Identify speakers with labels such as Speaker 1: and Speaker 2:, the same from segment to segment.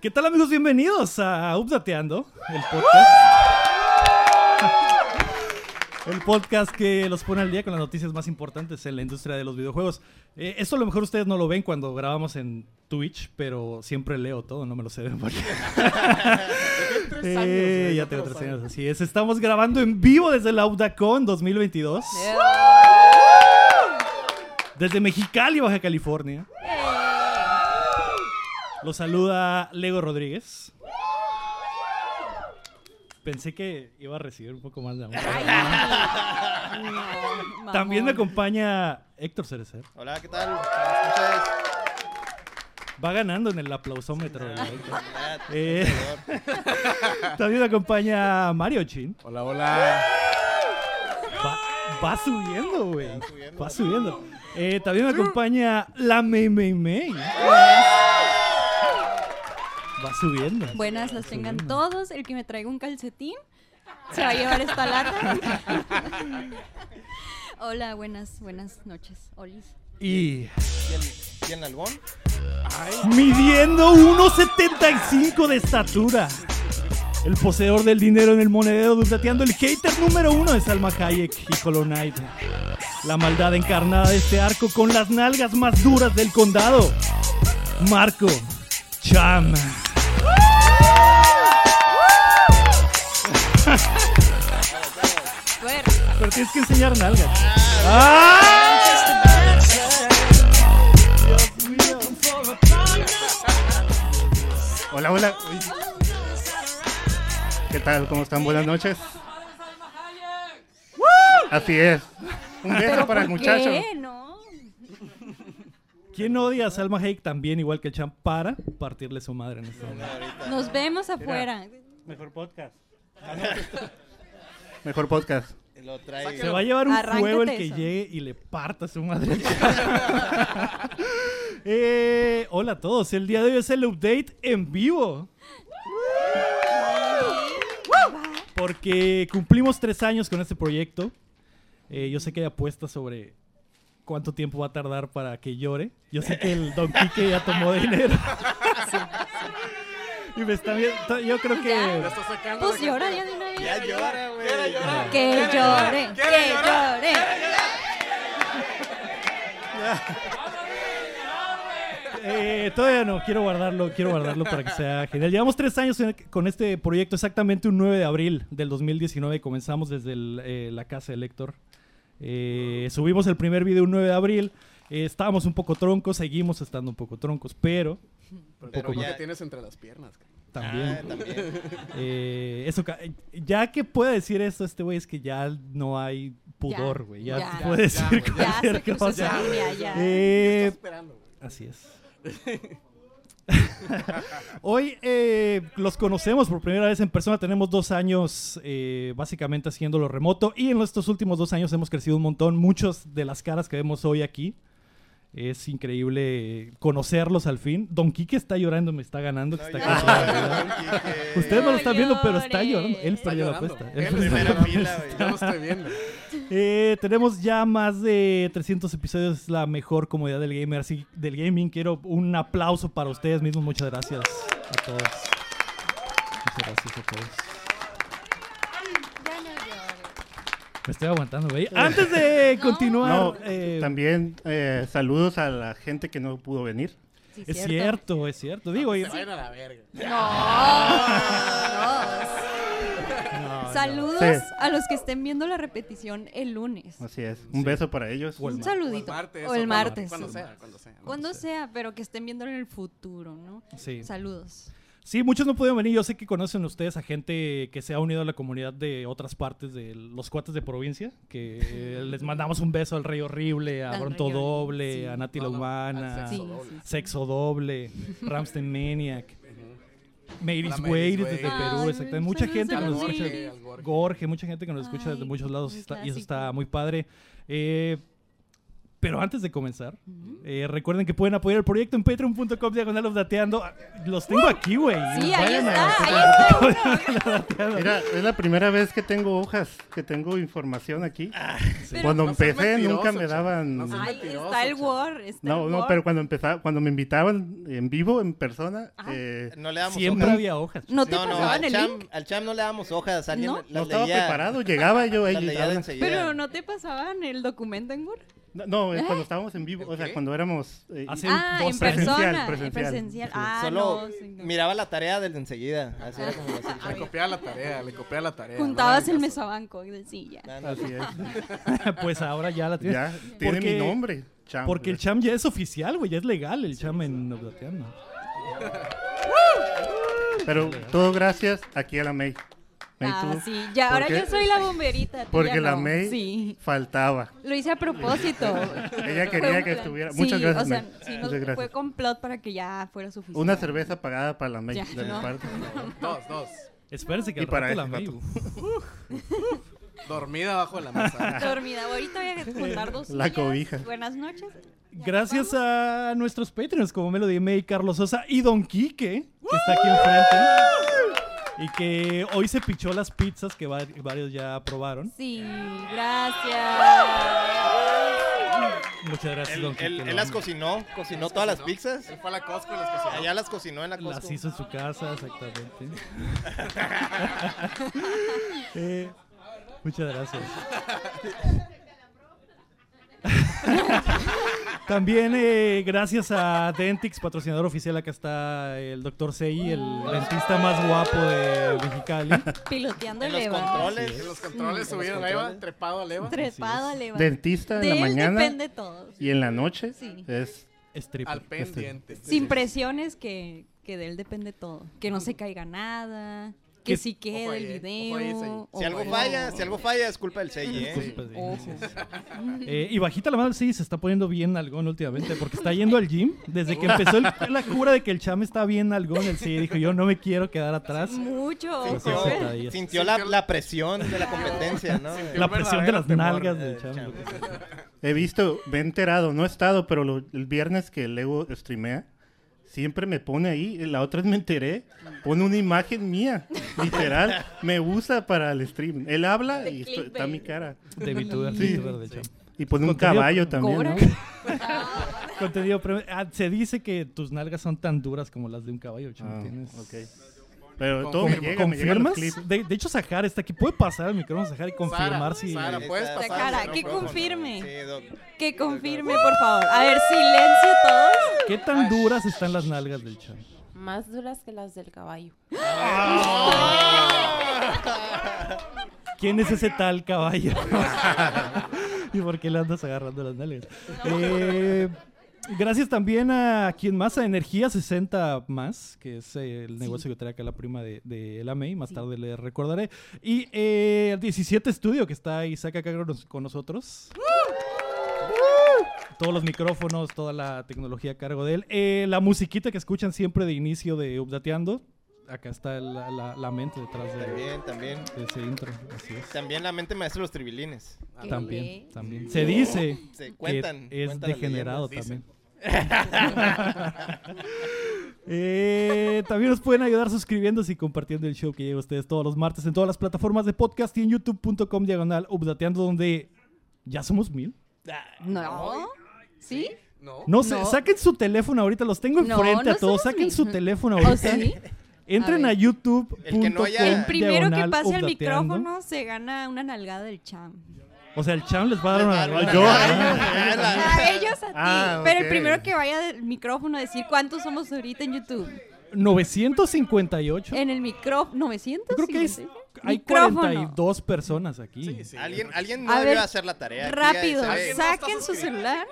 Speaker 1: ¿Qué tal amigos? Bienvenidos a Updateando, el podcast. El podcast que los pone al día con las noticias más importantes en la industria de los videojuegos. Eh, esto a lo mejor ustedes no lo ven cuando grabamos en Twitch, pero siempre leo todo, no me lo sé de memoria.
Speaker 2: tres años,
Speaker 1: Eh,
Speaker 2: güey,
Speaker 1: ya
Speaker 2: no te lo
Speaker 1: tengo tres
Speaker 2: sabes.
Speaker 1: años, así es. Estamos grabando en vivo desde la UDACON 2022. Desde Mexicali, Baja California. Los saluda Lego Rodríguez. Pensé que iba a recibir un poco más de amor.
Speaker 3: Mamón.
Speaker 1: También me acompaña Héctor Cerecer.
Speaker 4: Hola, ¿qué tal? Buenas noches.
Speaker 1: Va ganando en el aplausómetro. del Héctor.
Speaker 4: Ah,
Speaker 1: Eh, también me acompaña Mario Chin.
Speaker 2: Hola, hola.
Speaker 1: Va, va subiendo, güey.
Speaker 4: subiendo.
Speaker 1: Va subiendo. Eh, también me acompaña la Mei Mei Mei. Va subiendo.
Speaker 3: Buenas las tengan todos. El que me traiga un calcetín se va a llevar esta lata. Hola, buenas, buenas noches, Olis.
Speaker 1: Y
Speaker 4: ¿Y el, y el nalgón?
Speaker 1: midiendo 1.75 de estatura. El poseedor del dinero en el monedero, dubdateando el hater número uno de Salma Hayek y Hollow Knight. La maldad encarnada de este arco con las nalgas más duras del condado. Marco Cham.
Speaker 3: Fuerte.
Speaker 1: Pero tienes que enseñar nalgas. ¡Ah! Dios mío.
Speaker 5: Hola, hola. Uy. ¿Qué tal? ¿Cómo están? Buenas noches. Así es. Un beso para el muchacho.
Speaker 3: ¿Qué? No.
Speaker 1: ¿Quién odia a Salma Hayek también, igual que el Cham, para partirle su madre en este momento?
Speaker 3: Nos vemos afuera.
Speaker 5: Mejor podcast. Mejor podcast.
Speaker 4: Y Lo trae.
Speaker 1: Se va a llevar un
Speaker 3: Arráncate
Speaker 1: juego el que
Speaker 3: eso.
Speaker 1: llegue y le parta su madre. Eh, hola a todos, el día de hoy es el update en vivo. Porque cumplimos tres años con este proyecto. Eh, yo sé que hay apuestas sobre cuánto tiempo va a tardar para que llore. Yo sé que el Don Quique ya tomó dinero. y me está viendo. Yo creo que.
Speaker 3: Ya.
Speaker 2: Está sacando Ah.
Speaker 3: Pues
Speaker 2: de-
Speaker 3: llora ya de una vez.
Speaker 4: Ya llora, güey.
Speaker 3: Que llore,
Speaker 2: ¿Quiere
Speaker 3: que
Speaker 2: llorar?
Speaker 3: llore.
Speaker 1: Eh, todavía no, quiero guardarlo, quiero guardarlo para que sea genial. Llevamos tres años en- con este proyecto, exactamente un 9 de abril del 2019. Comenzamos desde el, eh, la casa del Héctor. Eh, subimos el primer video un 9 de abril. Eh, estábamos un poco troncos, seguimos estando un poco troncos, pero
Speaker 2: Pero
Speaker 4: Poco
Speaker 2: ya
Speaker 4: más.
Speaker 2: tienes entre las piernas. cabrón.
Speaker 1: también.
Speaker 4: Ah, también.
Speaker 1: eh, eso, ca- ya que pueda decir esto, este güey, es que ya no hay pudor, güey. Ya,
Speaker 3: ya,
Speaker 1: puede
Speaker 2: ya,
Speaker 1: decir
Speaker 2: güey,
Speaker 3: Ya
Speaker 1: cualquier
Speaker 3: se puso
Speaker 1: cosa.
Speaker 3: seria, ya.
Speaker 1: Eh,
Speaker 2: Estás esperando, güey.
Speaker 1: Así es. Hoy eh, los conocemos por primera vez en persona. Tenemos dos años eh, básicamente haciéndolo remoto y en estos últimos dos años hemos crecido un montón. Muchas de las caras que vemos hoy aquí. Es increíble conocerlos al fin. Don Quique está llorando, me está ganando. que está
Speaker 4: No llores,
Speaker 1: creciendo.
Speaker 4: don Quique.
Speaker 1: Ustedes no lo están viendo, pero está
Speaker 3: llores.
Speaker 1: llorando. Él está
Speaker 2: Está
Speaker 1: llorando.
Speaker 2: llorando.
Speaker 1: apuesta.
Speaker 2: Él
Speaker 1: Él
Speaker 2: está
Speaker 1: está
Speaker 4: Primera
Speaker 1: llorando.
Speaker 4: fila, güey.
Speaker 2: Yo lo estoy viendo.
Speaker 1: Eh, tenemos ya más de 300 episodios, la mejor comodidad del gamer, así- del gaming. Quiero un aplauso para ustedes mismos. Muchas gracias a todos. Muchas gracias a todos. Me estoy aguantando, güey. Antes de
Speaker 3: No.
Speaker 1: continuar,
Speaker 5: No,
Speaker 1: eh,
Speaker 5: También eh, saludos a la gente que no pudo venir.
Speaker 3: Sí,
Speaker 1: es cierto, es cierto. Digo, y-
Speaker 2: Ah, pues Se vayan a la verga.
Speaker 3: No. Saludos
Speaker 5: Sí.
Speaker 3: a los que estén viendo la repetición el lunes.
Speaker 5: Así es. Un beso para ellos.
Speaker 1: O el
Speaker 3: Un
Speaker 1: mar-
Speaker 2: O el
Speaker 3: saludito.
Speaker 2: martes.
Speaker 3: O el martes.
Speaker 2: Cuando sea, cuando sea. ¿no?
Speaker 3: Cuando sea, pero que estén viéndolo en el futuro, ¿no?
Speaker 1: sí.
Speaker 3: Saludos.
Speaker 1: Sí, muchos no pudieron venir. Yo sé que conocen ustedes a gente que se ha unido a la comunidad de otras partes de los cuates de provincia. Que eh, les mandamos un beso al Rey Horrible, a
Speaker 3: Al
Speaker 1: Bronto
Speaker 3: Rey Horrible,
Speaker 1: Doble,
Speaker 3: sí.
Speaker 1: a Nati
Speaker 2: No,
Speaker 1: la
Speaker 2: no,
Speaker 1: Humana,
Speaker 2: al
Speaker 3: Sí,
Speaker 2: Sexo doble.
Speaker 3: sí.
Speaker 1: Sexo Doble, Ramstein Maniac,
Speaker 2: La
Speaker 1: Mary's
Speaker 2: Mary's
Speaker 1: Way
Speaker 2: Way.
Speaker 1: desde Perú,
Speaker 3: Ay,
Speaker 1: exactamente. Mucha
Speaker 3: saludos
Speaker 1: gente
Speaker 3: a
Speaker 1: que nos
Speaker 3: los
Speaker 1: escucha.
Speaker 3: Gorge.
Speaker 2: al Gorge.
Speaker 1: Gorge, mucha gente que nos escucha desde
Speaker 3: Ay,
Speaker 1: muchos lados
Speaker 3: un
Speaker 1: está- y eso
Speaker 3: clásico.
Speaker 1: está muy padre. Eh, Pero antes de comenzar, eh, recuerden que pueden apoyar el proyecto en patreon.com diagonal of dateando. Ah, Los tengo aquí, güey.
Speaker 3: Uh, Sí, ahí
Speaker 5: Vayan a-
Speaker 3: está, ahí está.
Speaker 5: Mira, es la primera vez que tengo hojas, que tengo información aquí.
Speaker 1: Ah,
Speaker 3: Pero-
Speaker 5: Cuando
Speaker 2: No seas
Speaker 5: empecé
Speaker 2: mentiroso,
Speaker 5: nunca me
Speaker 2: chavo.
Speaker 5: daban...
Speaker 2: No seas-
Speaker 5: No,
Speaker 3: Ahí
Speaker 2: mentiroso,
Speaker 3: está el
Speaker 2: chavo.
Speaker 3: War. Está
Speaker 5: no,
Speaker 3: el War.
Speaker 5: pero cuando empezaba, cuando me invitaban en vivo, en persona,
Speaker 3: Ajá.
Speaker 5: eh,
Speaker 4: No le damos
Speaker 1: Siempre
Speaker 4: hojas.
Speaker 1: había hojas.
Speaker 3: No te
Speaker 4: No, no,
Speaker 3: pasaban
Speaker 4: al
Speaker 3: el
Speaker 4: cham,
Speaker 3: link.
Speaker 4: al cham no le damos hojas. Alguien
Speaker 3: ¿No?
Speaker 4: las
Speaker 5: no estaba
Speaker 4: leía-
Speaker 5: preparado, llegaba yo
Speaker 4: las
Speaker 5: ahí,
Speaker 4: leía de
Speaker 5: hablan-
Speaker 4: enseguida.
Speaker 3: Pero no te pasaban el documento en Word.
Speaker 5: No, no, es cuando estábamos en vivo, o sea,
Speaker 2: ¿Qué?
Speaker 5: cuando éramos... eh,
Speaker 1: Hace- Sí,
Speaker 3: Ah,
Speaker 1: dos
Speaker 3: en
Speaker 5: presencial,
Speaker 3: persona. En
Speaker 5: presencial.
Speaker 3: presencial.
Speaker 5: Sí.
Speaker 3: Ah,
Speaker 4: Solo
Speaker 3: no. sí, no.
Speaker 4: miraba la tarea del de enseguida. Así era como lo hacía el
Speaker 2: Le
Speaker 4: chavo.
Speaker 2: copiaba la tarea, le copiaba la tarea.
Speaker 3: Juntabas
Speaker 2: no
Speaker 3: el
Speaker 2: le hagas
Speaker 3: mesabanco. y Sí, ya.
Speaker 4: No, no,
Speaker 5: Eh, así es.
Speaker 1: pues ahora ya la tienes.
Speaker 5: Ya, tiene
Speaker 1: Porque-
Speaker 5: mi nombre, Cham. pues.
Speaker 1: Porque el cham ya es oficial, güey. Ya es legal el cham en of dateando.
Speaker 5: Pero todo gracias aquí a la May. May,
Speaker 3: Ah,
Speaker 5: tú,
Speaker 3: sí, ya. Ahora
Speaker 5: porque-
Speaker 3: yo soy la bomberita. tú
Speaker 5: Porque
Speaker 3: ya
Speaker 5: la
Speaker 3: no.
Speaker 5: May
Speaker 3: Sí.
Speaker 5: faltaba.
Speaker 3: Lo hice a propósito.
Speaker 5: Ella
Speaker 3: Fue un
Speaker 5: quería que
Speaker 3: plan.
Speaker 5: estuviera.
Speaker 3: Sí,
Speaker 5: Muchas gracias,
Speaker 3: o sea,
Speaker 5: May.
Speaker 3: sí, nos-
Speaker 5: Muchas gracias.
Speaker 3: Fue complot para que ya fuera suficiente.
Speaker 5: Una cerveza pagada para la May
Speaker 3: Ya,
Speaker 5: de mi
Speaker 3: no.
Speaker 5: parte.
Speaker 2: Dos, dos.
Speaker 1: Espérense que
Speaker 5: Y
Speaker 1: al
Speaker 5: para
Speaker 1: rato la
Speaker 5: ese
Speaker 1: May,
Speaker 5: rato.
Speaker 1: uf,
Speaker 2: Dormida abajo de la mesa.
Speaker 3: Dormida. Ahorita voy a juntar dos.
Speaker 5: La
Speaker 3: sillas.
Speaker 5: cobija.
Speaker 3: Buenas noches. Ya,
Speaker 1: Gracias
Speaker 3: vamos.
Speaker 1: a nuestros Patreons como Melody May, Carlos Sosa y Don Quique, que está aquí enfrente. Y que hoy se pichó las pizzas que va- varios ya probaron.
Speaker 3: Sí, gracias.
Speaker 1: Muchas gracias,
Speaker 4: Él,
Speaker 1: Don Quique.
Speaker 4: él-
Speaker 1: lo
Speaker 4: él las
Speaker 1: amo.
Speaker 4: cocinó, cocinó todas las pizzas.
Speaker 2: Él fue a la Costco y las cocinó.
Speaker 4: Allá las cocinó en la Costco.
Speaker 1: Las hizo en su casa, exactamente. Eh, muchas gracias. También eh, gracias a Dentix, patrocinador oficial. Acá está el doctor Sei, el dentista más guapo de Mexicali.
Speaker 3: Piloteando
Speaker 4: En
Speaker 3: el
Speaker 4: los
Speaker 3: Eva.
Speaker 4: controles.
Speaker 2: En los controles subieron a Eva, trepado a Eva.
Speaker 3: Trepado al Eva.
Speaker 5: Dentista
Speaker 3: De
Speaker 5: en la
Speaker 3: él
Speaker 5: mañana
Speaker 3: depende todo.
Speaker 5: y en la noche
Speaker 3: Sí.
Speaker 5: es
Speaker 1: Stripper.
Speaker 2: Al pendiente.
Speaker 3: Sin presiones que, que de él depende todo. Que no se caiga nada. Que
Speaker 1: Que-
Speaker 3: si queda
Speaker 2: ojo
Speaker 3: el
Speaker 2: ahí, eh. Ojo ahí, ese ahí.
Speaker 3: video.
Speaker 4: Si algo
Speaker 3: ojo.
Speaker 4: falla, si algo falla, es culpa del CI, ¿eh?
Speaker 1: Disculpa, sí,
Speaker 3: Ojo.
Speaker 1: gracias. Eh, y bajita la mano, sí, se está poniendo bien algón últimamente, porque está yendo al gym. Desde que empezó el- la cura de que el chame está bien algón, él sí dijo, yo no me quiero quedar atrás.
Speaker 3: Mucho.
Speaker 1: Sí,
Speaker 3: ojo,
Speaker 1: sí, sí,
Speaker 3: ¿eh?
Speaker 1: está ahí. este, es-
Speaker 4: Sintió la, la presión de la competencia, ¿no?
Speaker 1: La presión de las nalgas del
Speaker 4: eh,
Speaker 1: chame.
Speaker 4: chame.
Speaker 5: He visto, me he enterado, no he estado, pero lo- el viernes que Lego streamea, siempre me pone ahí, eh, la otra vez me enteré, pone una imagen mía, literal, me usa para el stream. Él habla
Speaker 3: De
Speaker 5: y esto-
Speaker 3: clickbait.
Speaker 5: está mi cara.
Speaker 1: De VTuber,
Speaker 5: Sí.
Speaker 1: VTuber del chame.
Speaker 5: Y pone un
Speaker 1: Contenido-
Speaker 5: caballo también.
Speaker 3: ¿Cobra? Ah,
Speaker 5: ¿no?
Speaker 1: Contenido premium. Ah, se dice que tus nalgas son tan duras como las de un caballo, chame.
Speaker 5: Ah,
Speaker 1: Tienes-
Speaker 5: ok. Pero todo me
Speaker 2: Confirmo.
Speaker 5: llega, me llegan los
Speaker 1: ¿Confirmas?
Speaker 5: clips.
Speaker 1: De, de hecho, Sahar está aquí. ¿Puede pasar al micrófono, Sahar, y confirmar si...
Speaker 2: Sara,
Speaker 4: Ahí
Speaker 2: puedes
Speaker 4: está,
Speaker 3: pasar
Speaker 4: pasando
Speaker 3: cara,
Speaker 4: el
Speaker 3: que
Speaker 4: micrófono.
Speaker 3: confirme.
Speaker 4: Sí, doc.
Speaker 3: Que confirme, por favor. A ver, silencio todos.
Speaker 1: ¿Qué tan duras están las nalgas del chame?
Speaker 6: Más duras que las del caballo.
Speaker 1: ¿Quién es ese tal caballo? ¿Y por qué le andas agarrando las nalgas? Eh, gracias también a quien más, a Energía 60 Más, que es eh, el negocio que trae acá la prima de, de la May, más tarde le recordaré. Y eh, al 17 Estudio, que está Isaac acá con nos- con nosotros. Todos los micrófonos, toda la tecnología a cargo de él. Eh, la musiquita que escuchan siempre de inicio de Updateando. Acá está la, la- la mente detrás de,
Speaker 4: También, también.
Speaker 1: de ese intro. Así es.
Speaker 4: También la mente maestra de los tribilines.
Speaker 3: Eh. ¿Qué?
Speaker 1: También, también. Se dice
Speaker 4: Se cuentan.
Speaker 1: que es
Speaker 4: cuentan las
Speaker 1: degenerado
Speaker 4: leyendas,
Speaker 1: también.
Speaker 4: dicen.
Speaker 1: Eh, también nos pueden ayudar suscribiéndose y compartiendo el show que llega a ustedes todos los martes en todas las plataformas de podcast y en youtube.com diagonal updateando donde ya somos mil.
Speaker 3: No. ¿Sí?
Speaker 2: No.
Speaker 1: No sé,
Speaker 3: No.
Speaker 1: saquen su teléfono ahorita, los tengo
Speaker 3: No,
Speaker 1: enfrente a
Speaker 3: no somos
Speaker 1: todos. Saquen
Speaker 3: mil.
Speaker 1: su teléfono
Speaker 3: ¿O
Speaker 1: ahorita.
Speaker 3: sí?
Speaker 1: Entren
Speaker 3: A
Speaker 1: a,
Speaker 3: ver.
Speaker 1: youtube.com.
Speaker 4: El que no haya-
Speaker 1: diagonal
Speaker 4: El
Speaker 3: Primero que pase al
Speaker 1: updateando.
Speaker 3: micrófono se gana una nalgada del cham.
Speaker 1: O sea, el cham les va a dar una.
Speaker 4: Ah,
Speaker 5: Yo-
Speaker 4: ah, la-
Speaker 3: A ellos a ti.
Speaker 5: Ah,
Speaker 3: Pero el
Speaker 5: ok.
Speaker 3: primero que vaya al micrófono a decir cuántos somos ahorita en YouTube.
Speaker 1: 958.
Speaker 3: En el micrófono. ¿900?
Speaker 1: Yo creo que es- hay
Speaker 3: Micrófono.
Speaker 1: 42 personas aquí.
Speaker 2: Sí,
Speaker 4: Alguien, alguien no
Speaker 3: A
Speaker 4: debió
Speaker 3: ver,
Speaker 4: hacer la tarea. aquí,
Speaker 3: Rápido,
Speaker 4: ya
Speaker 2: ¿Alguien
Speaker 4: sabes.
Speaker 2: no está
Speaker 3: saquen su
Speaker 2: suscrito?
Speaker 3: celular.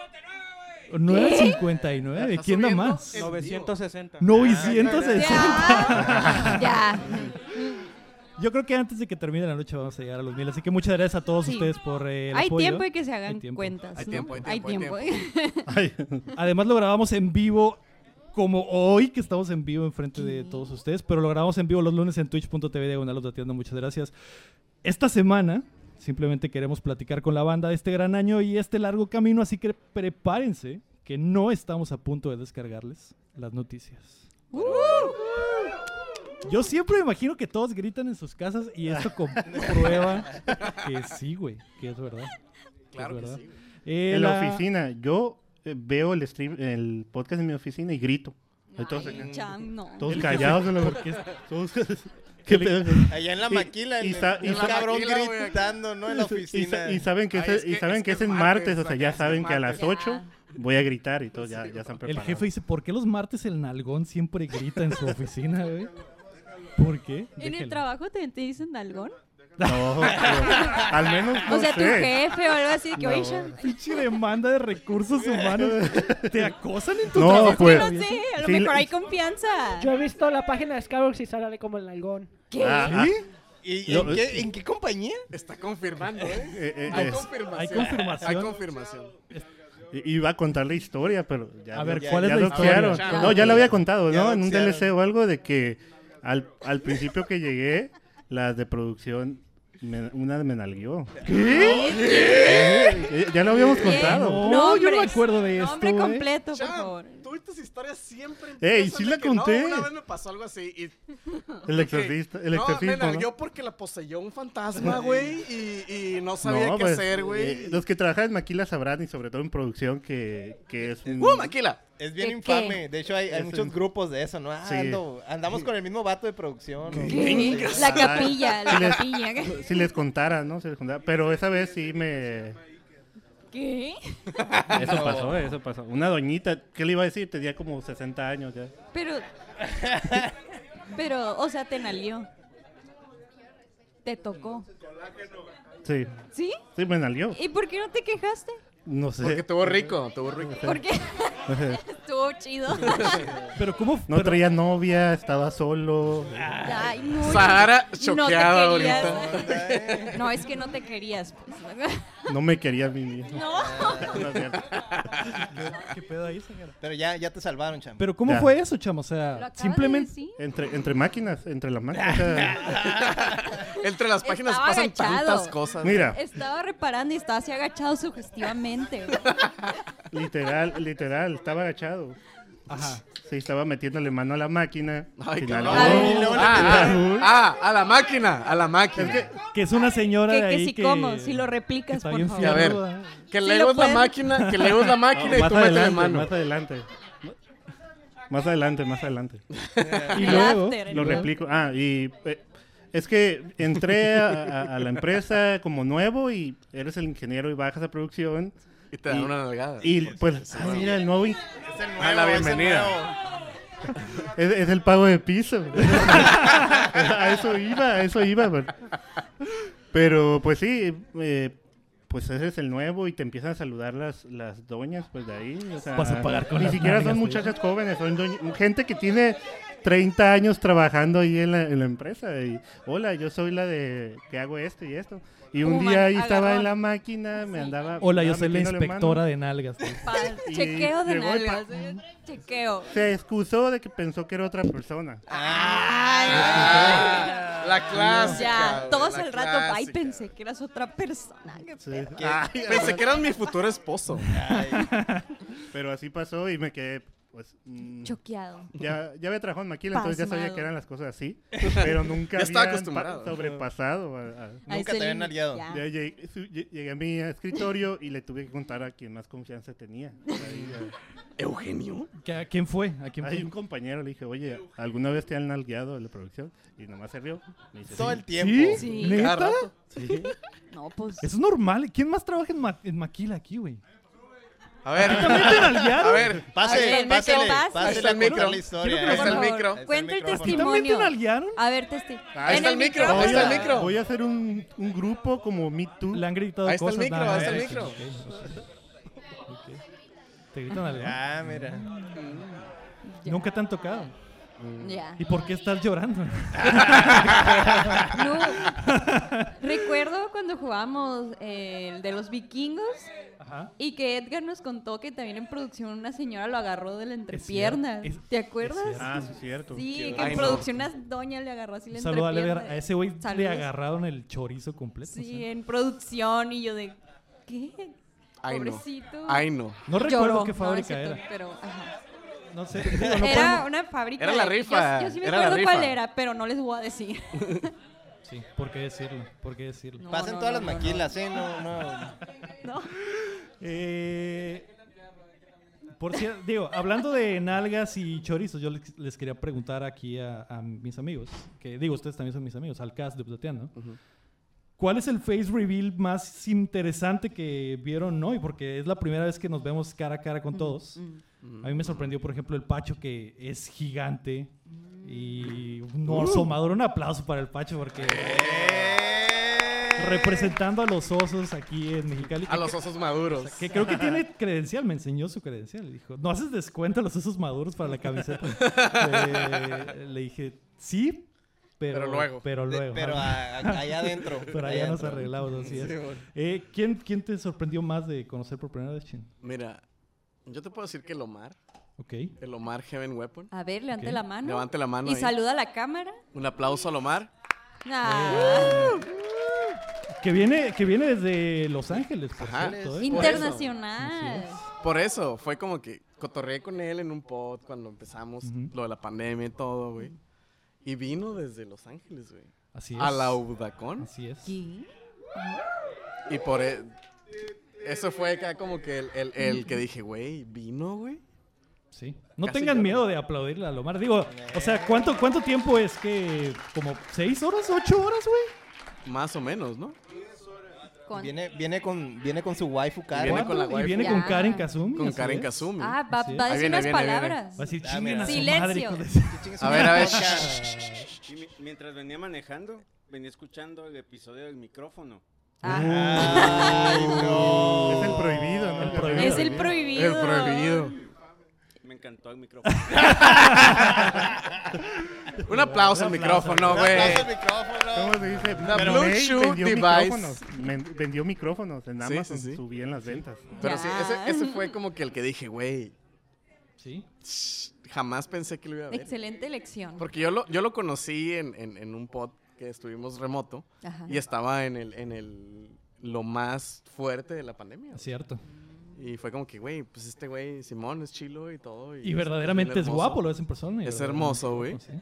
Speaker 1: 959. ¿Quién da más?
Speaker 2: En vivo.
Speaker 7: 960.
Speaker 1: 960.
Speaker 3: Ya. ya.
Speaker 1: Yo creo que antes de que termine la noche vamos a llegar a los mil. Así que muchas gracias a todos
Speaker 3: Sí.
Speaker 1: ustedes por eh, el
Speaker 3: Hay
Speaker 1: apoyo.
Speaker 3: tiempo de que se
Speaker 1: Hay
Speaker 3: hagan
Speaker 1: tiempo.
Speaker 3: cuentas.
Speaker 2: Hay
Speaker 3: ¿no?
Speaker 2: tiempo, hay tiempo, hay
Speaker 5: Ay,
Speaker 1: Además lo grabamos en vivo como hoy que estamos en vivo enfrente de todos ustedes, pero lo grabamos en vivo los lunes en twitch.tv diagonal Los Dateando. Muchas gracias. Esta semana Simplemente queremos platicar con la banda de este gran año y este largo camino, así que prepárense que no estamos a punto de descargarles las noticias.
Speaker 2: ¡Uh!
Speaker 1: Yo siempre me imagino que todos gritan en sus casas y esto comprueba que sí, güey, que es verdad.
Speaker 2: Claro
Speaker 1: Es
Speaker 2: que
Speaker 1: verdad.
Speaker 2: sí. güey.
Speaker 1: Eh,
Speaker 5: En la oficina, yo eh, veo el stream, el podcast en mi oficina y grito. Entonces, eh,
Speaker 3: Ay, Cham, no.
Speaker 5: Todos
Speaker 1: El
Speaker 5: callados en la
Speaker 1: porque es-
Speaker 5: todos- ¿Qué pedo?
Speaker 4: Allá en la
Speaker 5: Y-
Speaker 4: maquila,
Speaker 5: y
Speaker 4: en-
Speaker 5: sa- y
Speaker 4: un
Speaker 5: sa-
Speaker 4: cabrón
Speaker 2: maquila, güey, acá.
Speaker 4: gritando, ¿no? En la
Speaker 5: Y, sa-
Speaker 4: oficina.
Speaker 5: y saben que,
Speaker 2: Ay,
Speaker 5: es,
Speaker 2: es
Speaker 5: y
Speaker 2: que-
Speaker 5: saben
Speaker 2: es
Speaker 5: que
Speaker 2: que
Speaker 5: es
Speaker 2: es
Speaker 5: en martes,
Speaker 2: martes,
Speaker 5: o sea,
Speaker 2: acá
Speaker 5: ya
Speaker 2: es
Speaker 5: saben que a las
Speaker 2: martes.
Speaker 5: 8 voy a gritar y todos ya, ya se han
Speaker 1: El
Speaker 5: preparado.
Speaker 1: jefe dice, ¿por qué los martes el nalgón siempre grita en su oficina, güey? ¿Por qué?
Speaker 3: ¿En el
Speaker 1: Déjenlo.
Speaker 3: trabajo te, te dicen algón?
Speaker 5: No, pero al menos no
Speaker 3: O sea, tu
Speaker 5: sé.
Speaker 3: jefe o algo así, que oye, Cham,
Speaker 1: Pinche demanda de recursos humanos. ¿Te acosan en tu
Speaker 5: No,
Speaker 1: trabajo?
Speaker 5: pues.
Speaker 3: no sé, a lo
Speaker 5: Sí,
Speaker 3: mejor
Speaker 5: le-
Speaker 3: hay confianza.
Speaker 7: Yo he visto la página de Skybox y sale como el nalgón.
Speaker 3: ¿Qué?
Speaker 5: Ah,
Speaker 4: ¿Y
Speaker 5: No,
Speaker 4: en, qué, en qué compañía?
Speaker 2: Está confirmando, ¿eh?
Speaker 5: eh, eh,
Speaker 2: Hay
Speaker 5: es-
Speaker 2: confirmación.
Speaker 1: Hay confirmación.
Speaker 2: Hay confirmación.
Speaker 5: i- iba a contar la historia, pero ya
Speaker 1: A ver,
Speaker 5: ya-
Speaker 1: ¿cuál
Speaker 5: ya
Speaker 1: es la
Speaker 5: doxearon.
Speaker 2: historia?
Speaker 5: No, ya lo había contado,
Speaker 4: Ya
Speaker 5: ¿no? En un
Speaker 4: doxearon.
Speaker 5: DLC o algo de que al, al principio que llegué, las de producción, me- una me nalgueó. Eh, Ya lo habíamos
Speaker 3: Bien.
Speaker 5: contado.
Speaker 1: No, yo no me
Speaker 3: Nombres.
Speaker 1: acuerdo de esto, ¿eh?
Speaker 3: Nombre
Speaker 1: güey.
Speaker 3: completo, por favor.
Speaker 2: Chan, tú y tus historias siempre.
Speaker 5: eh? Ey,
Speaker 2: empiezan
Speaker 5: sí
Speaker 2: de
Speaker 5: la
Speaker 2: que, no,
Speaker 5: conté.
Speaker 2: una vez me pasó algo así y
Speaker 5: El exorcista, el
Speaker 2: no, me
Speaker 5: exorcismo. ¿no?
Speaker 2: nalgueó porque la poseyó un fantasma, güey, y, y no sabía
Speaker 5: No,
Speaker 2: qué
Speaker 5: pues,
Speaker 2: hacer,
Speaker 5: eh,
Speaker 2: güey.
Speaker 5: los que trabajan en Maquila sabrán, y sobre todo en producción, que, que es un...
Speaker 2: ¡Uh, Maquila!
Speaker 4: Es bien
Speaker 3: ¿Qué,
Speaker 4: infame.
Speaker 3: qué?
Speaker 4: De hecho, hay, hay
Speaker 5: Es
Speaker 4: muchos
Speaker 5: un-
Speaker 4: grupos de eso, ¿no? Ah,
Speaker 5: Sí.
Speaker 4: ando- andamos con el mismo vato de producción. ¿no?
Speaker 3: ¿Qué? La capilla, la capilla.
Speaker 5: Si les contara, ¿no? Si les contara. Pero esa vez sí me...
Speaker 3: ¿Qué?
Speaker 5: Eso pasó, eh, eso pasó. Una doñita, ¿qué le iba a decir? Tenía como 60 años ya.
Speaker 3: Pero. Pero, o sea, te nalió. Te tocó.
Speaker 5: Sí,
Speaker 3: ¿Sí?
Speaker 5: sí me nalió.
Speaker 3: ¿Y por qué no te quejaste?
Speaker 5: No sé.
Speaker 2: Porque estuvo rico, estuvo rico.
Speaker 3: ¿Por qué? Estuvo chido.
Speaker 1: Pero ¿cómo?
Speaker 5: No
Speaker 1: pero-
Speaker 5: traía novia, estaba solo.
Speaker 3: Ay, no.
Speaker 2: Sahara
Speaker 3: no te
Speaker 2: choqueada
Speaker 3: querías.
Speaker 2: ahorita.
Speaker 3: No, es que no te querías. Pues.
Speaker 5: No me quería a mí mismo.
Speaker 3: No.
Speaker 5: No es cierto.
Speaker 1: ¿Qué pedo ahí, señora?
Speaker 4: Pero ya, ya te salvaron, chamo.
Speaker 1: Pero ¿cómo
Speaker 5: Ya.
Speaker 1: fue eso, chamo? O
Speaker 3: Lo
Speaker 1: sea,
Speaker 3: acabas
Speaker 1: simplemente...
Speaker 3: de decir.
Speaker 5: Entre, entre máquinas, entre las máquinas. o sea,
Speaker 2: Entre las páginas
Speaker 3: Estaba
Speaker 2: pasan
Speaker 3: agachado.
Speaker 2: tantas cosas.
Speaker 5: mira,
Speaker 3: Estaba reparando y estaba así agachado sugestivamente.
Speaker 5: literal, literal, estaba agachado.
Speaker 1: Ajá.
Speaker 5: Sí, estaba metiéndole mano a la máquina.
Speaker 2: Ay,
Speaker 5: sin
Speaker 2: cabrón.
Speaker 5: algo.
Speaker 3: Ay,
Speaker 2: Ah, ah, ah, a la máquina, a la máquina.
Speaker 1: Que es una señora
Speaker 3: Que,
Speaker 1: de
Speaker 3: que
Speaker 1: ahí
Speaker 3: si
Speaker 1: que...
Speaker 3: como, si lo
Speaker 1: que
Speaker 3: replicas,
Speaker 1: está
Speaker 3: por
Speaker 1: bien
Speaker 3: favor.
Speaker 2: fiel. A ver.
Speaker 1: fiarruda.
Speaker 2: Que
Speaker 3: Sí
Speaker 2: Lego
Speaker 3: lo
Speaker 2: es la
Speaker 3: pueden-
Speaker 2: máquina, que Lego es la máquina y
Speaker 5: más
Speaker 2: tú métele
Speaker 5: adelante,
Speaker 2: mano.
Speaker 5: más adelante. Más adelante, más adelante.
Speaker 1: Y
Speaker 3: El
Speaker 1: luego...
Speaker 3: after, el
Speaker 5: Lo
Speaker 3: luego.
Speaker 5: replico. Ah, y eh, es que entré a, a- a la empresa como nuevo y eres el ingeniero y bajas a producción.
Speaker 2: Y te dan una nalgada.
Speaker 5: Y pues, ah, mira, el nuevo in-
Speaker 4: Es el nuevo,
Speaker 2: Ah, la
Speaker 4: es el
Speaker 2: bienvenida.
Speaker 4: nuevo.
Speaker 5: es, es el pago de piso. a eso iba, a eso iba. Pero, pero, pues sí, eh, pues eres el nuevo y te empiezan a saludar las, las doñas, pues de ahí. o sea,
Speaker 1: Vas a pagar con
Speaker 5: Ni
Speaker 1: las
Speaker 5: siquiera son
Speaker 1: nalgas,
Speaker 5: muchachas jóvenes, son doñ- gente que tiene 30 años trabajando ahí en la, en la empresa. Y, Hola, yo soy la de que hago esto y esto. Y un
Speaker 3: Human,
Speaker 5: día ahí estaba
Speaker 3: agarrón.
Speaker 5: en la máquina, me andaba.
Speaker 1: Hola, yo
Speaker 5: andaba
Speaker 1: soy la
Speaker 5: metiéndole
Speaker 1: inspectora
Speaker 5: mano.
Speaker 1: de nalgas. tío.
Speaker 3: Pa-
Speaker 5: Y
Speaker 3: chequeo de
Speaker 5: llegó el pa-
Speaker 3: nalgas. eh, Chequeo.
Speaker 5: Se excusó de que pensó que era otra persona.
Speaker 2: Ah, la clásica.
Speaker 3: Ya,
Speaker 2: güey,
Speaker 3: todos
Speaker 2: la
Speaker 3: al rato, ay,
Speaker 2: clásica.
Speaker 3: pensé que eras otra persona. qué
Speaker 5: Sí.
Speaker 3: pedo".
Speaker 2: Ah, pensé que eras mi futuro esposo.
Speaker 5: Pero así pasó y me quedé, pues. mm,
Speaker 3: Choqueado.
Speaker 5: ya, ya había trabajado en Maquila, entonces ya sabía
Speaker 3: Pasmado.
Speaker 5: que eran las cosas así. Pero nunca
Speaker 2: Ya estaba
Speaker 5: había
Speaker 2: acostumbrado.
Speaker 5: sobrepasado. a- a-
Speaker 3: A
Speaker 4: Nunca
Speaker 3: ese
Speaker 4: te habían
Speaker 3: límite,
Speaker 4: aliado.
Speaker 3: ya.
Speaker 5: Ya llegué, su- lle- llegué a mi escritorio y le tuve que contar a quien más confianza tenía. Ahí, a-
Speaker 2: ¿Eugenio?
Speaker 1: ¿Qué- ¿A quién fue? ¿A quién
Speaker 5: Hay
Speaker 1: fue?
Speaker 5: un compañero, le dije, oye, ¿alguna vez te han nalgueado en la producción? Y nomás se rió. Me dice,
Speaker 4: Todo el
Speaker 5: "Sí".
Speaker 4: tiempo.
Speaker 3: Sí.
Speaker 2: Cada
Speaker 1: ¿Neta?
Speaker 2: rato.
Speaker 3: No, pues.
Speaker 1: Eso es normal. ¿Quién más trabaja en, Ma- en Maquila aquí, güey?
Speaker 2: A ver,
Speaker 1: ¿Te nalguearon?
Speaker 2: a ver.
Speaker 3: A ver,
Speaker 4: Pásele,
Speaker 3: no te
Speaker 4: pásele,
Speaker 3: pases.
Speaker 2: Ahí
Speaker 4: pásele
Speaker 2: está
Speaker 4: a
Speaker 2: el micro.
Speaker 4: contar la historia. eh.
Speaker 2: Ahí
Speaker 3: Por
Speaker 2: está el
Speaker 3: favor,
Speaker 2: micro.
Speaker 3: Cuenta el
Speaker 4: micrófono.
Speaker 1: ¿Y también te
Speaker 3: testimonio.
Speaker 1: nalguearon?
Speaker 3: A ver, testimonio.
Speaker 5: Ahí
Speaker 2: está el micro,
Speaker 5: Voy
Speaker 2: ahí está
Speaker 5: a,
Speaker 2: el micro.
Speaker 5: voy a hacer un, un grupo como Me Too.
Speaker 1: Le han gritado
Speaker 2: Ahí está el
Speaker 1: cosas.
Speaker 2: micro,
Speaker 1: nada eh.
Speaker 2: ahí está
Speaker 1: más.
Speaker 2: el micro.
Speaker 1: Ok, ok. ¿Te gritan algo?
Speaker 4: Ah, mira.
Speaker 3: Ya.
Speaker 1: Nunca te han tocado.
Speaker 3: Ya.
Speaker 1: ¿Y por qué estás llorando?
Speaker 3: No. Recuerdo cuando jugamos eh, el de los vikingos
Speaker 1: Ajá.
Speaker 3: y que Edgar nos contó que también en producción una señora lo agarró de la entrepierna.
Speaker 1: Es cier- es-
Speaker 3: ¿Te
Speaker 1: es
Speaker 3: acuerdas?
Speaker 1: cierto.
Speaker 5: Ah, sí, es cierto.
Speaker 3: Sí,
Speaker 2: Qué
Speaker 3: que
Speaker 2: Ay,
Speaker 3: en
Speaker 2: no.
Speaker 3: producción una doña le agarró así la
Speaker 1: Saludo a
Speaker 3: entrepierna.
Speaker 1: Lever. A ese güey
Speaker 3: Saludos.
Speaker 1: le agarraron el chorizo completo. o
Speaker 3: Sí,
Speaker 1: sea.
Speaker 3: en producción y yo de... ¿Qué?
Speaker 2: Ay, no.
Speaker 3: Pobrecito.
Speaker 2: Ay, no.
Speaker 1: No
Speaker 3: Lloró.
Speaker 1: recuerdo qué
Speaker 3: No,
Speaker 1: fábrica
Speaker 3: es cierto,
Speaker 1: era.
Speaker 3: Pero, ajá.
Speaker 1: No sé. digo, no
Speaker 3: era una fábrica.
Speaker 2: Era la
Speaker 3: de- yo-
Speaker 2: rifa,
Speaker 3: Yo, sí me
Speaker 2: era la
Speaker 3: acuerdo cuál
Speaker 2: rifa.
Speaker 3: era, pero no les voy a decir.
Speaker 1: podemos- Sí, ¿por qué decirlo? ¿Por qué decirlo?
Speaker 3: No,
Speaker 4: Pasen
Speaker 3: no,
Speaker 4: todas
Speaker 3: no,
Speaker 4: las
Speaker 3: no, no.
Speaker 4: maquilas, ¿eh? No, no.
Speaker 3: No.
Speaker 1: Eh, por cierto, digo, hablando de nalgas y chorizos, yo les, les quería preguntar aquí a, a mis amigos, que digo, ustedes también son mis amigos, al cast de Putateando. ¿Cuál es el face reveal más interesante que vieron hoy? Porque es la primera vez que nos vemos cara a cara con todos. A mí me sorprendió, por ejemplo, el Pacho, que es gigante. Y un
Speaker 2: Uh.
Speaker 1: oso maduro. Un aplauso para el Pacho, porque representando a los osos aquí en Mexicali.
Speaker 2: Eh. A los osos maduros.
Speaker 1: Que creo que tiene credencial, me enseñó su credencial. Dijo, ¿no haces descuento a los osos maduros para la camiseta? Eh, le dije, sí, pero,
Speaker 2: Pero luego.
Speaker 1: Pero
Speaker 4: De-
Speaker 1: luego.
Speaker 4: pero a- a- allá adentro.
Speaker 1: Pero allá nos
Speaker 4: adentro.
Speaker 1: arreglamos, así es.
Speaker 2: Sí, bueno.
Speaker 1: Eh, ¿quién, ¿Quién te sorprendió más de conocer por primera vez, Chin?
Speaker 2: Mira, yo te puedo decir que el Omar,
Speaker 1: Ok.
Speaker 2: el Omar Heaven Weapon.
Speaker 3: A ver, levante
Speaker 1: Ok.
Speaker 3: la mano.
Speaker 2: Levante la mano
Speaker 3: Y
Speaker 2: ahí.
Speaker 3: saluda a la cámara.
Speaker 2: Un aplauso al Omar.
Speaker 3: Ah,
Speaker 1: Que viene, que viene desde Los Ángeles, por
Speaker 2: Ajá.
Speaker 1: cierto. ¿eh?
Speaker 2: In-
Speaker 3: internacional.
Speaker 1: Así
Speaker 2: Por eso, fue como que cotorreé con él en un pod cuando empezamos
Speaker 1: Ujú.
Speaker 2: lo de la pandemia y todo, güey. Y vino desde Los Ángeles, güey.
Speaker 1: Así es.
Speaker 2: A la Udacon.
Speaker 1: Así es.
Speaker 3: ¿Qué?
Speaker 2: Y por e- eso fue acá como que el, el- el que dije, güey, vino, güey.
Speaker 1: Sí. No
Speaker 2: Casi
Speaker 1: tengan
Speaker 2: lloro.
Speaker 1: miedo de aplaudirle a Lomar. Digo, o
Speaker 4: Eh.
Speaker 1: sea, ¿cuánto, cuánto tiempo es que. como seis horas, ocho horas, güey?
Speaker 2: Más o menos, ¿no?
Speaker 3: Con-
Speaker 4: Viene, viene, con, viene con su waifu cara.
Speaker 2: Viene
Speaker 1: ¿Cuánto?
Speaker 2: con la
Speaker 1: Y
Speaker 2: waifu.
Speaker 1: viene con
Speaker 3: Ya.
Speaker 1: Karen Kazumi.
Speaker 2: Con
Speaker 1: así
Speaker 2: Karen
Speaker 1: es.
Speaker 2: Kazumi.
Speaker 3: Ah, va,
Speaker 1: Así es.
Speaker 3: va a
Speaker 2: Ahí
Speaker 3: decir
Speaker 2: viene,
Speaker 3: unas
Speaker 2: ahí viene, ahí viene.
Speaker 3: palabras.
Speaker 1: Va a decir,
Speaker 4: Ah,
Speaker 1: "Chinguen a su
Speaker 3: mira.
Speaker 1: madre,
Speaker 3: Silencio.
Speaker 1: hijos de-".
Speaker 2: A ver, a ver.
Speaker 8: Y mi- mientras venía manejando, venía escuchando el episodio del micrófono.
Speaker 3: Ah,
Speaker 4: Ay, no.
Speaker 5: Es el prohibido, ¿no?
Speaker 1: El prohibido.
Speaker 3: es el prohibido.
Speaker 2: El prohibido.
Speaker 8: Me encantó el micrófono.
Speaker 2: Un aplauso al
Speaker 1: Un aplauso.
Speaker 2: micrófono,
Speaker 4: Un
Speaker 2: güey.
Speaker 4: aplauso al micrófono.
Speaker 5: ¿Cómo se dice?
Speaker 2: Una
Speaker 5: Pero
Speaker 2: Bluetooth
Speaker 5: vendió
Speaker 2: device.
Speaker 5: micrófonos. Men- vendió micrófonos en
Speaker 2: Sí,
Speaker 5: Amazon.
Speaker 2: sí, sí.
Speaker 5: Subían las ventas.
Speaker 2: Pero sí,
Speaker 3: Ya.
Speaker 2: ese, ese fue como que el que dije, güey,
Speaker 1: Sí.
Speaker 2: jamás pensé que lo iba a ver.
Speaker 3: Excelente elección.
Speaker 2: Porque yo lo, yo lo conocí en, en- en un pod que estuvimos remoto
Speaker 3: Ajá.
Speaker 2: y estaba en el, en el lo más fuerte de la pandemia.
Speaker 1: Es cierto.
Speaker 2: Y fue como que, güey, pues este güey, Simón, es chilo y todo. Y,
Speaker 1: Y verdaderamente
Speaker 2: bien
Speaker 1: es
Speaker 2: hermoso.
Speaker 1: guapo, lo ves en persona. y
Speaker 2: Es
Speaker 1: verdaderamente
Speaker 2: hermoso, güey.
Speaker 1: guapo, sí.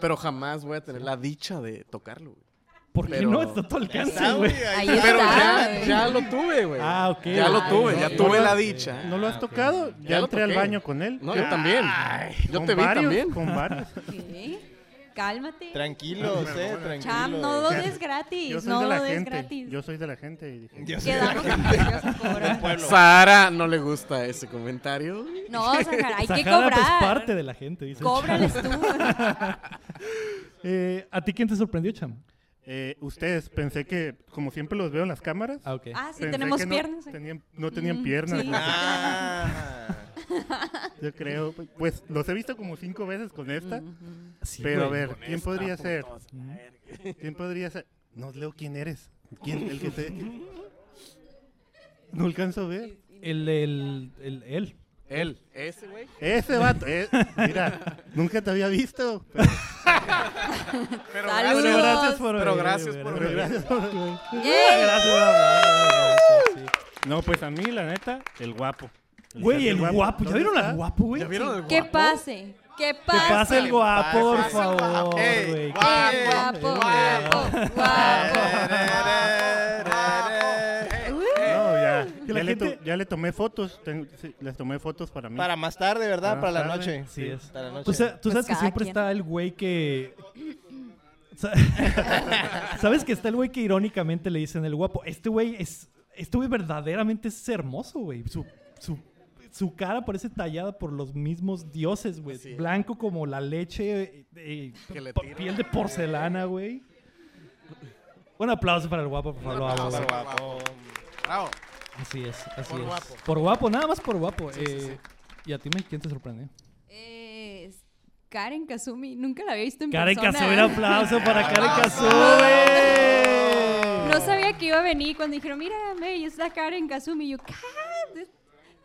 Speaker 2: Pero jamás voy a tener la dicha de tocarlo, güey.
Speaker 1: ¿Por qué
Speaker 2: Pero-
Speaker 1: no? Está a tu alcance,
Speaker 4: Está,
Speaker 1: güey.
Speaker 4: güey,
Speaker 3: Ahí
Speaker 4: ahí.
Speaker 3: está.
Speaker 2: Pero ya,
Speaker 3: güey.
Speaker 2: ya lo tuve, güey.
Speaker 1: Ah, ok.
Speaker 2: Ya lo
Speaker 1: ok,
Speaker 2: tuve,
Speaker 1: ok.
Speaker 2: ya
Speaker 1: No
Speaker 2: tuve
Speaker 1: lo-
Speaker 2: la dicha.
Speaker 5: ¿No lo has tocado? Ya,
Speaker 2: lo
Speaker 5: entré al
Speaker 2: toqué.
Speaker 5: baño con él.
Speaker 2: No, yo también. Yo
Speaker 5: Con
Speaker 2: te vi
Speaker 5: varios,
Speaker 2: también.
Speaker 5: Con varios.
Speaker 3: ¿Qué? Cálmate.
Speaker 4: Tranquilos, eh, tranquilos.
Speaker 3: Cham, no lo des gratis.
Speaker 5: Yo soy
Speaker 3: no
Speaker 5: de la
Speaker 3: lo des
Speaker 5: gente.
Speaker 3: gratis.
Speaker 5: Yo soy de la gente. y dije,
Speaker 2: "Pues,
Speaker 4: Yo soy de
Speaker 3: Quedamos en que ellos cobran.
Speaker 2: Sara no le gusta ese comentario.
Speaker 3: No, Sahara, hay que
Speaker 1: Sajara, pues,
Speaker 3: cobrar.
Speaker 1: parte de la gente, dice.
Speaker 3: Cóbrales tú.
Speaker 1: Eh, ¿A ti quién te sorprendió, Cham?
Speaker 5: eh, ustedes, pensé que, como siempre los veo en las cámaras.
Speaker 1: Ah, ok.
Speaker 3: Ah, sí,
Speaker 5: pensé
Speaker 3: tenemos
Speaker 5: que no
Speaker 3: piernas.
Speaker 5: tenían- no tenían
Speaker 3: Mm,
Speaker 5: piernas.
Speaker 3: sí.
Speaker 5: pues,
Speaker 4: Ah.
Speaker 5: Yo creo. Pues los he visto como cinco veces con esta.
Speaker 1: Sí,
Speaker 5: Pero a
Speaker 1: güey.
Speaker 5: ver, ¿quién podría ser?
Speaker 2: Mm.
Speaker 5: ¿Quién podría ser? No leo quién eres. ¿Quién? El que te... No alcanzo a ver.
Speaker 1: El, el, el, él.
Speaker 2: Él, ese güey.
Speaker 5: Ese vato. eh, mira, nunca te había visto. Pero,
Speaker 2: Pero
Speaker 3: Saludos.
Speaker 1: Pero gracias por
Speaker 2: Pero
Speaker 1: venir,
Speaker 2: gracias por
Speaker 1: güey.
Speaker 5: pero gracias por-
Speaker 3: ¡Yay!
Speaker 1: Gracias, gracias, sí, sí.
Speaker 5: No, pues a mí, la neta, el guapo.
Speaker 1: Güey, el guapo. ¿Ya
Speaker 5: ¿Dónde
Speaker 1: vieron
Speaker 5: está?
Speaker 1: al guapo, güey?
Speaker 2: ¿Ya vieron el
Speaker 3: Que
Speaker 2: guapo?
Speaker 3: pase. Que
Speaker 1: Que
Speaker 3: pase.
Speaker 1: pase el guapo, por
Speaker 4: pase el
Speaker 1: favor,
Speaker 2: Ey,
Speaker 1: güey.
Speaker 2: guapo,
Speaker 3: Qué guapo, guapo, guapo.
Speaker 5: No, ya.
Speaker 1: Que
Speaker 5: Ya,
Speaker 1: la
Speaker 5: le to-
Speaker 1: gente-
Speaker 5: ya le tomé fotos. tengo- sí, les tomé fotos para mí.
Speaker 4: Para más tarde,
Speaker 5: Para
Speaker 4: ¿verdad? Para la
Speaker 5: más tarde.
Speaker 4: noche.
Speaker 1: Así es.
Speaker 4: Para la noche.
Speaker 1: Tú, sa- eh, tú
Speaker 3: Pues
Speaker 1: sabes que
Speaker 3: cada
Speaker 1: siempre
Speaker 3: quien.
Speaker 1: está el güey que. Sa- sabes que está el güey que irónicamente le dicen el guapo. Este güey es. Este güey verdaderamente es hermoso, güey. Su, su, su cara parece tallada por los mismos dioses, güey.
Speaker 2: Así es.
Speaker 1: Blanco como la leche. eh, eh,
Speaker 2: Que le
Speaker 1: pa-
Speaker 2: tira.
Speaker 1: piel de porcelana, güey. Un aplauso para el guapo, por favor. Lo amo, güey.
Speaker 4: Guapo.
Speaker 2: Bravo.
Speaker 1: Así es, así
Speaker 2: Por
Speaker 1: es.
Speaker 2: guapo.
Speaker 1: Por guapo, nada más por guapo. Eh, ¿Y a ti, Mike, quién te sorprendió?
Speaker 3: Eh, Karen Kazumi. Nunca la había visto en
Speaker 1: Karen
Speaker 3: persona. ¿eh?
Speaker 1: Kazú, un aplauso para Karen Kazú.
Speaker 3: No sabía que iba a venir cuando dijeron, mira, May, es la Karen Kazumi. Y yo, "Kat, es-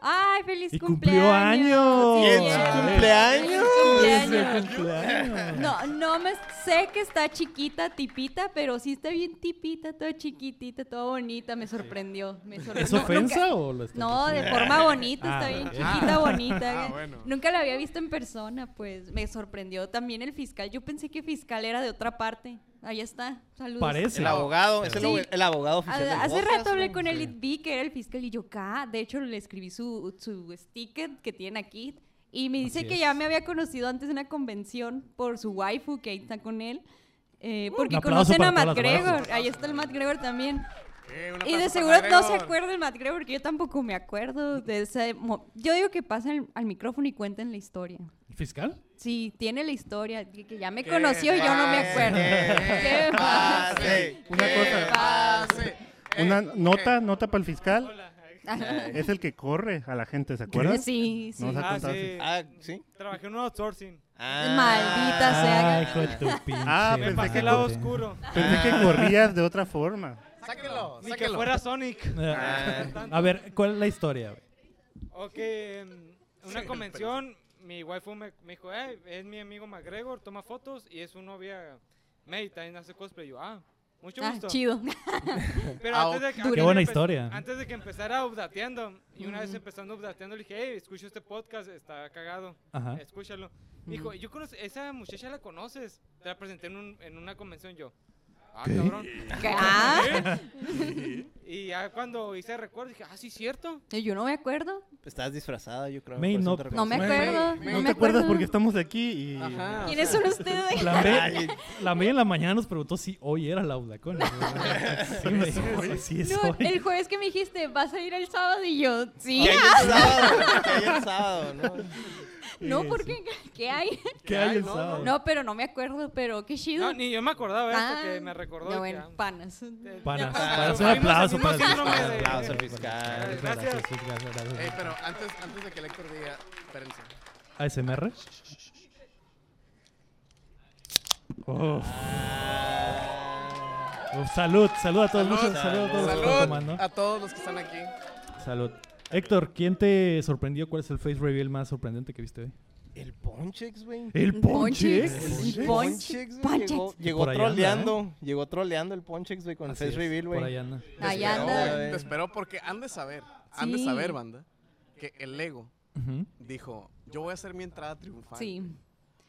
Speaker 3: ¡Ay, feliz
Speaker 1: Y cumplió
Speaker 3: cumpleaños!
Speaker 1: años.
Speaker 3: Sí,
Speaker 1: ¿Y en su
Speaker 3: cierto.
Speaker 4: cumpleaños?
Speaker 3: ¡Feliz
Speaker 1: Feliz
Speaker 3: cumpleaños!
Speaker 1: cumpleaños.
Speaker 3: No, no me sé que está chiquita, tipita, pero sí está bien tipita, toda chiquitita, toda bonita. Me sorprendió. Me sorprendió.
Speaker 1: ¿Es
Speaker 3: No, nunca-
Speaker 1: ofensa o lo estás
Speaker 3: No, de forma bonita,
Speaker 1: Ah,
Speaker 3: está bien
Speaker 1: ok.
Speaker 3: chiquita, bonita.
Speaker 2: ah, bueno.
Speaker 3: Nunca la había visto en persona, pues me sorprendió también el fiscal. Yo pensé que fiscal era de otra parte. Ahí está, saludos.
Speaker 1: Parece.
Speaker 4: El abogado, es el,
Speaker 3: Sí.
Speaker 4: abog- el abogado
Speaker 3: A-
Speaker 4: oficial. del
Speaker 3: Hace
Speaker 4: podcast,
Speaker 3: rato hablé
Speaker 4: güey.
Speaker 3: con él y vi que era el fiscal y yo, acá, de hecho le escribí su, su sticker que tienen aquí y me dice
Speaker 1: Así
Speaker 3: que
Speaker 1: es.
Speaker 3: ya me había conocido antes en una convención por su waifu que ahí está con él, eh, porque
Speaker 1: Uh. un aplauso
Speaker 3: conocen a
Speaker 1: para
Speaker 3: Matt
Speaker 1: todas las
Speaker 3: Gregor, ahí está el Matt Gregor también.
Speaker 2: Eh, un
Speaker 3: Y de
Speaker 2: aplauso
Speaker 3: seguro
Speaker 2: para
Speaker 3: no se
Speaker 2: Gregor.
Speaker 3: acuerda el Matt Gregor, porque yo tampoco me acuerdo de ese... mo- Yo digo que pasen al, al micrófono y cuenten la historia.
Speaker 1: ¿Fiscal?
Speaker 3: Sí, tiene la historia, que, que ya me
Speaker 2: Que
Speaker 3: conoció y yo no me acuerdo.
Speaker 4: pase,
Speaker 3: ¿Qué más?
Speaker 4: pase,
Speaker 5: Una
Speaker 2: que
Speaker 5: cosa.
Speaker 2: pase. Eh,
Speaker 5: Una nota, nota para el fiscal.
Speaker 3: Ah,
Speaker 5: Es el que corre a la gente, ¿se acuerdan?
Speaker 3: Sí, sí.
Speaker 5: Nos ha
Speaker 9: Ah,
Speaker 5: contado
Speaker 9: sí.
Speaker 5: así.
Speaker 4: Ah, ¿sí?
Speaker 9: Trabajé en un outsourcing.
Speaker 4: Ah.
Speaker 3: Maldita sea.
Speaker 1: Ay, hijo de tu pinche. Ah.
Speaker 5: Ah,
Speaker 9: Me
Speaker 5: Pensé
Speaker 9: pasé
Speaker 5: que
Speaker 9: el lado
Speaker 1: corté.
Speaker 9: oscuro. Ah.
Speaker 5: Pensé que corrías de otra forma.
Speaker 2: Sáquelo,
Speaker 9: Ni que
Speaker 2: sáquelo.
Speaker 9: fuera Sonic.
Speaker 1: Ah, A ver, ¿cuál es la historia? güey?
Speaker 9: Ok, en una convención, mi waifu me, me dijo, "Ey, es mi amigo McGregor, toma fotos y es su novia May, también hace cosplay. Yo, ah, mucho
Speaker 3: Ah,
Speaker 9: gusto.
Speaker 3: chido.
Speaker 9: Pero
Speaker 2: Ah,
Speaker 9: antes de, antes
Speaker 1: Qué
Speaker 9: de
Speaker 1: buena
Speaker 9: empe-
Speaker 1: historia.
Speaker 9: Antes de que empezara Updateando, y una vez empezando Updateando, le dije, hey, escucho este podcast, está cagado,
Speaker 1: Ajá.
Speaker 9: escúchalo. Me dijo, yo conozco, esa muchacha la conoces, te la presenté en, un- en una convención yo. Ah, cabrón.
Speaker 3: Ah,
Speaker 9: Y ya cuando hice recuerdo, dije, ah, sí, cierto.
Speaker 3: Yo no me acuerdo.
Speaker 4: Estás disfrazada, yo creo.
Speaker 1: May,
Speaker 4: por eso
Speaker 1: no-
Speaker 4: te
Speaker 3: No me
Speaker 4: reconocí.
Speaker 3: acuerdo. No
Speaker 5: No
Speaker 3: me
Speaker 5: te acuerdas
Speaker 3: acuerdo.
Speaker 5: porque estamos aquí y...
Speaker 2: Ajá,
Speaker 3: ¿Quiénes son ustedes?
Speaker 1: La May, la May en la mañana nos preguntó si hoy era la Udacón. Sí, me dijo, sí es
Speaker 3: No,
Speaker 1: hoy.
Speaker 3: el jueves que me dijiste, vas a ir el sábado y yo, sí.
Speaker 4: Que ayer sábado, que ayer sábado, ¿no?
Speaker 3: No,
Speaker 1: Sí,
Speaker 3: porque ¿qué hay?
Speaker 1: ¿Qué hay el
Speaker 2: no,
Speaker 1: sábado?
Speaker 3: No, pero no me acuerdo, pero qué chido.
Speaker 9: No, ni yo me acordaba de
Speaker 3: Ah,
Speaker 9: esto que me recordó.
Speaker 3: no,
Speaker 9: que,
Speaker 3: bueno,
Speaker 9: ah,
Speaker 3: panas.
Speaker 1: Panas,
Speaker 9: Ya,
Speaker 1: panas, un
Speaker 9: pero
Speaker 1: aplauso
Speaker 9: fuimos al mismo
Speaker 1: para el fiscal.
Speaker 9: síndrome de-
Speaker 4: Aplauso al fiscal.
Speaker 1: Gracias, gracias, gracias.
Speaker 2: Eh, pero antes, antes de que el Héctor diga, espérense.
Speaker 1: ASMR. Uf.
Speaker 2: Ah.
Speaker 1: Uf, salud, salud a todos, muchas salud a todos los que están tomando.
Speaker 2: Salud a todos los que están aquí.
Speaker 1: Salud. Héctor, ¿quién te sorprendió? ¿Cuál es el face reveal más sorprendente que viste hoy?
Speaker 4: El Ponchex, güey.
Speaker 1: El
Speaker 3: Ponchix.
Speaker 4: El Ponchex,
Speaker 3: Ponchex.
Speaker 4: güey, Llegó, llegó
Speaker 1: Por allá anda,
Speaker 4: troleando. Llegó troleando el Ponchex, güey, con el
Speaker 1: Así
Speaker 4: face
Speaker 1: es,
Speaker 4: reveal,
Speaker 1: Por ahí
Speaker 4: güey.
Speaker 1: anda.
Speaker 3: Ahí
Speaker 2: Te esperó,
Speaker 3: anda.
Speaker 2: güey,
Speaker 4: eh.
Speaker 2: Te esperó porque han de saber, han de
Speaker 3: Sí.
Speaker 2: saber, banda, que el Lego
Speaker 1: Ujú.
Speaker 2: dijo, yo voy a hacer mi entrada triunfal.
Speaker 3: Sí.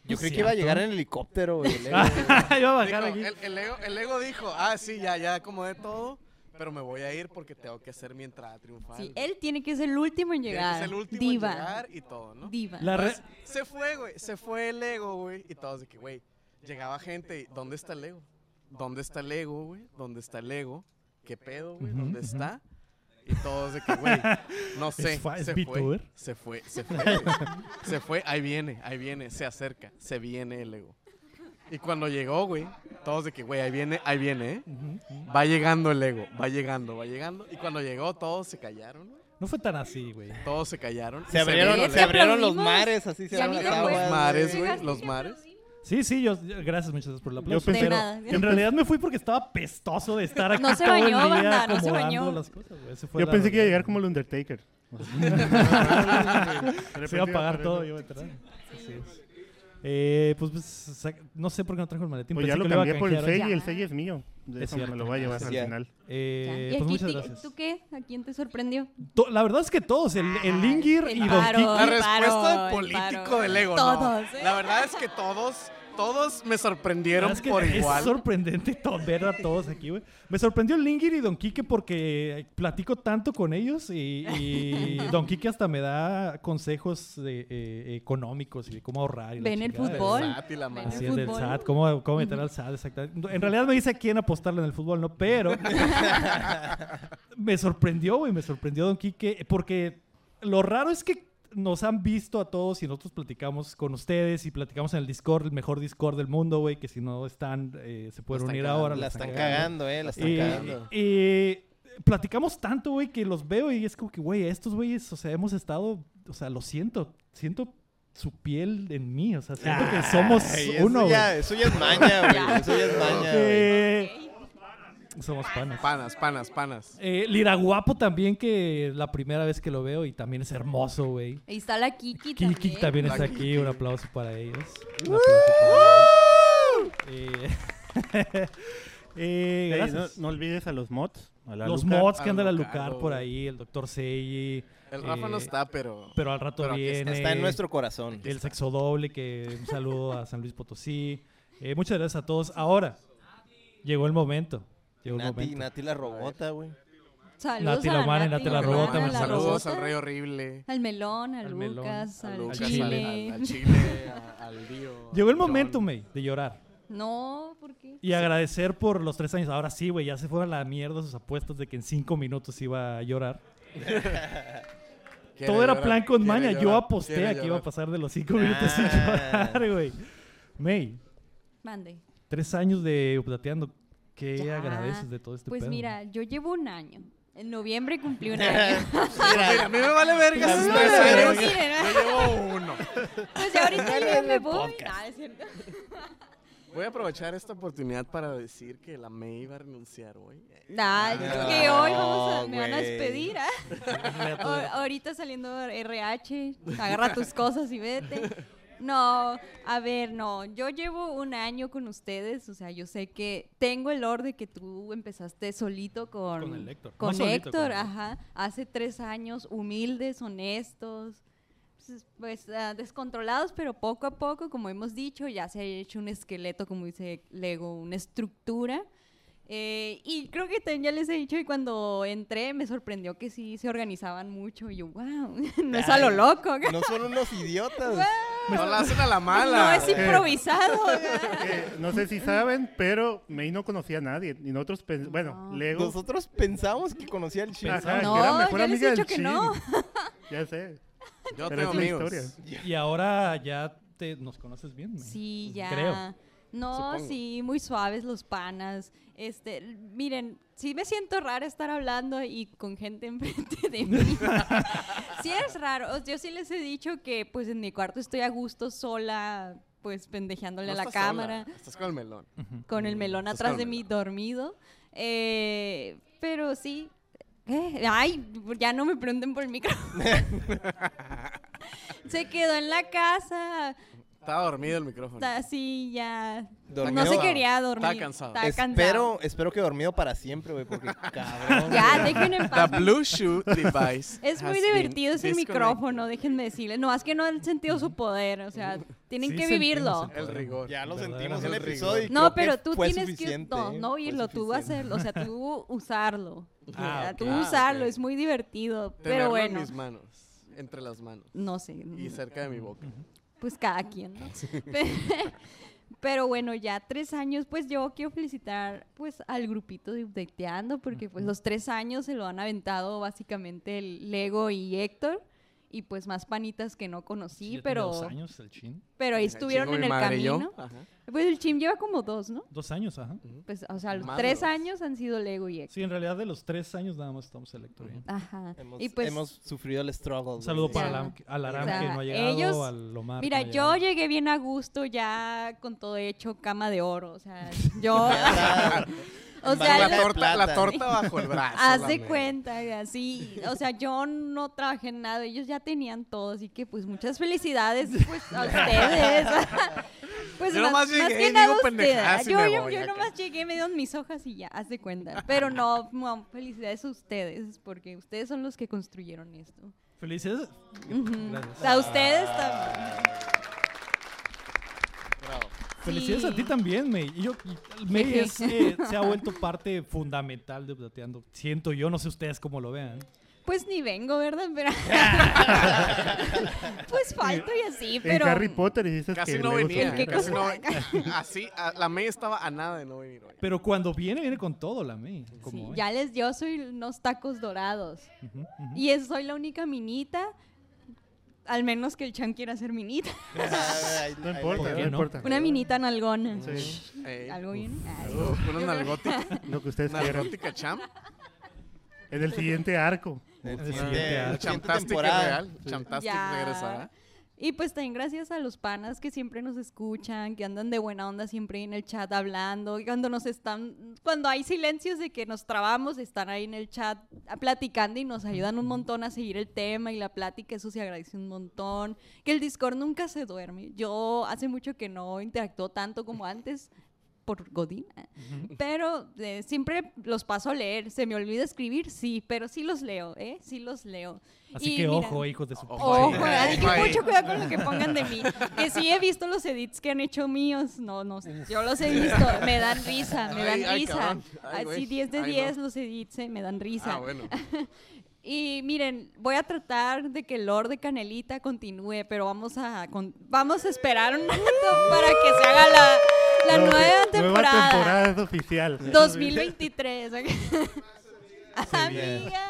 Speaker 4: Yo
Speaker 1: Es
Speaker 4: creí que iba a
Speaker 1: cierto.
Speaker 4: llegar en helicóptero, güey. el Lego, güey.
Speaker 1: Iba a
Speaker 2: Dijo,
Speaker 1: bajar aquí.
Speaker 2: el, el Lego, el Lego dijo, ah, sí, ya, ya acomodé todo, pero me voy a ir porque tengo que hacer mi entrada triunfal.
Speaker 3: Sí, él tiene que ser el último en
Speaker 2: Tiene que
Speaker 3: llegar.
Speaker 2: ser el último en
Speaker 3: Diva.
Speaker 2: llegar y todo, ¿no? Pues,
Speaker 3: Diva.
Speaker 1: La re-
Speaker 2: Se fue, güey, se fue el Lego, güey, y todos de que, güey, llegaba gente, y, ¿dónde está el Lego? ¿Dónde está el Lego, güey? ¿Dónde está el Lego? ¿Qué pedo, güey?
Speaker 1: Ujú,
Speaker 2: ¿Dónde
Speaker 1: ujú.
Speaker 2: está? Y todos de que, güey, no sé,
Speaker 1: fa- es
Speaker 2: se
Speaker 1: VTuber?
Speaker 2: fue, se fue, se fue, güey. se fue, ahí viene, ahí viene, se acerca, se viene el Lego. Y cuando llegó, güey, todos de que, güey, ahí viene, ahí viene, ¿eh? Va llegando el Lego, va llegando, va llegando. Y cuando llegó, todos se callaron, güey.
Speaker 1: No fue tan así, güey.
Speaker 2: Todos se callaron. y
Speaker 4: Se
Speaker 2: vino el
Speaker 4: abrieron, se
Speaker 2: Lego.
Speaker 4: abrieron los
Speaker 3: aplaudimos.
Speaker 4: mares, así se
Speaker 3: Y a
Speaker 4: abrieron
Speaker 3: mí
Speaker 4: las
Speaker 3: no fue.
Speaker 4: aguas.
Speaker 2: Los mares, güey,
Speaker 3: Llegaste,
Speaker 2: los
Speaker 3: ya
Speaker 2: mares.
Speaker 1: Sí, sí, yo, yo- gracias muchas gracias por el aplauso.
Speaker 5: pensé-
Speaker 1: pero
Speaker 3: nada.
Speaker 1: en realidad me fui porque estaba pestoso de estar aquí
Speaker 3: No se
Speaker 1: todo
Speaker 3: bañó,
Speaker 1: el día
Speaker 3: banda, no se
Speaker 1: acomodando
Speaker 3: bañó.
Speaker 1: las cosas, güey. Esa fue
Speaker 5: Yo
Speaker 1: la
Speaker 5: pensé que iba a
Speaker 1: realidad.
Speaker 5: llegar como el Undertaker.
Speaker 1: ¿eh? Se iba a pagar todo, iba a entrar. Así es. Eh, pues, pues, sa- no sé por qué no trajo el maletín.
Speaker 5: Pues
Speaker 1: pensé
Speaker 5: ya
Speaker 1: que
Speaker 5: lo
Speaker 1: iba a
Speaker 5: cambié por el
Speaker 1: canjear hoy.
Speaker 5: sello y el
Speaker 3: Ya.
Speaker 5: sello es mío. De
Speaker 1: Es
Speaker 5: eso me
Speaker 1: cierto.
Speaker 5: lo voy a llevar al
Speaker 4: Ya.
Speaker 5: final.
Speaker 1: Eh,
Speaker 3: ¿Y
Speaker 1: pues
Speaker 3: aquí
Speaker 1: muchas
Speaker 3: ti-
Speaker 1: gracias.
Speaker 3: tú qué? ¿A quién te sorprendió?
Speaker 1: To- la verdad es que todos, el, el Lingir y Don
Speaker 3: Ah, paro.
Speaker 1: Kiki.
Speaker 2: La
Speaker 3: El
Speaker 2: respuesta
Speaker 3: paro, el
Speaker 2: político
Speaker 3: paro.
Speaker 2: del ego,
Speaker 3: Todos,
Speaker 2: no.
Speaker 3: ¿eh?
Speaker 2: La verdad es que todos, todos me
Speaker 1: La
Speaker 2: sorprendieron
Speaker 1: verdad es que
Speaker 2: por
Speaker 1: es
Speaker 2: igual.
Speaker 1: sorprendente to- ver a todos aquí, güey. Me sorprendió el Lingir y Don Quique porque platico tanto con ellos y, y Don Quique hasta me da consejos eh, eh, económicos y de cómo ahorrar. y la
Speaker 3: Ven el
Speaker 1: chingada.
Speaker 3: fútbol.
Speaker 2: SAT y la madre.
Speaker 1: Así
Speaker 3: el
Speaker 1: es, del
Speaker 3: fútbol.
Speaker 1: SAT, cómo, cómo meter al SAT, exactamente. En realidad me dice a quién apostarle en el fútbol, no, pero me sorprendió, güey, me sorprendió Don Quique, porque lo raro es que nos han visto a todos y nosotros platicamos con ustedes y platicamos en el Discord, el mejor Discord del mundo, güey, que si no están, eh, se pueden
Speaker 2: La están
Speaker 1: unir
Speaker 2: cagando,
Speaker 1: ahora.
Speaker 4: La
Speaker 1: la
Speaker 4: están cagando, eh, la están
Speaker 1: y,
Speaker 4: cagando.
Speaker 1: y platicamos tanto, güey, que los veo y es como que, güey, estos güeyes, o sea, hemos estado, o sea, lo siento, siento su piel en mí. O sea, siento que somos
Speaker 4: Ay,
Speaker 1: uno,
Speaker 4: Ah, eso,
Speaker 1: güey.
Speaker 4: ya, eso ya es maña, güey. Eso ya es maña, güey.
Speaker 1: Eh, somos panas.
Speaker 2: Panas, panas, panas.
Speaker 1: Eh, Liraguapo también, que la primera vez que lo veo y también es hermoso, güey.
Speaker 3: Ahí está la Kiki,
Speaker 1: Kiki
Speaker 3: también.
Speaker 1: también
Speaker 2: La
Speaker 1: está
Speaker 2: Kiki.
Speaker 1: aquí, un aplauso para ellos. Un aplauso para ellos. Eh, eh,
Speaker 5: Ey, no,
Speaker 1: gracias.
Speaker 5: no olvides a los mods. A la
Speaker 1: Los
Speaker 5: Lucar.
Speaker 1: mods
Speaker 2: a
Speaker 1: que andan a
Speaker 2: Lucaro,
Speaker 1: Lucar por
Speaker 2: güey.
Speaker 1: ahí, el doctor Seiji,
Speaker 2: El Rafa no
Speaker 1: Eh,
Speaker 2: está, pero.
Speaker 1: pero al rato
Speaker 2: Pero aquí está,
Speaker 1: viene.
Speaker 4: Está en nuestro corazón.
Speaker 1: El sexo doble, que un saludo a San Luis Potosí. Eh, muchas gracias a todos. Ahora, llegó el momento. Llegó el
Speaker 4: Nati,
Speaker 1: momento.
Speaker 4: Nati la robota, güey.
Speaker 3: Saludos
Speaker 1: Nati
Speaker 3: a
Speaker 1: la Mara y Nati la Robota,
Speaker 3: Mara,
Speaker 1: un
Speaker 3: la
Speaker 2: saludos
Speaker 3: Robota,
Speaker 2: al Rey Horrible.
Speaker 3: Al melón, al,
Speaker 1: Al melón,
Speaker 3: Lucas,
Speaker 2: Al
Speaker 3: al,
Speaker 2: Lucas, al-
Speaker 3: chile.
Speaker 2: Al, al Chile, a- al Dio.
Speaker 1: Llegó el
Speaker 2: al John.
Speaker 1: momento, May, de llorar.
Speaker 3: No, ¿por qué?
Speaker 1: Y agradecer por los tres años. Ahora sí, güey, ya se fueron a la mierda sus apuestas de que en cinco minutos iba a llorar.
Speaker 2: Quiere
Speaker 1: Todo era
Speaker 2: llorar,
Speaker 1: plan con
Speaker 2: quiere
Speaker 1: maña. Yo
Speaker 2: llorar,
Speaker 1: aposté
Speaker 2: quiere
Speaker 1: a que iba a
Speaker 2: llorar.
Speaker 1: pasar de los cinco minutos sin
Speaker 4: Ah.
Speaker 1: llorar, güey. May,
Speaker 3: Mande.
Speaker 1: tres años de updateando. ¿Qué
Speaker 3: Ya.
Speaker 1: agradeces de todo este
Speaker 3: Pues
Speaker 1: pedo?
Speaker 3: mira, yo llevo un año. En noviembre cumplí un año.
Speaker 2: Mira, a mí me vale verga
Speaker 4: Las
Speaker 2: sus
Speaker 4: tres
Speaker 2: tres años.
Speaker 3: años. Miren,
Speaker 2: Yo llevo uno.
Speaker 3: Pues ya ahorita yo ya me voy. Ah, es cierto.
Speaker 2: Voy a aprovechar esta oportunidad para decir que la May iba a renunciar hoy.
Speaker 1: Ah,
Speaker 3: Nah, yo creo que
Speaker 4: No,
Speaker 3: hoy vamos a, me van a
Speaker 4: güey.
Speaker 3: despedir. ¿ah? A- ahorita saliendo RH, agarra tus cosas y vete. No, a ver, no, yo llevo un año con ustedes, o sea, yo sé que tengo el orden que tú empezaste solito con,
Speaker 1: Con el Héctor.
Speaker 3: con
Speaker 1: No solito,
Speaker 3: Héctor,
Speaker 1: con el-
Speaker 3: ajá, hace tres años, humildes, honestos, pues, pues, ah, descontrolados, pero poco a poco, como hemos dicho, ya se ha hecho un esqueleto, como dice Lego, una estructura. Eh, y creo que también ya les he dicho, y cuando entré me sorprendió que sí se organizaban mucho. Y yo, wow, no es a lo loco.
Speaker 4: No son unos idiotas.
Speaker 2: No la hacen a la
Speaker 3: No
Speaker 2: mala. Eh.
Speaker 3: es improvisado. ¿verdad?
Speaker 5: Eh, no sé si saben, pero May no conocía a nadie. Y nosotros, pens- bueno,
Speaker 3: No.
Speaker 5: Lego.
Speaker 4: Nosotros pensábamos que conocía al chino.
Speaker 5: Ajá,
Speaker 3: No,
Speaker 5: que era mejor
Speaker 3: yo les he
Speaker 5: amiga
Speaker 3: dicho
Speaker 5: del
Speaker 3: que
Speaker 5: Chin.
Speaker 3: no.
Speaker 5: Ya sé.
Speaker 2: Yo
Speaker 5: Pero
Speaker 2: tengo
Speaker 5: es la
Speaker 2: amigos.
Speaker 5: historia.
Speaker 1: Y ahora ya te, nos conoces bien, May.
Speaker 3: Sí, ya.
Speaker 1: Creo.
Speaker 3: No,
Speaker 2: Supongo.
Speaker 3: sí, muy suaves los panas. Este, l- miren, sí me siento rara estar hablando y con gente enfrente de mí. sí es raro. O- Yo sí les he dicho que pues en mi cuarto estoy a gusto sola, pues pendejeándole
Speaker 2: No
Speaker 3: a la
Speaker 2: estás sola,
Speaker 3: cámara.
Speaker 2: Estás con el melón.
Speaker 3: con el melón
Speaker 2: Estás
Speaker 3: atrás
Speaker 2: con
Speaker 3: de
Speaker 2: el
Speaker 3: mí
Speaker 2: melón.
Speaker 3: dormido. Eh, pero sí. ¿Qué? Ay, ya no me pregunten por el micrófono. Se quedó en la casa.
Speaker 2: Estaba dormido el micrófono.
Speaker 3: Está así ya.
Speaker 4: Dormido.
Speaker 3: No se quería dormir.
Speaker 2: Estaba cansado.
Speaker 3: cansado.
Speaker 4: Espero, espero que dormido para siempre, güey, porque cabrón.
Speaker 3: Ya, dejen en
Speaker 2: The
Speaker 3: paz.
Speaker 2: Bluetooth device.
Speaker 3: Es
Speaker 2: has
Speaker 3: muy
Speaker 2: been
Speaker 3: divertido ese
Speaker 2: disconnected.
Speaker 3: micrófono, déjenme decirles. No, es que no han sentido su poder, o sea, tienen
Speaker 1: Sí
Speaker 3: que
Speaker 1: sentimos
Speaker 3: vivirlo.
Speaker 2: El rigor.
Speaker 4: Ya lo
Speaker 1: Verdadero
Speaker 4: sentimos el
Speaker 2: rigor.
Speaker 4: episodio. y
Speaker 3: No,
Speaker 4: creo
Speaker 3: pero
Speaker 4: que
Speaker 3: tú
Speaker 4: fue
Speaker 3: tienes que
Speaker 4: suficiente,
Speaker 3: no,
Speaker 4: ¿eh?
Speaker 3: no
Speaker 4: Fue
Speaker 3: oírlo, tú
Speaker 4: suficiente.
Speaker 3: hacerlo, o sea, tú usarlo. O
Speaker 1: Ah,
Speaker 3: sea,
Speaker 1: ok.
Speaker 3: tú
Speaker 2: Ah,
Speaker 3: usarlo,
Speaker 2: ok.
Speaker 3: es muy divertido,
Speaker 2: Tenerlo
Speaker 3: pero
Speaker 2: en
Speaker 3: bueno,
Speaker 2: mis manos. Entre las manos.
Speaker 3: no sé,
Speaker 2: Y cerca de mi boca.
Speaker 3: pues cada quien, ¿no? Pe- Pero bueno, ya tres años, pues yo quiero felicitar pues al grupito de Updateando, porque pues los tres años se lo han aventado básicamente el Lego y Héctor, y pues más panitas que no conocí,
Speaker 1: Ya tiene
Speaker 3: pero,
Speaker 1: Dos años el chin.
Speaker 3: pero ahí
Speaker 2: Chingo
Speaker 3: estuvieron
Speaker 2: mi
Speaker 3: en el
Speaker 2: madre y yo.
Speaker 3: camino.
Speaker 2: Ajá.
Speaker 3: Pues el Chim lleva como dos, ¿no?
Speaker 1: Dos años, ajá.
Speaker 3: Pues, o sea, los
Speaker 2: Madres.
Speaker 3: tres años han sido Lego y Héctor.
Speaker 1: Sí, en realidad de los tres años nada más estamos electorando.
Speaker 3: Ajá.
Speaker 4: Hemos,
Speaker 3: y pues,
Speaker 4: hemos sufrido el struggle.
Speaker 1: Un saludo
Speaker 4: güey.
Speaker 1: para
Speaker 3: Ya.
Speaker 1: Alam- al Aram
Speaker 3: O sea,
Speaker 1: que no ha llegado,
Speaker 3: ellos-
Speaker 1: al Omar. que
Speaker 3: mira,
Speaker 1: no ha
Speaker 3: yo
Speaker 1: llegado.
Speaker 3: llegué bien a gusto ya con todo hecho, cama de oro. O sea, yo.
Speaker 4: Ah,
Speaker 3: o
Speaker 4: Ya
Speaker 2: La
Speaker 4: le-
Speaker 3: sea,
Speaker 2: torta, la
Speaker 4: plata.
Speaker 2: torta bajo el brazo.
Speaker 3: haz
Speaker 2: la
Speaker 3: de
Speaker 2: neta.
Speaker 3: cuenta, así. O sea, yo no trabajé en nada, ellos ya tenían todo. Así que, pues, muchas felicidades pues, a ustedes. Pues
Speaker 2: Yo
Speaker 3: más,
Speaker 2: nomás
Speaker 3: más
Speaker 2: llegué
Speaker 3: que
Speaker 2: y
Speaker 3: nada
Speaker 2: digo
Speaker 3: ustedes.
Speaker 2: pendejadas y
Speaker 3: Yo,
Speaker 2: me
Speaker 3: yo,
Speaker 2: voy
Speaker 3: yo
Speaker 2: acá.
Speaker 3: nomás llegué, me dieron mis hojas y ya, haz de cuenta. Pero no, no, felicidades a ustedes, porque ustedes son los que construyeron esto.
Speaker 1: Felices.
Speaker 3: Ujú.
Speaker 1: Gracias.
Speaker 3: A ustedes también.
Speaker 1: Felicidades a
Speaker 3: Sí.
Speaker 1: ti también, May. Y yo, y May
Speaker 3: Jeje.
Speaker 1: es, eh, se ha vuelto parte fundamental de Plateando. Siento yo, no sé ustedes cómo lo vean.
Speaker 3: Pues ni vengo, ¿verdad? Pero- pues falto y así, pero...
Speaker 5: En Harry Potter dices
Speaker 2: Casi
Speaker 5: que
Speaker 2: no
Speaker 5: Lego
Speaker 2: venía.
Speaker 5: soltera.
Speaker 2: Casi no Así, a- la May estaba a nada de no venir hoy.
Speaker 1: Pero cuando viene, viene con todo la May.
Speaker 3: Sí,
Speaker 1: como hoy.
Speaker 3: ya les yo soy unos tacos dorados.
Speaker 1: Ujú, ujú.
Speaker 3: Y es, soy la única minita, al menos que el chan quiera ser minita.
Speaker 4: Ay, ay,
Speaker 5: No
Speaker 4: ay,
Speaker 5: importa,
Speaker 1: ¿Por
Speaker 5: no,
Speaker 1: qué no?
Speaker 5: importa.
Speaker 3: Una Ah, minita nalgona.
Speaker 5: Sí,
Speaker 2: Ey,
Speaker 3: ¿Algo bien? Ay.
Speaker 2: uf, una nalgótica.
Speaker 5: lo que ustedes quieran.
Speaker 2: Narcótica champ.
Speaker 5: En el siguiente arco.
Speaker 4: ay.
Speaker 1: siguiente
Speaker 4: Siguiente-
Speaker 1: arco.
Speaker 4: siguiente
Speaker 2: Champtastic es
Speaker 4: temporada.
Speaker 2: real. Champtastic
Speaker 3: Ya.
Speaker 2: regresará.
Speaker 3: Y pues también gracias a los panas que siempre nos escuchan, que andan de buena onda siempre en el chat hablando, y cuando nos están, cuando hay silencios de que nos trabamos, están ahí en el chat ah, platicando y nos ayudan un montón a seguir el tema y la plática, eso se agradece un montón. Que el Discord nunca se duerme. Yo hace mucho que no interactúo tanto como antes por Godín, ah, pero eh, siempre los paso a leer. Se me olvida escribir, sí, pero sí los leo, ¿eh? Sí los leo.
Speaker 1: Así
Speaker 3: Y
Speaker 1: que
Speaker 3: mira-
Speaker 1: ojo, hijos de su...
Speaker 2: Ojo.
Speaker 3: Ojo,
Speaker 2: ahí,
Speaker 3: así
Speaker 2: ojo
Speaker 3: que
Speaker 2: ahí.
Speaker 3: mucho cuidado con lo que pongan de mí. Que sí he visto los edits que han hecho míos. No, no, yo los he visto. Me dan risa, me dan
Speaker 2: Ay, ay,
Speaker 3: risa.
Speaker 2: cabrón. Ay,
Speaker 3: así
Speaker 2: güey.
Speaker 3: 10 de
Speaker 2: Ay, no.
Speaker 3: 10 los edits, eh, me dan risa.
Speaker 2: Ah, bueno.
Speaker 3: Y miren, voy a tratar de que el Lord de Canelita continúe, pero vamos a, con- vamos a esperar un rato para que se haga la, la
Speaker 5: No,
Speaker 3: nueva
Speaker 5: que-
Speaker 3: temporada.
Speaker 5: Nueva temporada es oficial.
Speaker 3: 2023. ok. Amiga.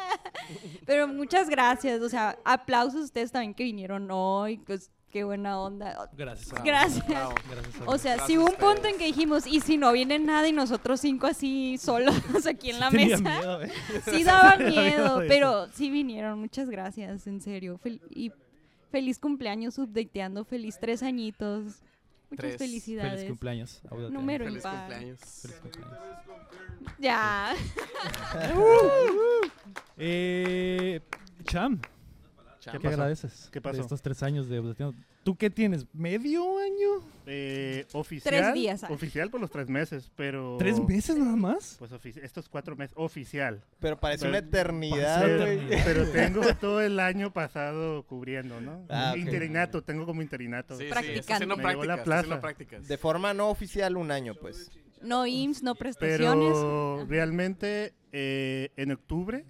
Speaker 3: Pero muchas gracias. O sea, aplausos a ustedes también que vinieron hoy. Pues qué buena onda.
Speaker 1: Gracias.
Speaker 2: Bravo,
Speaker 3: Gracias.
Speaker 2: bravo.
Speaker 1: Gracias a
Speaker 3: O sea,
Speaker 2: Gracias
Speaker 3: si
Speaker 2: a
Speaker 3: hubo un punto
Speaker 2: ustedes.
Speaker 3: en que dijimos, y si no viene nada y nosotros cinco así solos aquí en la
Speaker 1: Tenía
Speaker 3: mesa,
Speaker 1: miedo, ¿eh?
Speaker 3: sí daba
Speaker 1: Tenía miedo
Speaker 3: miedo,
Speaker 1: de
Speaker 3: pero sí vinieron. Muchas gracias, en serio. Fel- y feliz cumpleaños, updateando, feliz tres añitos. Muchas
Speaker 2: Tres. Feliz
Speaker 3: felicidades.
Speaker 1: Feliz cumpleaños. Audate.
Speaker 3: Número
Speaker 2: Feliz
Speaker 3: impar.
Speaker 2: cumpleaños.
Speaker 1: Feliz cumpleaños.
Speaker 3: Ya.
Speaker 1: Eh, Cham, ¿qué,
Speaker 2: Chamba.
Speaker 1: te agradeces?
Speaker 5: ¿Qué pasó?
Speaker 1: De estos tres años de Updateando? ¿Tú qué tienes? ¿Medio año?
Speaker 5: Eh, oficial.
Speaker 3: días, ah.
Speaker 5: Oficial por los tres meses, pero.
Speaker 1: ¿Tres meses nada más?
Speaker 5: Pues ofici- estos cuatro meses. Oficial.
Speaker 4: Pero parece una
Speaker 5: Pero-
Speaker 4: eternidad,
Speaker 1: Pasó
Speaker 4: güey.
Speaker 1: eternidad.
Speaker 5: Pero tengo todo el año pasado cubriendo, ¿no?
Speaker 4: Ah, ok.
Speaker 5: Interinato, tengo como interinato.
Speaker 2: Sí, sí,
Speaker 3: Practicando.
Speaker 2: está haciendo
Speaker 5: Me llegó la
Speaker 2: prácticas, está haciendo
Speaker 5: plaza.
Speaker 2: prácticas.
Speaker 4: De forma no oficial, un año, pues.
Speaker 3: No IMSS, no prestaciones.
Speaker 5: Pero realmente eh, en octubre,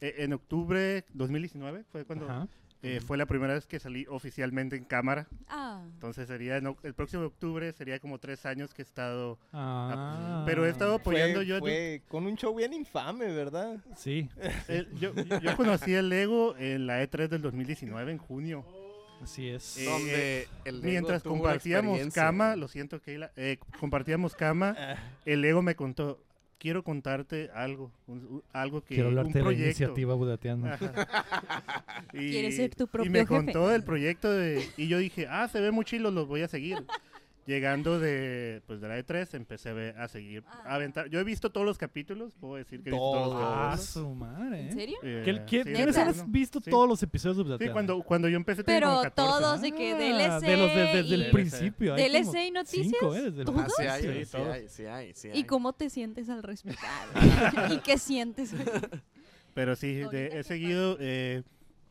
Speaker 5: eh, en octubre 2019 fue cuando
Speaker 1: Ajá.
Speaker 5: eh, fue la primera vez que salí oficialmente en cámara.
Speaker 3: Ah,
Speaker 5: Entonces sería en oc- el próximo octubre sería como tres años que he estado,
Speaker 1: Ah,
Speaker 5: pero he estado apoyando
Speaker 4: fue,
Speaker 5: yo.
Speaker 4: fue con un show bien infame, ¿verdad?
Speaker 1: Sí,
Speaker 5: eh, yo, yo conocí el Lego en la E3 del 2019 en junio.
Speaker 1: así es.
Speaker 5: Eh,
Speaker 2: Donde el Lego
Speaker 5: Mientras
Speaker 2: tuvo una
Speaker 5: compartíamos
Speaker 2: experiencia. Ah.
Speaker 5: cama, lo siento, Keila, eh, compartíamos cama, el ego me contó, quiero contarte algo, un- un- algo que
Speaker 1: Quiero
Speaker 5: un
Speaker 1: hablarte de la
Speaker 5: proyecto.
Speaker 1: iniciativa Budateando.
Speaker 5: Y-
Speaker 3: ¿Quieres ser tu
Speaker 5: Y
Speaker 3: propio
Speaker 5: me
Speaker 3: jefe?
Speaker 5: contó el proyecto de, y yo dije, ah, se ve muy chilo, los voy a seguir. Llegando de, pues, de la E3, empecé a ver- a seguir,
Speaker 3: Ah.
Speaker 5: a aventar. Yo he visto todos los capítulos, puedo decir que he visto todos los
Speaker 4: Todos.
Speaker 1: Ah,
Speaker 5: capítulos.
Speaker 1: su madre.
Speaker 3: ¿en
Speaker 1: ¿eh?
Speaker 3: serio?
Speaker 5: Eh,
Speaker 1: ¿Qué- qué-
Speaker 5: sí,
Speaker 1: ¿Quiénes
Speaker 5: de
Speaker 1: han
Speaker 5: plano.
Speaker 1: visto
Speaker 5: Sí.
Speaker 1: todos los episodios de Updateando?
Speaker 5: Sí, cuando, cuando yo empecé tenía como
Speaker 3: Pero
Speaker 5: 14.
Speaker 3: todos, de que
Speaker 1: Ah,
Speaker 3: DLC.
Speaker 1: De los desde, desde el
Speaker 3: y-
Speaker 1: principio. hay
Speaker 3: DLC
Speaker 1: como
Speaker 3: y noticias,
Speaker 1: Cinco, ¿eh? Desde el
Speaker 3: ¿todos?
Speaker 2: Ah, sí hay,
Speaker 1: principio.
Speaker 2: sí, sí hay, sí hay, sí hay.
Speaker 3: ¿Y cómo te sientes al respecto? ¿Y qué sientes?
Speaker 5: Pero sí,
Speaker 3: Ahorita
Speaker 5: de-
Speaker 3: que
Speaker 5: he
Speaker 3: pase.
Speaker 5: seguido. eh,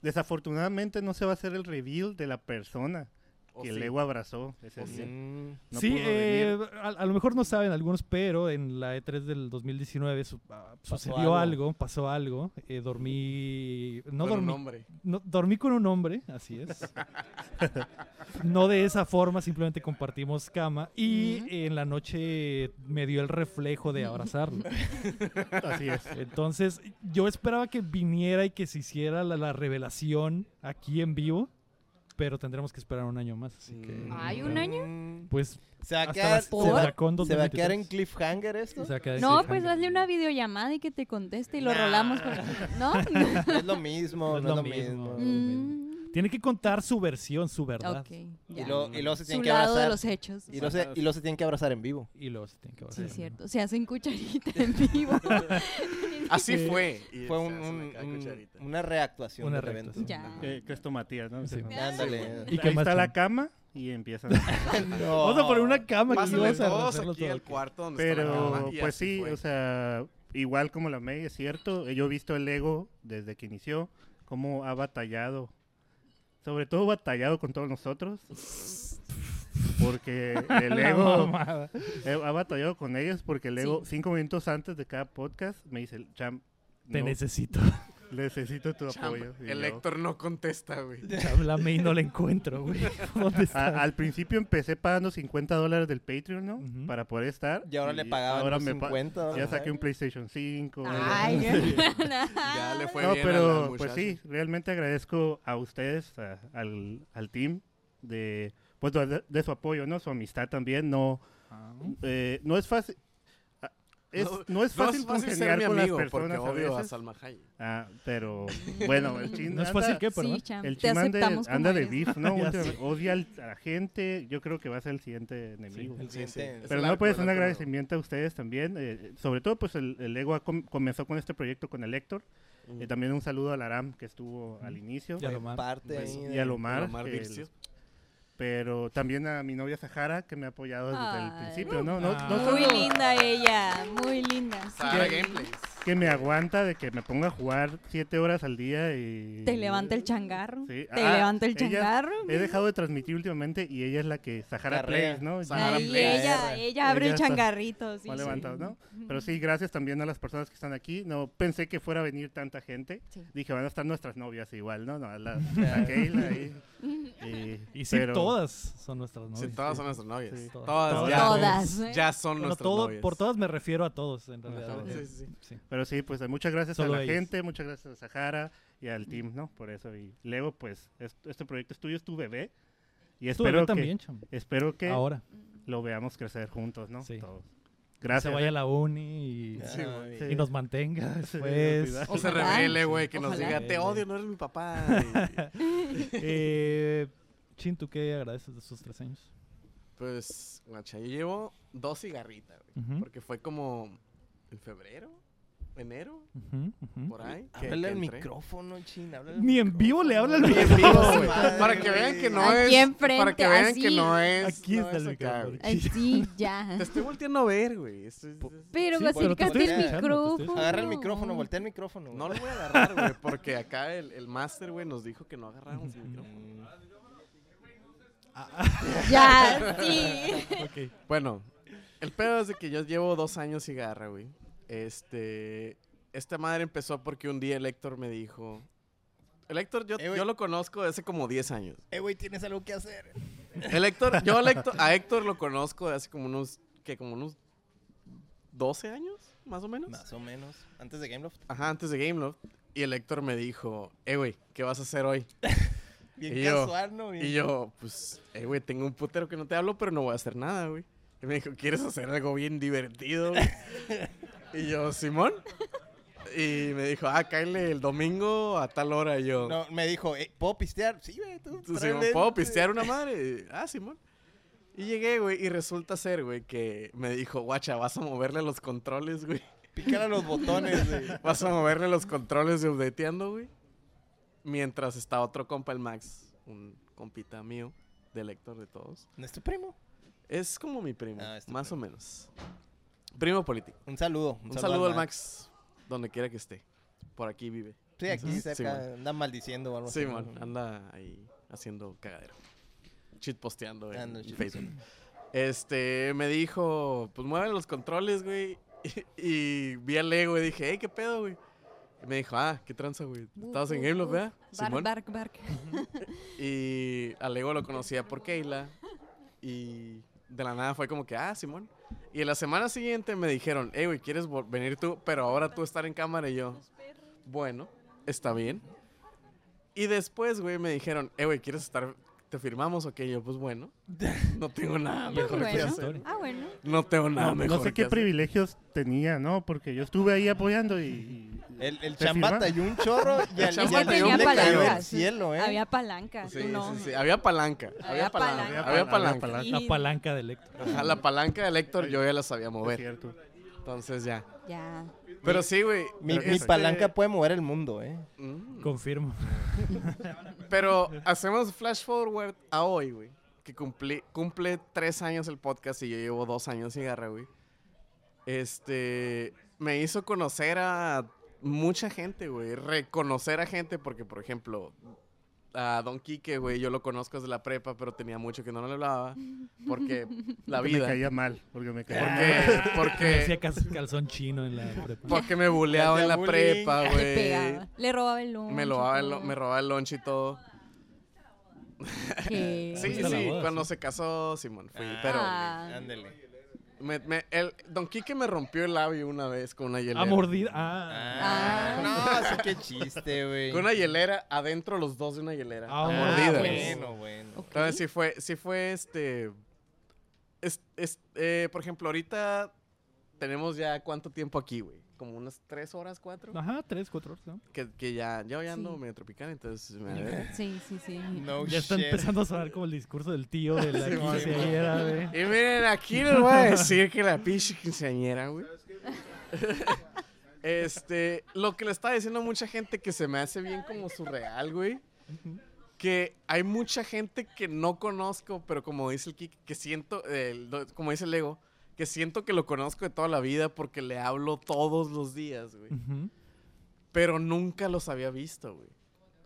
Speaker 5: desafortunadamente no se va a hacer el reveal de la persona
Speaker 2: O
Speaker 5: que
Speaker 2: sí.
Speaker 5: Lego abrazó. ese
Speaker 2: O sí.
Speaker 5: día.
Speaker 4: Mm.
Speaker 5: No
Speaker 1: sí,
Speaker 5: pudo
Speaker 1: eh, a, a lo mejor no saben algunos, pero en la E3 del 2019 su- ah, sucedió algo.
Speaker 4: algo.
Speaker 1: pasó algo. eh, dormí. No
Speaker 2: Con un
Speaker 1: dormí.
Speaker 2: hombre.
Speaker 1: no- dormí con un hombre, así es. no de esa forma, simplemente compartimos cama. Y en la noche me dio el reflejo de abrazarlo.
Speaker 5: venir. Así es.
Speaker 1: Entonces, yo esperaba que viniera y que se hiciera la, la revelación aquí en vivo, pero tendremos que esperar un año más. Así que.
Speaker 3: ¿Hay un año?
Speaker 4: Mm.
Speaker 1: Pues
Speaker 4: Se va a
Speaker 1: Hasta
Speaker 4: quedar,
Speaker 1: las-
Speaker 4: se
Speaker 1: ¿Por?
Speaker 4: va-
Speaker 1: Dracón
Speaker 4: se va a quedar en
Speaker 1: 2023.
Speaker 4: cliffhanger esto.
Speaker 1: o sea, que-
Speaker 3: No,
Speaker 1: sí.
Speaker 3: pues hazle una videollamada y que te conteste y lo rolamos. por aquí. ¿No?
Speaker 4: No es lo mismo, no es lo mismo.
Speaker 3: Mm,
Speaker 1: Tiene que contar su versión, su verdad.
Speaker 3: ok,
Speaker 4: Y
Speaker 3: ya.
Speaker 4: luego, y luego se
Speaker 3: Su
Speaker 4: tienen que
Speaker 3: lado de
Speaker 4: abrazar.
Speaker 3: los hechos.
Speaker 4: Y luego, se, y luego se tienen que abrazar en vivo.
Speaker 1: Y luego se tiene que
Speaker 3: Sí,
Speaker 1: volver.
Speaker 3: es cierto. Se hacen cucharita en vivo.
Speaker 2: Así fue. y
Speaker 4: Fue
Speaker 2: se
Speaker 4: un-
Speaker 2: hace
Speaker 4: un-
Speaker 2: acá
Speaker 4: un-
Speaker 2: cucharita.
Speaker 4: una reactuación
Speaker 1: Una
Speaker 4: del evento.
Speaker 1: reactuación.
Speaker 3: ya.
Speaker 5: Eh, Cresto Matías, ¿no?
Speaker 1: Sí.
Speaker 4: Ándale.
Speaker 1: ¿Y qué
Speaker 5: Ahí
Speaker 1: más,
Speaker 5: está
Speaker 1: Juan?
Speaker 5: la cama y empiezan.
Speaker 4: No.
Speaker 1: Vamos a poner una cama aquí.
Speaker 2: Pásenle
Speaker 1: Vamos a
Speaker 2: todos
Speaker 1: hacerlo
Speaker 2: aquí
Speaker 1: todo
Speaker 2: al
Speaker 1: aquí.
Speaker 2: cuarto donde está la
Speaker 5: Pero
Speaker 2: cama, y
Speaker 5: pues
Speaker 2: así
Speaker 5: sí,
Speaker 2: fue.
Speaker 5: o sea, igual como la May, es cierto, eh, yo he visto el ego desde que inició, cómo ha batallado, sobre todo batallado con todos nosotros, porque el
Speaker 1: La
Speaker 5: ego
Speaker 1: mamada.
Speaker 5: eh, ha batallado con ellos, porque el ego
Speaker 3: Sí.
Speaker 5: cinco minutos antes de cada podcast me dice, Cham,
Speaker 1: Te
Speaker 5: no,
Speaker 1: necesito.
Speaker 5: necesito tu
Speaker 2: Chamba,
Speaker 5: apoyo. Y
Speaker 2: el
Speaker 5: yo,
Speaker 2: Héctor no contesta, güey.
Speaker 1: Háblame y no la encuentro, güey. ¿Dónde
Speaker 5: a-
Speaker 1: está?
Speaker 5: al principio empecé pagando 50 dólares del Patreon, ¿no?
Speaker 1: Ujú.
Speaker 5: Para poder estar.
Speaker 4: Y ahora le pagaban
Speaker 5: ahora
Speaker 4: unos
Speaker 5: me pa-
Speaker 4: 50
Speaker 5: Ya
Speaker 4: dólares.
Speaker 5: saqué un PlayStation 5.
Speaker 3: Ay,
Speaker 2: Ya le fue
Speaker 5: no,
Speaker 2: bien al-
Speaker 5: pero
Speaker 2: al
Speaker 5: pues
Speaker 2: muchacho.
Speaker 5: sí, realmente agradezco a ustedes, a- al, al team, de, pues, de, de su apoyo, ¿no? Su amistad también, no,
Speaker 1: Ah.
Speaker 5: eh, no es fácil. a- es, no, es fácil congeniar
Speaker 2: ser mi
Speaker 5: con
Speaker 2: amigo,
Speaker 5: las personas
Speaker 2: porque
Speaker 5: a
Speaker 2: odio a,
Speaker 5: veces.
Speaker 2: Salma Hayek.
Speaker 5: Ah, pero bueno, el chin
Speaker 1: No es
Speaker 5: anda-
Speaker 1: fácil que, perdón.
Speaker 3: Sí, Cham,
Speaker 5: El
Speaker 3: te
Speaker 5: chim anda,
Speaker 3: aceptamos como
Speaker 5: anda de
Speaker 3: eres.
Speaker 5: beef, ¿no?
Speaker 1: Ya
Speaker 5: Últimamente Odia al- a la gente. Yo creo que va a ser el siguiente enemigo.
Speaker 2: Sí, sí.
Speaker 4: Siente-
Speaker 2: Es
Speaker 5: Pero
Speaker 2: el
Speaker 5: no,
Speaker 2: arco, el
Speaker 5: pues un
Speaker 2: arco nuevo.
Speaker 5: agradecimiento a ustedes también. eh, sobre todo, pues el, el Lego ha com- comenzó con este proyecto con el Héctor. Eh, también un saludo a Laram que estuvo al inicio.
Speaker 1: Ya lo
Speaker 4: Fue
Speaker 1: mar-
Speaker 4: parte ahí
Speaker 2: beso.
Speaker 4: de-
Speaker 5: Y a Lomar.
Speaker 2: Omar
Speaker 5: el-
Speaker 2: Vircio.
Speaker 5: pero también a mi novia Sahara que me ha apoyado desde
Speaker 3: Ay.
Speaker 5: el principio, ¿no? No,
Speaker 1: Ah.
Speaker 5: no
Speaker 3: Muy
Speaker 5: solo
Speaker 3: linda ella, muy linda.
Speaker 2: Sara Gameplays.
Speaker 5: que me aguanta de que me ponga a jugar siete horas al día y...
Speaker 3: Te levanta el changarro.
Speaker 5: Sí.
Speaker 3: Te
Speaker 5: Ah,
Speaker 3: levanta el
Speaker 5: ella-
Speaker 3: changarro.
Speaker 5: He dejado de transmitir últimamente y ella es la que Sahara
Speaker 4: Carrea.
Speaker 5: Plays, ¿no?
Speaker 2: Sahara
Speaker 3: Ahí
Speaker 2: Play.
Speaker 3: ella, ella abre
Speaker 5: Ella
Speaker 3: el
Speaker 5: está-
Speaker 3: changarrito. sí,
Speaker 5: Me ha
Speaker 3: sí.
Speaker 5: levantado, ¿no? Pero sí, gracias también a las personas que están aquí. No pensé que fuera a venir tanta gente.
Speaker 3: Sí.
Speaker 5: Dije, van a estar nuestras novias igual, ¿no? no la, la Keila ahí. Y,
Speaker 1: Y sí,
Speaker 5: pero-
Speaker 1: todas son nuestras novias.
Speaker 2: Sí, todas son nuestras novias.
Speaker 5: Sí,
Speaker 1: todas.
Speaker 2: todas,
Speaker 1: Todas.
Speaker 2: ya,
Speaker 3: Todas, ¿eh?
Speaker 2: ya son
Speaker 1: Bueno,
Speaker 2: nuestras
Speaker 1: todo-
Speaker 2: novias.
Speaker 1: por todas me refiero a todos, en realidad.
Speaker 5: Ajá.
Speaker 2: Sí, sí, sí.
Speaker 1: Sí.
Speaker 5: Pero sí, pues muchas gracias
Speaker 1: Solo
Speaker 5: a la
Speaker 1: ellas.
Speaker 5: gente, muchas gracias a Sahara y al team, ¿no? Por eso. Y Lego, pues, es- este proyecto es tuyo, es tu bebé. Y
Speaker 1: Tú
Speaker 5: espero
Speaker 1: bebé
Speaker 5: que,
Speaker 1: también, chamo.
Speaker 5: Espero que
Speaker 1: Ahora.
Speaker 5: lo veamos crecer juntos, ¿no?
Speaker 1: Sí.
Speaker 5: Todos.
Speaker 1: Que
Speaker 5: Gracias. ¿eh?
Speaker 1: Se vaya a la uni y,
Speaker 4: Ah,
Speaker 2: Sí, güey.
Speaker 5: Sí.
Speaker 1: y nos mantenga
Speaker 5: Sí,
Speaker 1: después.
Speaker 5: cuidado.
Speaker 2: O se
Speaker 3: Ojalá.
Speaker 2: revele, güey, que nos
Speaker 3: Ojalá.
Speaker 2: diga, te odio, no eres mi papá. Y-
Speaker 1: Eh, Chin, ¿tú qué agradeces de esos tres años?
Speaker 2: Pues, guacha, yo llevo dos cigarritas, güey.
Speaker 1: Ujú.
Speaker 2: Porque fue como en febrero, enero,
Speaker 1: Ujú, ujú.
Speaker 2: por ahí. que-
Speaker 4: Háblale
Speaker 2: que
Speaker 4: al
Speaker 2: entré.
Speaker 4: micrófono, chin. háblale al
Speaker 1: Ni en vivo le habla al
Speaker 2: Y en
Speaker 1: micrófono.
Speaker 2: vivo, güey.
Speaker 4: Madre,
Speaker 2: Para que
Speaker 4: güey.
Speaker 2: vean que no
Speaker 3: Aquí
Speaker 2: es. para
Speaker 3: enfrente,
Speaker 2: que vean
Speaker 3: así.
Speaker 2: que no es.
Speaker 1: Aquí
Speaker 2: no
Speaker 1: está
Speaker 2: es
Speaker 1: el
Speaker 2: acá,
Speaker 1: micrófono.
Speaker 2: güey.
Speaker 3: Ay, sí, ya.
Speaker 2: Te estoy volteando a ver, güey. Esto es-
Speaker 3: Pero
Speaker 1: Sí, pero te
Speaker 3: acércate
Speaker 1: estoy
Speaker 3: el
Speaker 1: escuchando, te estoy
Speaker 3: micrófono.
Speaker 4: Agarra el micrófono, voltea el micrófono. güey.
Speaker 2: No lo voy a agarrar, güey, porque acá el, el máster, güey, nos dijo que no agarráramos el micrófono.
Speaker 4: Mm.
Speaker 2: Ah,
Speaker 3: Ya, sí.
Speaker 1: Ok.
Speaker 2: Bueno, el pedo es de que yo llevo dos años cigarra, güey. Este. Esta madre empezó porque un día el Héctor me dijo. El Héctor, yo,
Speaker 4: Eh, güey.
Speaker 2: yo lo conozco desde hace como 10 años.
Speaker 4: Eh, güey, tienes algo que hacer.
Speaker 2: El Héctor, yo al Héctor- a Héctor lo conozco de hace como unos, que como unos 12 años, más o menos.
Speaker 4: Más o menos. Antes de Gameloft.
Speaker 2: Ajá, antes de Gameloft. Y el Héctor me dijo, eh, güey, ¿qué vas a hacer hoy?
Speaker 4: Bien
Speaker 2: Y yo-
Speaker 4: casual, ¿no? Bien-
Speaker 2: Y yo, pues, eh, güey, tengo un putero que no te hablo, pero no voy a hacer nada, güey. Y me dijo, ¿quieres hacer algo bien divertido? güey?" y yo, Simón. Y me dijo, ah, cáele el domingo a tal hora. Y yo,
Speaker 4: No, me dijo, eh, ¿puedo pistear? Sí, güey, tú.
Speaker 2: Tú, Simón,
Speaker 4: tráele.
Speaker 2: ¿puedo pistear una madre? Ah, Simón. Y llegué, güey, y resulta ser, güey, que me dijo, guacha, vas a moverle los controles, güey.
Speaker 4: Pícale a los botones, güey.
Speaker 2: Vas a moverle los controles de updateando, güey. Mientras está otro compa, el Max, un compita mío, de lector de todos.
Speaker 4: ¿No es tu primo?
Speaker 2: Es como mi primo,
Speaker 4: Ah, es tu
Speaker 2: más o menos. Primo político.
Speaker 4: Un saludo.
Speaker 2: Un, saludo, al Max, donde quiera que esté. Por aquí vive.
Speaker 4: Sí, aquí
Speaker 2: Ujú.
Speaker 4: cerca.
Speaker 2: Simón.
Speaker 4: Anda maldiciendo o algo así,
Speaker 2: Simón,
Speaker 4: ¿no?
Speaker 2: anda ahí haciendo cagadero. Shit posteando en
Speaker 4: Ando shit
Speaker 2: Facebook. Este, me dijo, pues mueven los controles, güey. Y, y vi al Lego y dije, hey, ¿qué pedo, güey? Y me dijo, ah, qué tranza, güey. Estabas en Gameloft, ¿verdad?
Speaker 3: Bark,
Speaker 2: Simón.
Speaker 3: bark, bark.
Speaker 2: Y a Lego lo conocía por Keila. Y de la nada fue como que, ah, Simón. Y la semana siguiente me dijeron, hey, güey, ¿quieres vol- venir tú? Pero ahora tú estar en cámara y yo, bueno, está bien. Y después, güey, me dijeron, hey, güey, ¿quieres estar? ¿Te firmamos o qué? Y yo, pues bueno, no tengo nada
Speaker 1: Mejor
Speaker 2: mejor que
Speaker 1: bueno.
Speaker 2: hacer.
Speaker 3: Ah, bueno.
Speaker 2: No tengo nada
Speaker 5: No, no
Speaker 2: mejor
Speaker 5: sé
Speaker 2: que
Speaker 5: qué
Speaker 2: hacer.
Speaker 5: privilegios tenía, ¿no? Porque yo estuve ahí apoyando y... y-
Speaker 4: El, el
Speaker 5: ¿Te firma?
Speaker 4: chambata y un chorro y al
Speaker 2: chamba
Speaker 4: y al
Speaker 2: tenía
Speaker 4: león le cayó del
Speaker 3: palancas.
Speaker 4: cielo, ¿eh?
Speaker 3: Había palancas.
Speaker 2: Sí,
Speaker 3: tú no.
Speaker 2: sí, sí. Había palanca. Había
Speaker 3: Había
Speaker 2: palanca.
Speaker 3: palanca.
Speaker 2: Había palanca.
Speaker 5: palanca.
Speaker 1: La palanca del Héctor.
Speaker 2: Ajá, la palanca de Héctor yo ya la sabía
Speaker 5: Es
Speaker 2: mover.
Speaker 5: cierto.
Speaker 2: Entonces ya.
Speaker 3: Ya.
Speaker 2: Pero sí, güey.
Speaker 4: Mi,
Speaker 2: pero
Speaker 4: mi
Speaker 2: este-
Speaker 4: palanca puede mover el mundo, ¿eh?
Speaker 2: Mm.
Speaker 1: Confirmo.
Speaker 2: Pero hacemos flash forward a hoy, güey. Que cumplí, cumple tres años el podcast y yo llevo dos años cigarra, güey. Este. Me hizo conocer a mucha gente, güey. Reconocer a gente, porque, por ejemplo, a Don Quique, güey, yo lo conozco desde la prepa, pero tenía mucho que no le hablaba. Porque la
Speaker 5: Porque Me
Speaker 2: vida.
Speaker 5: caía mal, porque me caía mal.
Speaker 2: Porque.
Speaker 1: Me
Speaker 2: Porque.
Speaker 1: hacía cal- calzón chino en la prepa.
Speaker 2: Porque me buleaba en la
Speaker 4: bullying.
Speaker 2: prepa,
Speaker 3: Le
Speaker 2: güey.
Speaker 3: pegaba. Le robaba el lunch.
Speaker 2: Me, lo, daba el lo- me robaba el lunch y todo.
Speaker 3: ¿Qué?
Speaker 2: Sí, sí,
Speaker 1: Hasta la boda,
Speaker 2: cuando
Speaker 1: sí.
Speaker 2: se casó, Simón, fui.
Speaker 4: Ah.
Speaker 2: Pero
Speaker 3: Ah,
Speaker 4: Ándele.
Speaker 2: me- me- el, Don Quique me rompió el labio una vez con una hielera.
Speaker 1: A mordida. Ah,
Speaker 4: Ah,
Speaker 3: Ah.
Speaker 4: No, sí, qué chiste, güey.
Speaker 2: Con una hielera, adentro los dos de una hielera.
Speaker 1: Ah,
Speaker 2: a
Speaker 1: bueno.
Speaker 2: mordidas.
Speaker 4: bueno, bueno.
Speaker 3: ok.
Speaker 2: Entonces sí fue, sí fue este... es- es- eh, por ejemplo, ahorita tenemos ya cuánto tiempo aquí, güey. Como unas tres horas, cuatro.
Speaker 1: Ah. Ajá, tres, cuatro horas, ¿no?
Speaker 2: Que, que ya, yo ya ando
Speaker 3: Sí.
Speaker 2: medio tropical, entonces me-
Speaker 3: Sí, sí, sí.
Speaker 4: No
Speaker 1: Ya está
Speaker 4: shit.
Speaker 1: empezando a sonar como el discurso del tío de la quinceañera, güey.
Speaker 2: Y miren, aquí les voy a decir que la pinche quinceañera, güey. Este, lo que le estaba diciendo a mucha gente que se me hace bien como surreal, güey. Que hay mucha gente que no conozco, pero como dice el Kik, que siento, eh, el do- como dice el Lego, que siento que lo conozco de toda la vida porque le hablo todos los días, güey.
Speaker 1: Ujú.
Speaker 2: pero nunca los había visto, güey.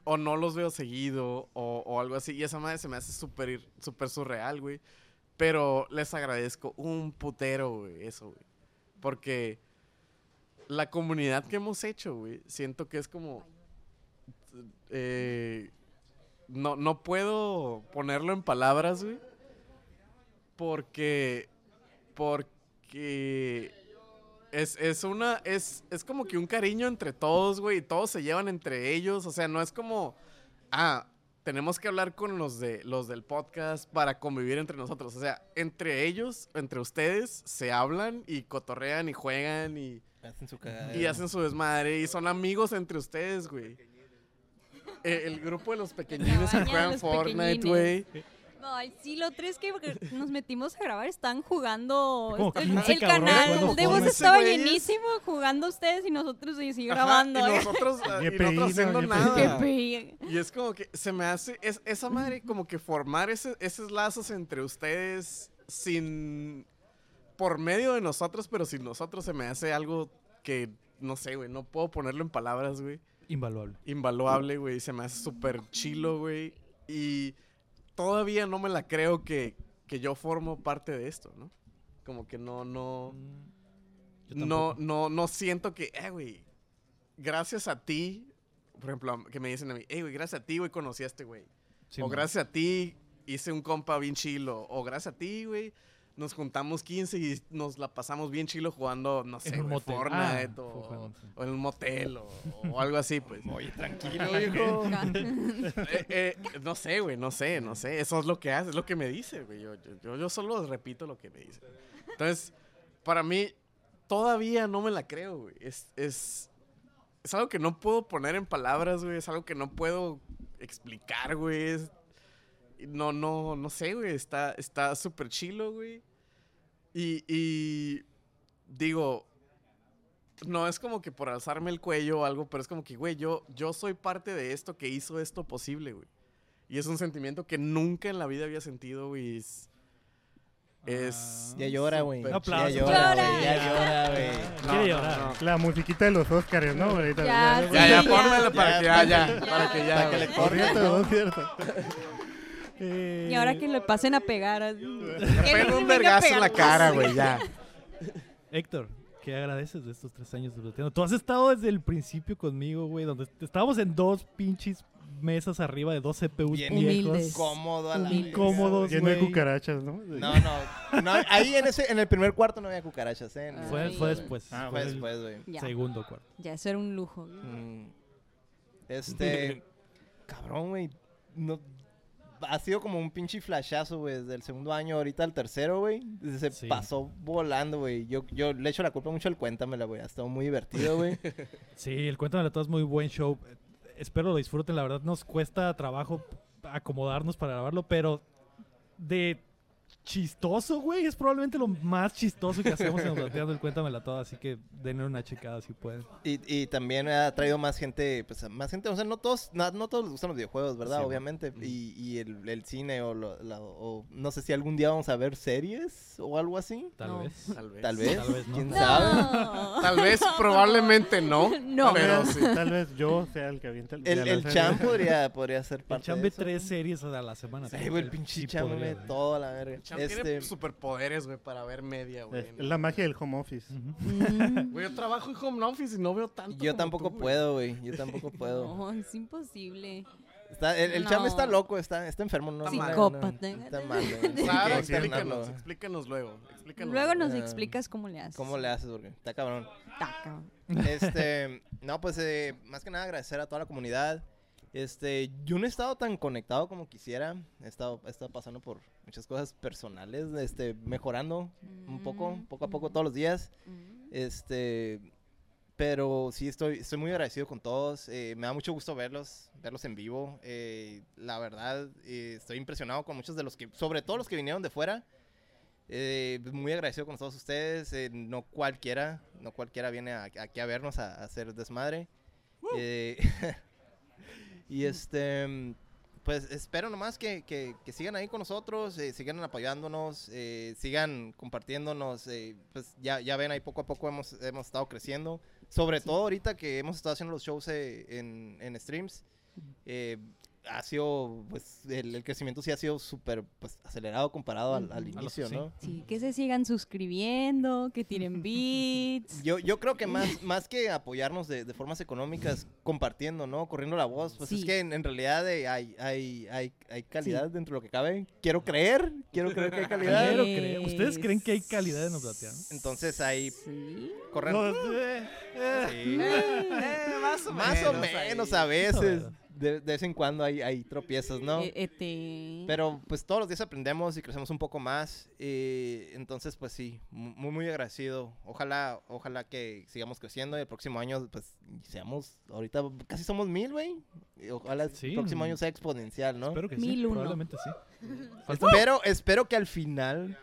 Speaker 2: O no los veo seguido, o, o algo así. Y esa madre se me hace súper ir- súper surreal, güey. Pero les agradezco un putero, güey, eso, güey. Porque la comunidad que hemos hecho, güey, siento que es como... eh, no, no puedo ponerlo en palabras, güey. Porque... Porque... Es, es una. Es, es como que un cariño entre todos, güey. Y todos se llevan entre ellos. O sea, no es como. Ah, tenemos que hablar con los de los del podcast para convivir entre nosotros. O sea, entre ellos, entre ustedes, se hablan y cotorrean y juegan y,
Speaker 4: Hacen su cagada.
Speaker 2: y hacen su desmadre. Y son amigos entre ustedes, güey. Eh, El, grupo de los pequeñines que
Speaker 3: cabaña de
Speaker 2: juegan
Speaker 3: los
Speaker 2: Fortnite,
Speaker 3: pequeñines.
Speaker 2: güey.
Speaker 3: No, ay, sí, lo tres que que nos metimos a grabar están jugando.
Speaker 1: Como
Speaker 3: Este, el
Speaker 1: 15
Speaker 3: el
Speaker 1: cabrones
Speaker 3: canal
Speaker 1: jugando
Speaker 3: de vos
Speaker 2: Fortnite.
Speaker 3: estaba
Speaker 2: Pues Güeyes.
Speaker 3: llenísimo jugando ustedes y nosotros y sí
Speaker 2: Ajá,
Speaker 3: grabando.
Speaker 2: y
Speaker 3: ¿eh?
Speaker 2: nosotros, ah, y
Speaker 5: Yepe,
Speaker 2: nosotros
Speaker 5: no,
Speaker 2: haciendo
Speaker 5: yepe.
Speaker 2: nada.
Speaker 3: Qué pe-
Speaker 2: Y es como que se me hace, es, esa madre como que formar ese- esos lazos entre ustedes sin, por medio de nosotros, pero sin nosotros se me hace algo que, no sé, güey, no puedo ponerlo en palabras, güey.
Speaker 1: Invaluable.
Speaker 2: Invaluable, güey, se me hace súper chilo, güey. Y todavía no me la creo que, que yo formo parte de esto, ¿no? Como que no, no no, no, no siento que, eh, güey, gracias a ti, por ejemplo, am- que me dicen a mí, eh, güey, gracias a ti, güey, conocí a este güey.
Speaker 1: Sí,
Speaker 2: o
Speaker 1: man.
Speaker 2: gracias a ti hice un compa bien chilo. O gracias a ti, güey, nos juntamos 15 y nos la pasamos bien chilo jugando, no sé,
Speaker 1: un
Speaker 2: güey,
Speaker 1: motel.
Speaker 2: Fortnite
Speaker 1: Ah,
Speaker 2: o,
Speaker 1: jugando, sí.
Speaker 2: o en un motel o, o algo así, pues.
Speaker 4: Oye, tranquilo.
Speaker 2: Tranquilo, viejo. Eh, eh, no sé, güey, no sé, no sé. Eso es lo que hace, es lo que me dice, güey. Yo, yo- yo, yo solo repito lo que me dice. Entonces, para mí, todavía no me la creo, güey. Es, es, es algo que no puedo poner en palabras, güey. Es algo que no puedo explicar, güey. Es- no, no, no sé, güey. Está está súper chilo, güey. Y, y digo, no es como que por alzarme el cuello o algo, pero es como que, güey, yo, yo soy parte de esto que hizo esto posible, güey. Y es un sentimiento que nunca en la vida había sentido, güey. Es.
Speaker 1: Ah,
Speaker 2: es-
Speaker 4: Ya llora, güey.
Speaker 2: Un
Speaker 4: Ya llora,
Speaker 1: aplauso.
Speaker 3: Llora.
Speaker 4: güey. Ya llora, güey.
Speaker 2: No,
Speaker 1: Quiere
Speaker 2: no,
Speaker 1: llorar.
Speaker 2: no.
Speaker 5: La musiquita de los Oscars, ¿no? Ahorita.
Speaker 3: Ya, sí,
Speaker 2: Ya, ya,
Speaker 3: ya.
Speaker 2: pónmela para
Speaker 4: Ya,
Speaker 2: que ya, ya.
Speaker 3: ya.
Speaker 2: Para que ya.
Speaker 4: Para que le
Speaker 2: güey.
Speaker 5: Por
Speaker 4: corra.
Speaker 5: cierto, por cierto.
Speaker 1: Eh,
Speaker 3: Y ahora que le pasen a pegar. así. Que
Speaker 2: Pega
Speaker 3: no se
Speaker 2: un
Speaker 3: venga a
Speaker 2: vergazo en la
Speaker 3: pegar.
Speaker 2: cara, güey, ya.
Speaker 1: Héctor, ¿qué agradeces de estos tres años de Plateando? Tú has estado desde el principio conmigo, güey, donde estábamos en dos pinches mesas arriba de dos CPUs
Speaker 5: Pues
Speaker 4: Bien
Speaker 1: viejos.
Speaker 3: humildes.
Speaker 4: Cómodo a la
Speaker 3: Humilde.
Speaker 4: verga,
Speaker 1: Cómodos,
Speaker 5: Lleno de
Speaker 1: güey.
Speaker 5: cucarachas, ¿no?
Speaker 4: No, no, no. Ahí en ese, en el primer cuarto no había cucarachas, ¿eh?
Speaker 3: Ah.
Speaker 1: Fue,
Speaker 3: Ay.
Speaker 1: fue después.
Speaker 5: Ah,
Speaker 4: Fue
Speaker 1: el
Speaker 4: después, güey.
Speaker 3: Ya,
Speaker 1: Segundo cuarto.
Speaker 3: ya, eso era un lujo.
Speaker 4: Mm. Este, cabrón, güey. No, ha sido como un pinche flashazo, güey. Desde el segundo año ahorita al tercero, güey. Se
Speaker 1: Sí.
Speaker 4: pasó volando, güey. Yo, yo le echo la culpa mucho al cuéntamela, güey. Ha estado muy divertido, güey.
Speaker 1: Sí, el Cuéntamelo de todo es muy buen show. Eh, Espero lo disfruten. La verdad nos cuesta trabajo acomodarnos para grabarlo, pero de chistoso, güey, es probablemente lo más chistoso que hacemos en planteando el Cuéntamela todo, así que denle una checada si pueden.
Speaker 4: Y, y también ha traído más gente, pues más gente, o sea, no todos, no, no todos les gustan los videojuegos, ¿verdad?
Speaker 1: Sí,
Speaker 4: Obviamente.
Speaker 1: Ujú.
Speaker 4: Y, y el, el cine o, lo- la- o no sé si algún día vamos a ver series o algo así.
Speaker 1: Tal
Speaker 3: No.
Speaker 1: vez.
Speaker 2: Tal vez.
Speaker 4: Tal vez.
Speaker 1: Tal vez no.
Speaker 4: ¿Quién
Speaker 1: No.
Speaker 4: sabe?
Speaker 3: No.
Speaker 2: Tal vez, probablemente no.
Speaker 3: No.
Speaker 2: Pero
Speaker 5: Tal vez-
Speaker 2: sí.
Speaker 5: Tal vez yo sea el que avienta el
Speaker 4: El,
Speaker 5: la
Speaker 4: el
Speaker 5: lanza.
Speaker 4: Chan podría, podría ser
Speaker 1: El
Speaker 4: parte
Speaker 1: Chan
Speaker 4: de
Speaker 1: ve
Speaker 4: eso.
Speaker 1: tres series a la semana.
Speaker 4: Sí, güey, el pinche
Speaker 1: sí
Speaker 4: Chan
Speaker 1: podría,
Speaker 4: ve
Speaker 1: güey.
Speaker 4: todo a la verga.
Speaker 2: Cham
Speaker 4: Este,
Speaker 2: tiene superpoderes, güey, para ver media, güey.
Speaker 5: Es la magia del home office.
Speaker 3: Mm,
Speaker 2: Güey, yo trabajo en home office y no veo tanto.
Speaker 4: yo
Speaker 2: como
Speaker 4: tampoco
Speaker 2: tú, güey.
Speaker 4: puedo, güey. Yo tampoco puedo.
Speaker 3: No, es imposible.
Speaker 4: Está- el el Chan
Speaker 3: No.
Speaker 4: está loco, está, está enfermo. No,
Speaker 2: Está
Speaker 4: No, no,
Speaker 3: psicópata.
Speaker 4: no, Está mal,
Speaker 2: Claro,
Speaker 4: güey. Hay
Speaker 2: explícanos,
Speaker 4: que externarlo.
Speaker 2: explícanos luego. Explícanos
Speaker 3: Luego nos
Speaker 4: Ah.
Speaker 3: explicas cómo le haces.
Speaker 4: ¿Cómo le haces, güey? Está cabrón.
Speaker 3: Taca.
Speaker 4: Este, no, pues eh, más que nada agradecer a toda la comunidad. Este, yo no he estado tan conectado como quisiera. He estado, he estado pasando por muchas cosas personales, este, mejorando un poco,
Speaker 3: Mm,
Speaker 4: poco a poco
Speaker 3: mm.
Speaker 4: todos los días.
Speaker 3: Mm.
Speaker 4: Este, pero sí estoy, estoy muy agradecido con todos. eh, me da mucho gusto verlos, verlos en vivo. eh, la verdad, eh, estoy impresionado con muchos de los que, sobre todo los que vinieron de fuera. eh, muy agradecido con todos ustedes. eh, no cualquiera, no cualquiera viene a- aquí a vernos a, a hacer desmadre. Eh, y este, mm, pues espero nomás que, que- que sigan ahí con nosotros, eh, sigan apoyándonos, eh, sigan compartiéndonos. eh, pues ya, ya ven, ahí poco a poco hemos, hemos estado creciendo. Sobre todo ahorita que hemos estado haciendo los shows eh, en, en streams. eh, ha sido, pues, el, el crecimiento sí ha sido súper pues, acelerado comparado al, al
Speaker 1: Ujú.
Speaker 4: inicio,
Speaker 1: Sí.
Speaker 4: ¿no?
Speaker 3: Sí, que se sigan suscribiendo, que tiren beats.
Speaker 4: Yo, yo creo que más, más que apoyarnos de, de formas económicas, compartiendo, ¿no? Corriendo la voz. Pues es
Speaker 3: Sí.
Speaker 4: que en, en realidad eh, hay, hay, hay, hay calidad dentro de lo que cabe. Quiero creer, quiero creer que hay calidad.
Speaker 1: Claro, creo. ¿Ustedes creen que hay calidad en Oblateano?
Speaker 4: Entonces ahí
Speaker 3: Sí.
Speaker 4: corren. Sí.
Speaker 2: más o
Speaker 4: Eh, Más o
Speaker 2: menos ahí.
Speaker 4: menos a veces. De, de vez en cuando hay, hay tropiezas, ¿no?
Speaker 3: Eh, este,
Speaker 4: Pero pues todos los días aprendemos y crecemos un poco más. eh, entonces, pues sí, mu- muy, muy agradecido. Ojalá, ojalá que sigamos creciendo y el próximo año, pues, seamos, ahorita casi somos mil, güey. Y Ojalá el
Speaker 1: Sí,
Speaker 4: próximo
Speaker 1: mm.
Speaker 4: año sea exponencial, ¿no? Espero,
Speaker 1: Espero que sí.
Speaker 3: Mil uno.
Speaker 1: Probablemente sí.
Speaker 4: espero, que al final,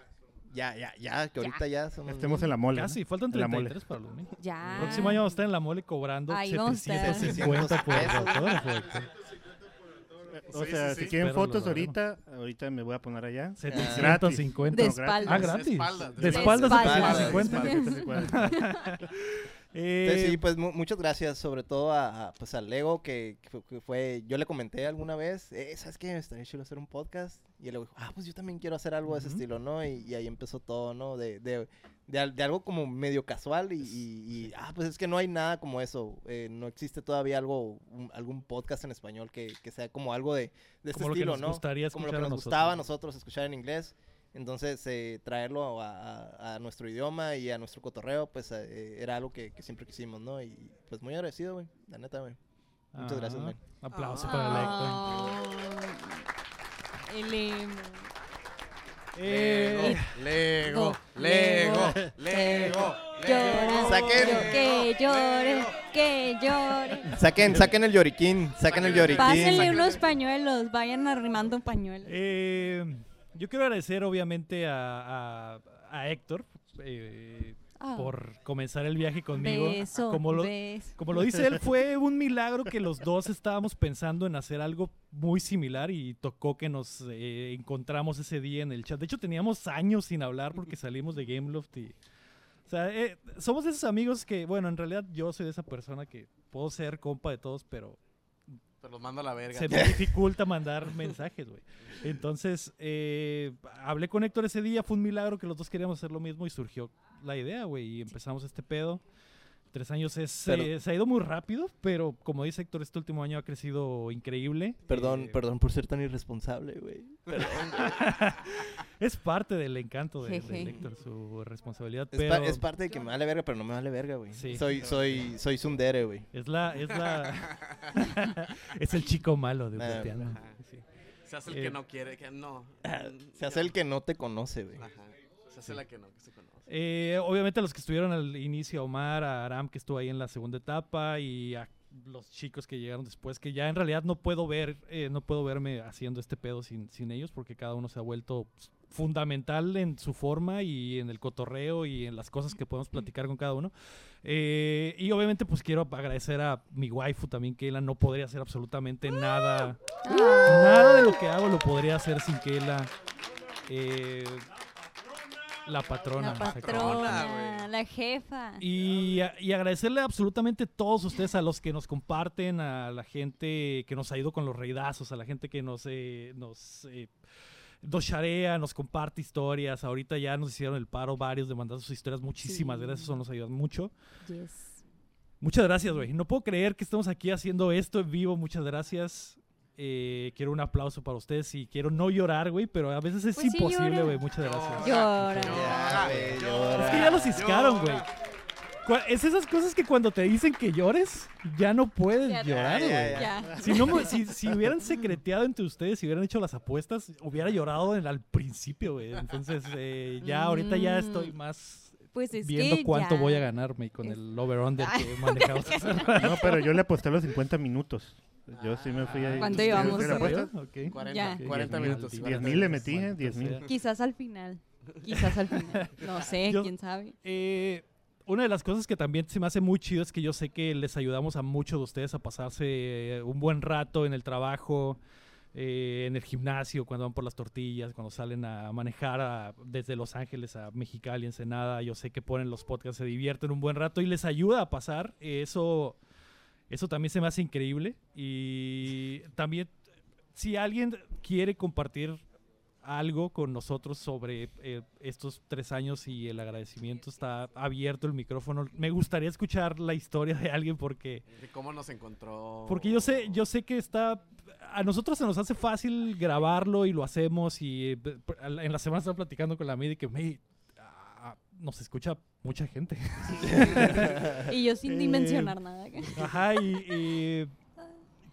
Speaker 4: ya, ya, ya, que
Speaker 3: Ya.
Speaker 4: ahorita ya somos
Speaker 5: Estemos
Speaker 4: mil.
Speaker 5: en la mole. ¿no?
Speaker 1: Casi, faltan
Speaker 5: En la mole.
Speaker 1: 33 para los mil.
Speaker 3: ya.
Speaker 1: Próximo año vamos a estar en la mole cobrando
Speaker 3: Ahí vamos a estar.
Speaker 1: 750 por
Speaker 4: Pesos.
Speaker 1: autógrafo. doctor.
Speaker 5: pues. O
Speaker 2: Sí,
Speaker 5: sea,
Speaker 2: sí, sí.
Speaker 5: si quieren
Speaker 1: Pero lo
Speaker 5: fotos
Speaker 1: logramos.
Speaker 5: ahorita, ahorita me voy a poner allá.
Speaker 1: 750.
Speaker 3: de
Speaker 5: no, gratis.
Speaker 3: espaldas.
Speaker 1: Ah, gratis.
Speaker 2: De espaldas,
Speaker 1: De
Speaker 2: de
Speaker 1: espaldas,
Speaker 3: espaldas.
Speaker 1: 750.
Speaker 2: De
Speaker 1: Eh,
Speaker 4: Entonces, sí, pues mu- muchas gracias, sobre todo a, a, pues, al Lego, que, que fue- que fue, yo le comenté alguna vez, eh, ¿sabes qué? Estaría chido hacer un podcast. Y él dijo, ah, pues yo también quiero hacer algo de ese
Speaker 1: Ujú.
Speaker 4: estilo, ¿no? Y, y ahí empezó todo, ¿no? De, de, de al- de algo como medio casual y, y- y, ah, pues es que no hay nada como eso. Eh, no existe todavía algo, un- algún podcast en español que, que sea como algo de, de este
Speaker 1: como lo que
Speaker 4: estilo,
Speaker 1: nos
Speaker 4: ¿no?
Speaker 1: gustaría
Speaker 4: como
Speaker 1: escuchar
Speaker 4: lo que
Speaker 1: a
Speaker 4: nos
Speaker 1: nosotros.
Speaker 4: gustaba a nosotros escuchar en inglés. Entonces, eh, traerlo a, a- a nuestro idioma y a nuestro cotorreo, pues eh, era algo que, que siempre quisimos, ¿no? Y pues muy agradecido, güey. La neta, güey. Muchas
Speaker 1: Ah,
Speaker 4: gracias, man.
Speaker 1: Aplauso
Speaker 3: Ah.
Speaker 1: para el Héctor.
Speaker 3: El emo.
Speaker 1: Eh,
Speaker 2: Lego, Lego, Lego, Lego.
Speaker 3: Llora,
Speaker 4: Saquen.
Speaker 3: que llore, que llore.
Speaker 4: Saquen, saquen el lloriquín, saquen el
Speaker 3: Pásenle
Speaker 4: lloriquín.
Speaker 3: unos pañuelos, vayan arrimando pañuelos.
Speaker 1: eh, yo quiero agradecer obviamente a, a- a Héctor eh,
Speaker 3: Ah,
Speaker 1: por comenzar el viaje conmigo.
Speaker 3: beso,
Speaker 1: como lo,
Speaker 3: beso.
Speaker 1: Como lo dice él, fue un milagro que los dos estábamos pensando en hacer algo muy similar y tocó que nos eh, encontramos ese día en el chat. De hecho, teníamos años sin hablar porque salimos de Gameloft y... O sea, eh, somos de esos amigos que, bueno, en realidad yo soy de esa persona que puedo ser compa de todos, pero
Speaker 2: Te los mando a la verga.
Speaker 1: se me dificulta mandar mensajes, güey. Entonces, eh, hablé con Héctor ese día, fue un milagro que los dos queríamos hacer lo mismo y surgió la idea, güey, y empezamos este pedo. Tres años es,
Speaker 4: Pero-
Speaker 1: eh, se ha ido muy rápido, pero como dice Héctor, este último año ha crecido increíble.
Speaker 4: Perdón,
Speaker 1: Eh,
Speaker 4: perdón por ser tan irresponsable, güey.
Speaker 1: Es parte del encanto de,
Speaker 3: Jeje.
Speaker 1: de Héctor, su responsabilidad,
Speaker 4: Es,
Speaker 1: pero
Speaker 4: pa- es parte de que me vale verga, pero no me vale verga, güey.
Speaker 1: Sí.
Speaker 4: Soy, soy, soy sundere, güey.
Speaker 1: es la... Es, la es el chico malo de
Speaker 4: Nah,
Speaker 1: Plateando.
Speaker 2: ajá. Se hace el que
Speaker 1: Eh.
Speaker 2: no quiere, que no.
Speaker 4: Se hace el que no te conoce, güey.
Speaker 2: Ajá. Se hace la que no, que se conoce.
Speaker 1: Eh, obviamente a los que estuvieron al inicio, a Omar, a Aram que estuvo ahí en la segunda etapa y a los chicos que llegaron después, que ya en realidad no puedo ver, eh, no puedo verme haciendo este pedo sin, sin ellos porque cada uno se ha vuelto pues, fundamental en su forma y en el cotorreo y en las cosas que podemos platicar con cada uno. Eh, y obviamente pues quiero agradecer a mi waifu también, que ella no podría hacer absolutamente nada. Nada de lo que hago lo podría hacer sin que la... eh, la patrona.
Speaker 3: la
Speaker 2: patrona,
Speaker 3: patrona,
Speaker 2: güey.
Speaker 3: la jefa.
Speaker 1: Y, a- y agradecerle absolutamente a todos ustedes, a los que nos comparten, a la gente que nos ha ido con los reidazos, a la gente que nos, eh, nos, eh, nos sharea, nos comparte historias. Ahorita ya nos hicieron el paro varios de mandar sus historias. Muchísimas
Speaker 3: Sí.
Speaker 1: gracias, eso nos ayuda mucho.
Speaker 3: Yes.
Speaker 1: Muchas gracias, güey. No puedo creer que estamos aquí haciendo esto en vivo. Muchas gracias. Eh, quiero un aplauso para ustedes y quiero no llorar, güey, pero a veces es
Speaker 3: Pues sí,
Speaker 1: imposible,
Speaker 3: llora.
Speaker 1: güey. Muchas gracias.
Speaker 3: Llora.
Speaker 4: Ya, güey,
Speaker 1: Es que ya los ciscaron, güey. Cua- Es esas cosas que cuando te dicen que llores, ya no puedes
Speaker 3: Ya no.
Speaker 1: llorar,
Speaker 4: Ya, ya,
Speaker 1: güey.
Speaker 4: ya.
Speaker 3: Ya.
Speaker 1: Si, no, me- si, si hubieran secreteado entre ustedes, si hubieran hecho las apuestas, hubiera llorado en- al principio, güey. Entonces, eh, ya ahorita
Speaker 3: Mm.
Speaker 1: ya estoy más
Speaker 3: Pues es
Speaker 1: viendo
Speaker 3: que
Speaker 1: cuánto
Speaker 3: ya.
Speaker 1: voy a ganarme con
Speaker 3: Es-
Speaker 1: el over-under
Speaker 3: Ay,
Speaker 1: que manejamos.
Speaker 5: No, pero yo le aposté a los 50 minutos. Yo sí me fui ahí.
Speaker 3: ¿Cuánto
Speaker 5: ¿Ustedes
Speaker 3: llevamos,
Speaker 5: hicieron
Speaker 3: güey?
Speaker 5: apuestas?
Speaker 2: 40,
Speaker 3: Ya.
Speaker 2: 40
Speaker 5: Diez mil,
Speaker 2: minutos.
Speaker 5: diez
Speaker 2: 40
Speaker 5: mil le
Speaker 2: minutos.
Speaker 5: metí, ¿eh? 10 mil.
Speaker 1: Maldita
Speaker 3: Quizás al final. Quizás al final. No sé,
Speaker 1: Yo-
Speaker 3: quién sabe.
Speaker 1: Eh, una de las cosas que también se me hace muy chido es que yo sé que les ayudamos a muchos de ustedes a pasarse eh, un buen rato en el trabajo, eh, en el gimnasio, cuando van por las tortillas, cuando salen a manejar a- desde Los Ángeles a Mexicali, Ensenada. Yo sé que ponen los podcasts, se divierten un buen rato y les ayuda a pasar. Eh, eso, eso también se me hace increíble. Y también, si alguien quiere compartir algo con nosotros sobre eh, estos tres años y el agradecimiento. Está abierto el micrófono. Me gustaría escuchar la historia de alguien porque,
Speaker 2: De cómo nos encontró.
Speaker 1: porque yo, sé, yo sé que está... A nosotros se nos hace fácil grabarlo y lo hacemos y eh, p- p- en la semana estaba platicando con la media que "Mey, ah, nos escucha mucha gente.
Speaker 3: Y yo sin ni
Speaker 1: Eh,
Speaker 3: mencionar nada.
Speaker 1: Ajá, y, y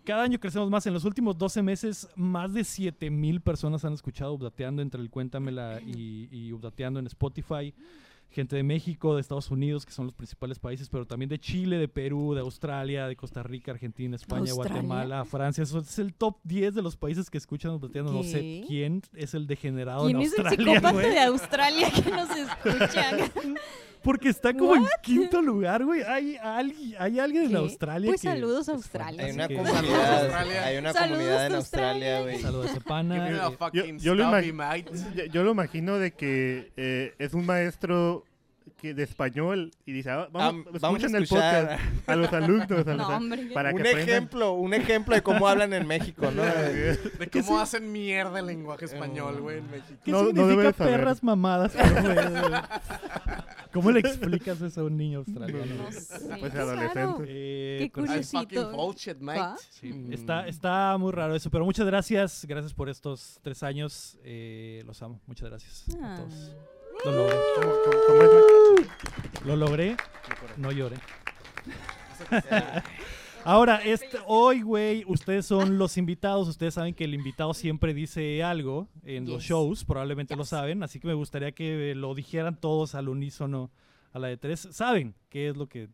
Speaker 1: cada año crecemos más. En los últimos 12 meses, más de 7 mil personas han escuchado Updateando entre el Cuéntamela y, y Updateando en Spotify. Gente de México, de Estados Unidos, que son los principales países, pero también de Chile, de Perú, de Australia, de Costa Rica, Argentina, España,
Speaker 3: Australia.
Speaker 1: Guatemala, Francia. Eso es el top 10 de los países que escuchan Updateando. No sé
Speaker 3: ¿Qué?
Speaker 1: quién es el degenerado
Speaker 3: ¿Quién
Speaker 1: en
Speaker 3: es el
Speaker 1: Australia,
Speaker 3: psicópata
Speaker 1: güey.
Speaker 3: de Australia que nos escucha?
Speaker 1: Porque está como en quinto lugar, güey. Hay, alguien- hay alguien en
Speaker 3: ¿Qué?
Speaker 1: Australia
Speaker 3: Pues
Speaker 1: que-
Speaker 3: saludos a
Speaker 1: que está-
Speaker 3: Australia.
Speaker 4: Hay una
Speaker 1: que-
Speaker 4: comunidad,
Speaker 2: Australia.
Speaker 4: hay una
Speaker 3: Saludos
Speaker 4: comunidad en
Speaker 3: a
Speaker 4: Australia,
Speaker 3: Australia.
Speaker 4: güey.
Speaker 1: Saludos a ese pana.
Speaker 2: Give me a
Speaker 1: eh,
Speaker 2: fucking
Speaker 5: yo lo
Speaker 2: stabby,
Speaker 5: imag-
Speaker 2: mate.
Speaker 5: Yo, yo lo imagino de que eh, es un maestro que de español y dice, ah, vamos,
Speaker 4: Am- vamos a
Speaker 5: escuchen el
Speaker 4: escuchar.
Speaker 5: podcast a los alumnos, a los-
Speaker 3: No, hombre.
Speaker 5: para que
Speaker 4: un
Speaker 5: aprendan.
Speaker 4: ejemplo, un ejemplo de cómo hablan en México, ¿no? Eh,
Speaker 2: De cómo hacen mierda el lenguaje español, güey, en México.
Speaker 1: ¿Qué
Speaker 5: No- no
Speaker 1: significa
Speaker 5: debes saber.
Speaker 1: perras mamadas? ¿Cómo le explicas eso a un niño australiano?
Speaker 3: No sé.
Speaker 5: Pues
Speaker 3: Raro.
Speaker 5: adolescentes.
Speaker 1: Eh,
Speaker 3: Qué
Speaker 1: pero-
Speaker 2: I
Speaker 3: curiosito.
Speaker 2: fucking bullshit, mate. Mm.
Speaker 3: ¿Va?
Speaker 1: Sí,
Speaker 3: Mm.
Speaker 1: está, está muy raro eso, pero muchas gracias. Gracias por estos tres años. eh, los amo. Muchas gracias a
Speaker 3: Ah.
Speaker 1: todos. Lo logré.
Speaker 5: ¿Cómo- cómo- cómo es, güey?
Speaker 1: Lo logré. No lloré. Ahora, este, hoy, güey, ustedes son los invitados. Ustedes saben que el invitado siempre dice algo en los
Speaker 3: Yes.
Speaker 1: shows, probablemente lo
Speaker 3: Yes.
Speaker 1: saben. Así que me gustaría que lo dijeran todos al unísono a la de tres. ¿Saben qué es lo que.?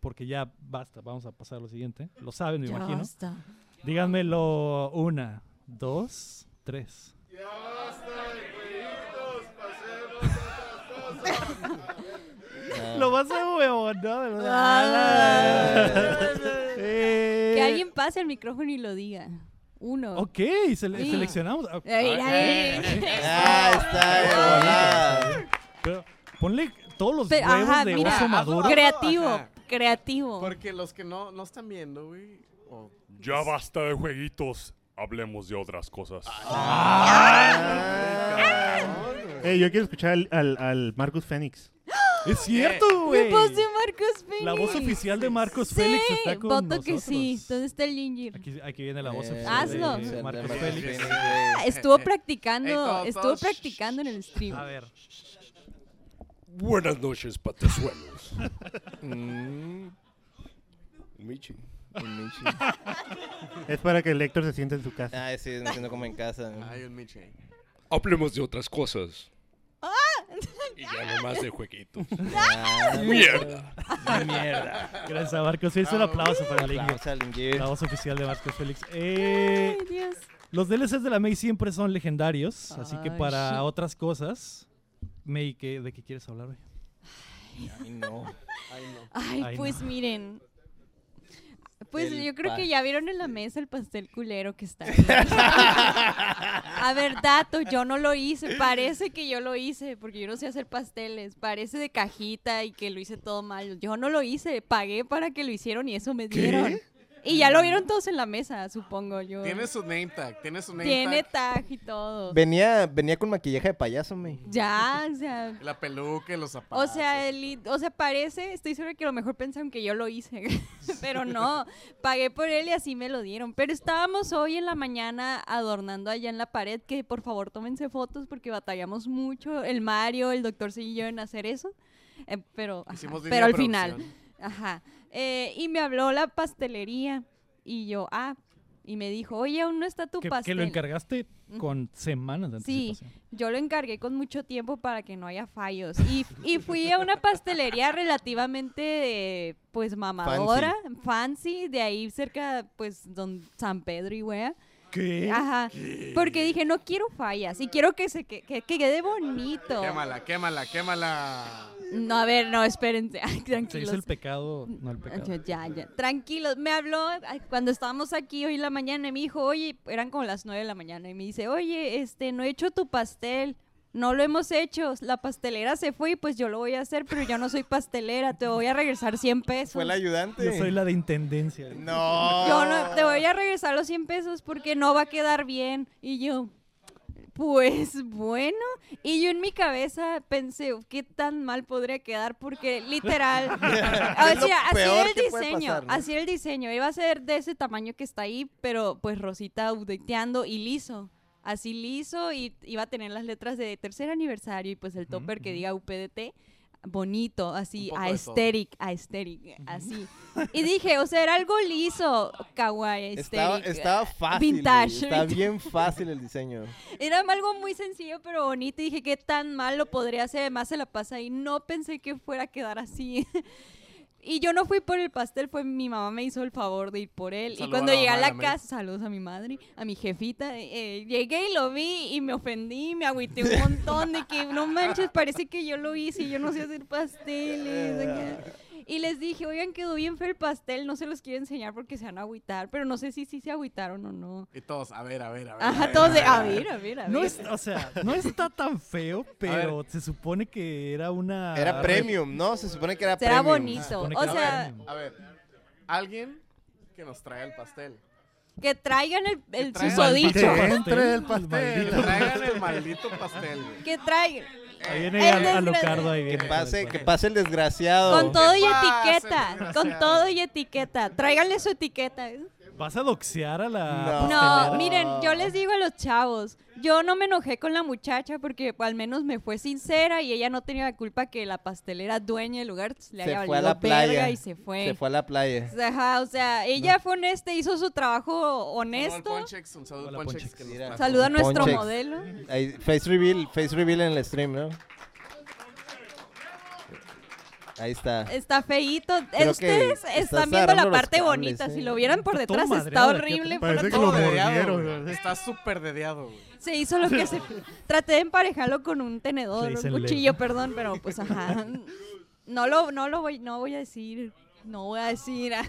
Speaker 1: Porque ya basta, vamos a pasar a lo siguiente. Lo saben, me
Speaker 3: Ya
Speaker 1: imagino.
Speaker 3: está.
Speaker 1: Díganmelo una, dos, tres.
Speaker 4: Ah.
Speaker 1: Lo vas a huevo, ¿no? Eh,
Speaker 3: Ah, Que alguien pase el micrófono y lo diga. Uno.
Speaker 1: Ok, sele-
Speaker 3: Oh. Sí.
Speaker 1: seleccionamos. Ah,
Speaker 3: Ay, ay, ay.
Speaker 4: Ah, está de volada.
Speaker 1: pero ponle todos los
Speaker 3: Pero,
Speaker 1: huevos
Speaker 3: ajá,
Speaker 1: de
Speaker 3: mira,
Speaker 1: oso
Speaker 3: hazlo,
Speaker 1: maduro.
Speaker 3: Creativo,
Speaker 2: Ah, Ajá.
Speaker 3: creativo.
Speaker 2: Porque los que no, no están viendo, güey. o-
Speaker 10: Ya basta de jueguitos, hablemos de otras cosas.
Speaker 5: Eh, yo quiero escuchar al, al, al Marcus Fenix.
Speaker 1: Es cierto,
Speaker 3: Me
Speaker 1: güey.
Speaker 3: pasé Marcos Félix.
Speaker 1: La voz oficial de Marcos
Speaker 3: Sí,
Speaker 1: Félix está con
Speaker 3: voto
Speaker 1: nosotros.
Speaker 3: que sí. ¿Dónde está el Ginger?
Speaker 1: Aquí, aquí viene la voz
Speaker 4: Eh,
Speaker 1: oficial
Speaker 3: Hazlo.
Speaker 1: de- de Marcos
Speaker 4: Marcos
Speaker 1: Félix.
Speaker 4: Fenix,
Speaker 3: Ah,
Speaker 4: güey.
Speaker 3: Estuvo practicando,
Speaker 2: Ey, todos,
Speaker 3: estuvo
Speaker 2: todos.
Speaker 3: practicando en el stream.
Speaker 1: A ver.
Speaker 10: Buenas noches, patazuelos.
Speaker 4: Mm,
Speaker 10: Michi.
Speaker 4: un Michi.
Speaker 5: Es para que el lector se sienta en su casa.
Speaker 4: Ah, sí, me siento como en casa.
Speaker 2: Hay un Michi ahí.
Speaker 10: Hablemos de otras cosas. Y ya no más de jueguitos.
Speaker 4: Ah,
Speaker 10: ¡Mierda!
Speaker 1: Gracias a Marcos Félix. Un aplauso para el Inge.
Speaker 4: aplausos al Inge.
Speaker 1: La voz oficial de Marcos Félix. Eh,
Speaker 3: Ay, Dios.
Speaker 1: los DLCs de la May siempre son legendarios. Así que
Speaker 3: Ay,
Speaker 1: para
Speaker 3: sí.
Speaker 1: otras cosas. May, ¿qué- ¿de qué quieres hablar hoy?
Speaker 4: Ay, no.
Speaker 3: Ay,
Speaker 1: Ay,
Speaker 3: pues
Speaker 1: no.
Speaker 3: miren. Pues
Speaker 4: El
Speaker 3: yo creo que
Speaker 4: pas-
Speaker 3: ya vieron en la mesa el pastel culero que está. ahí. A ver, dato, yo no lo hice. Parece que yo lo hice, porque yo no sé hacer pasteles. Parece de cajita y que lo hice todo mal. Yo no lo hice, pagué para que lo hicieron y eso me dieron. Y ya lo vieron todos en la mesa, supongo yo.
Speaker 2: Tiene su name tag, tiene su name
Speaker 3: Tiene
Speaker 2: tag.
Speaker 3: tag y todo.
Speaker 4: Venía, venía con maquillaje de payaso, me.
Speaker 3: Ya, o sea,
Speaker 2: La peluca y los
Speaker 3: O
Speaker 2: zapatos.
Speaker 3: sea, el i- o sea, parece, estoy segura que a lo mejor pensaron que yo lo hice, pero no, pagué por él y así me lo dieron. Pero estábamos hoy en la mañana adornando allá en la pared, que por favor tómense fotos porque batallamos mucho, el Mario, el doctor Seguillo en hacer eso. Eh, pero ajá,
Speaker 2: Hicimos
Speaker 3: pero
Speaker 2: línea
Speaker 3: al
Speaker 2: de
Speaker 3: final.
Speaker 2: producción.
Speaker 3: Ajá. Eh, y me habló la pastelería y yo, ah, y me dijo, oye, aún no está tu
Speaker 1: Que, que
Speaker 3: pastel.
Speaker 1: lo encargaste
Speaker 3: Ujú.
Speaker 1: con semanas de
Speaker 3: Sí,
Speaker 1: anticipación.
Speaker 3: yo lo encargué con mucho tiempo para que no haya fallos. Y, y fui a una pastelería relativamente, pues, mamadora, fancy, de ahí cerca, pues, don San Pedro y wea.
Speaker 1: ¿Qué?
Speaker 3: Ajá. Porque dije, no quiero fallas y quiero que se que, que- que quede bonito.
Speaker 2: Quémala, quémala, quémala.
Speaker 3: No, a ver, no, espérense. Ay,
Speaker 1: Se dice el
Speaker 3: tranquilos.
Speaker 1: pecado, no el
Speaker 3: Yo,
Speaker 1: pecado.
Speaker 3: ya, ya. Tranquilos. Me habló ay, cuando estábamos aquí hoy en la mañana y me dijo, oye, eran como las 9 de la mañana y me dice, oye, este, no he hecho tu pastel. No lo hemos hecho. La pastelera se fue y pues yo lo voy a hacer, pero yo no soy pastelera. Te voy a regresar 100 pesos.
Speaker 4: Fue el ayudante.
Speaker 1: Yo soy la de intendencia.
Speaker 4: No.
Speaker 3: Yo no, te voy a regresar los 100 pesos porque no va a quedar bien. Y yo, pues bueno. Y yo en mi cabeza pensé, qué tan mal podría quedar porque literal,
Speaker 4: Es
Speaker 3: o
Speaker 4: lo
Speaker 3: sea, así
Speaker 4: peor
Speaker 3: era el
Speaker 4: que puede
Speaker 3: diseño,
Speaker 4: pasar, ¿no?
Speaker 3: así era el diseño. Iba a ser de ese tamaño que está ahí, pero pues Rosita updateando y liso. Así liso y iba a tener las letras de tercer aniversario y pues el topper que diga UPDT bonito, así,
Speaker 2: Un poco de todo.
Speaker 3: aesthetic, aesthetic, así. Y dije, o sea, era algo liso, kawaii,
Speaker 4: Estaba,
Speaker 3: aesthetic,
Speaker 4: estaba fácil. güey,
Speaker 3: vintage.
Speaker 4: Está bien fácil el diseño.
Speaker 3: Era algo muy sencillo pero bonito y dije, ¿qué tan mal lo podría hacer? Además se la pasa y no pensé que fuera a quedar así. Y yo no fui por el pastel, fue mi mamá me hizo el favor de ir por él. y
Speaker 2: Saluda
Speaker 3: cuando
Speaker 2: a la
Speaker 3: llegué a
Speaker 2: mamá de
Speaker 3: la
Speaker 2: la Mary.
Speaker 3: casa, saludos a mi madre, a mi jefita, eh, llegué y lo vi y me ofendí, me agüité un montón de que no manches, parece que yo lo hice y yo no sé hacer pasteles. de que- Y les dije, oigan, quedó bien feo el pastel, no se los quiero enseñar porque se van a agüitar, pero no sé si sí se agüitaron o no.
Speaker 2: Y todos, a ver, a ver, a ver.
Speaker 3: Ajá, todos de, ah, a ver, a ver, a ver.
Speaker 1: No es, o sea, no está tan feo, pero se supone que era una...
Speaker 4: Era premium, ¿no? Se supone que era
Speaker 3: Será
Speaker 4: premium.
Speaker 3: bonito.
Speaker 1: supone que
Speaker 3: O
Speaker 1: no,
Speaker 3: sea,
Speaker 1: premium.
Speaker 2: A ver, alguien que nos traiga el pastel.
Speaker 3: que traigan el, el
Speaker 2: traigan
Speaker 5: Que
Speaker 3: susodicho.
Speaker 5: entre el
Speaker 2: Que
Speaker 5: pastel.
Speaker 2: traigan el maldito pastel, güey.
Speaker 3: Que traigan.
Speaker 1: Ahí
Speaker 3: El
Speaker 1: viene a,
Speaker 3: desgra-
Speaker 1: Locardo, ahí
Speaker 4: Que
Speaker 1: viene.
Speaker 4: pase, que pase el desgraciado.
Speaker 3: Con todo y
Speaker 2: pasa,
Speaker 3: etiqueta. Con todo y etiqueta. Tráiganle su etiqueta.
Speaker 1: ¿Vas a doxear a la pues,
Speaker 4: No.
Speaker 3: No,
Speaker 1: pastelera?
Speaker 3: miren, yo les digo a los chavos, yo no me enojé con la muchacha porque al menos me fue sincera y ella no tenía la culpa que la pastelera dueña del lugar le
Speaker 4: Se
Speaker 3: haya
Speaker 4: fue a
Speaker 3: valido
Speaker 4: la playa.
Speaker 3: verga y se fue.
Speaker 4: Se fue a la playa.
Speaker 3: Ajá, o sea, ella fue honesta, hizo su trabajo
Speaker 2: Saludo al
Speaker 3: honesto.
Speaker 2: Ponchex, un saludo al
Speaker 1: Hola,
Speaker 2: Ponchex
Speaker 1: Ponchex.
Speaker 2: que nos
Speaker 4: Mira.
Speaker 2: trajo.
Speaker 3: Saluda a nuestro
Speaker 4: Ponchex.
Speaker 3: modelo.
Speaker 4: Ahí, face reveal, face reveal en el stream, ¿no? Ahí está.
Speaker 3: Está feíto.
Speaker 4: Creo que
Speaker 3: Ustedes
Speaker 4: estás
Speaker 3: están viendo
Speaker 4: agarrando
Speaker 3: la
Speaker 4: los
Speaker 3: parte
Speaker 4: cables,
Speaker 3: bonita.
Speaker 4: ¿eh?
Speaker 3: Si lo vieran por
Speaker 1: Está todo
Speaker 3: detrás, está
Speaker 1: madreado de aquí
Speaker 3: horrible.
Speaker 1: atrás.
Speaker 3: por
Speaker 5: Parece que
Speaker 2: Todo
Speaker 5: lo
Speaker 3: otro-
Speaker 2: dedeado,
Speaker 5: mordieron,
Speaker 2: güey.
Speaker 5: ¿verdad?
Speaker 2: Está súper dedeado, güey.
Speaker 3: Se hizo lo que se. Traté de emparejarlo con un tenedor,
Speaker 1: Le hice
Speaker 3: un
Speaker 1: el
Speaker 3: cuchillo,
Speaker 1: dedo.
Speaker 3: perdón, pero pues ajá. No lo, no lo voy, no voy a decir. No voy a decir. ah.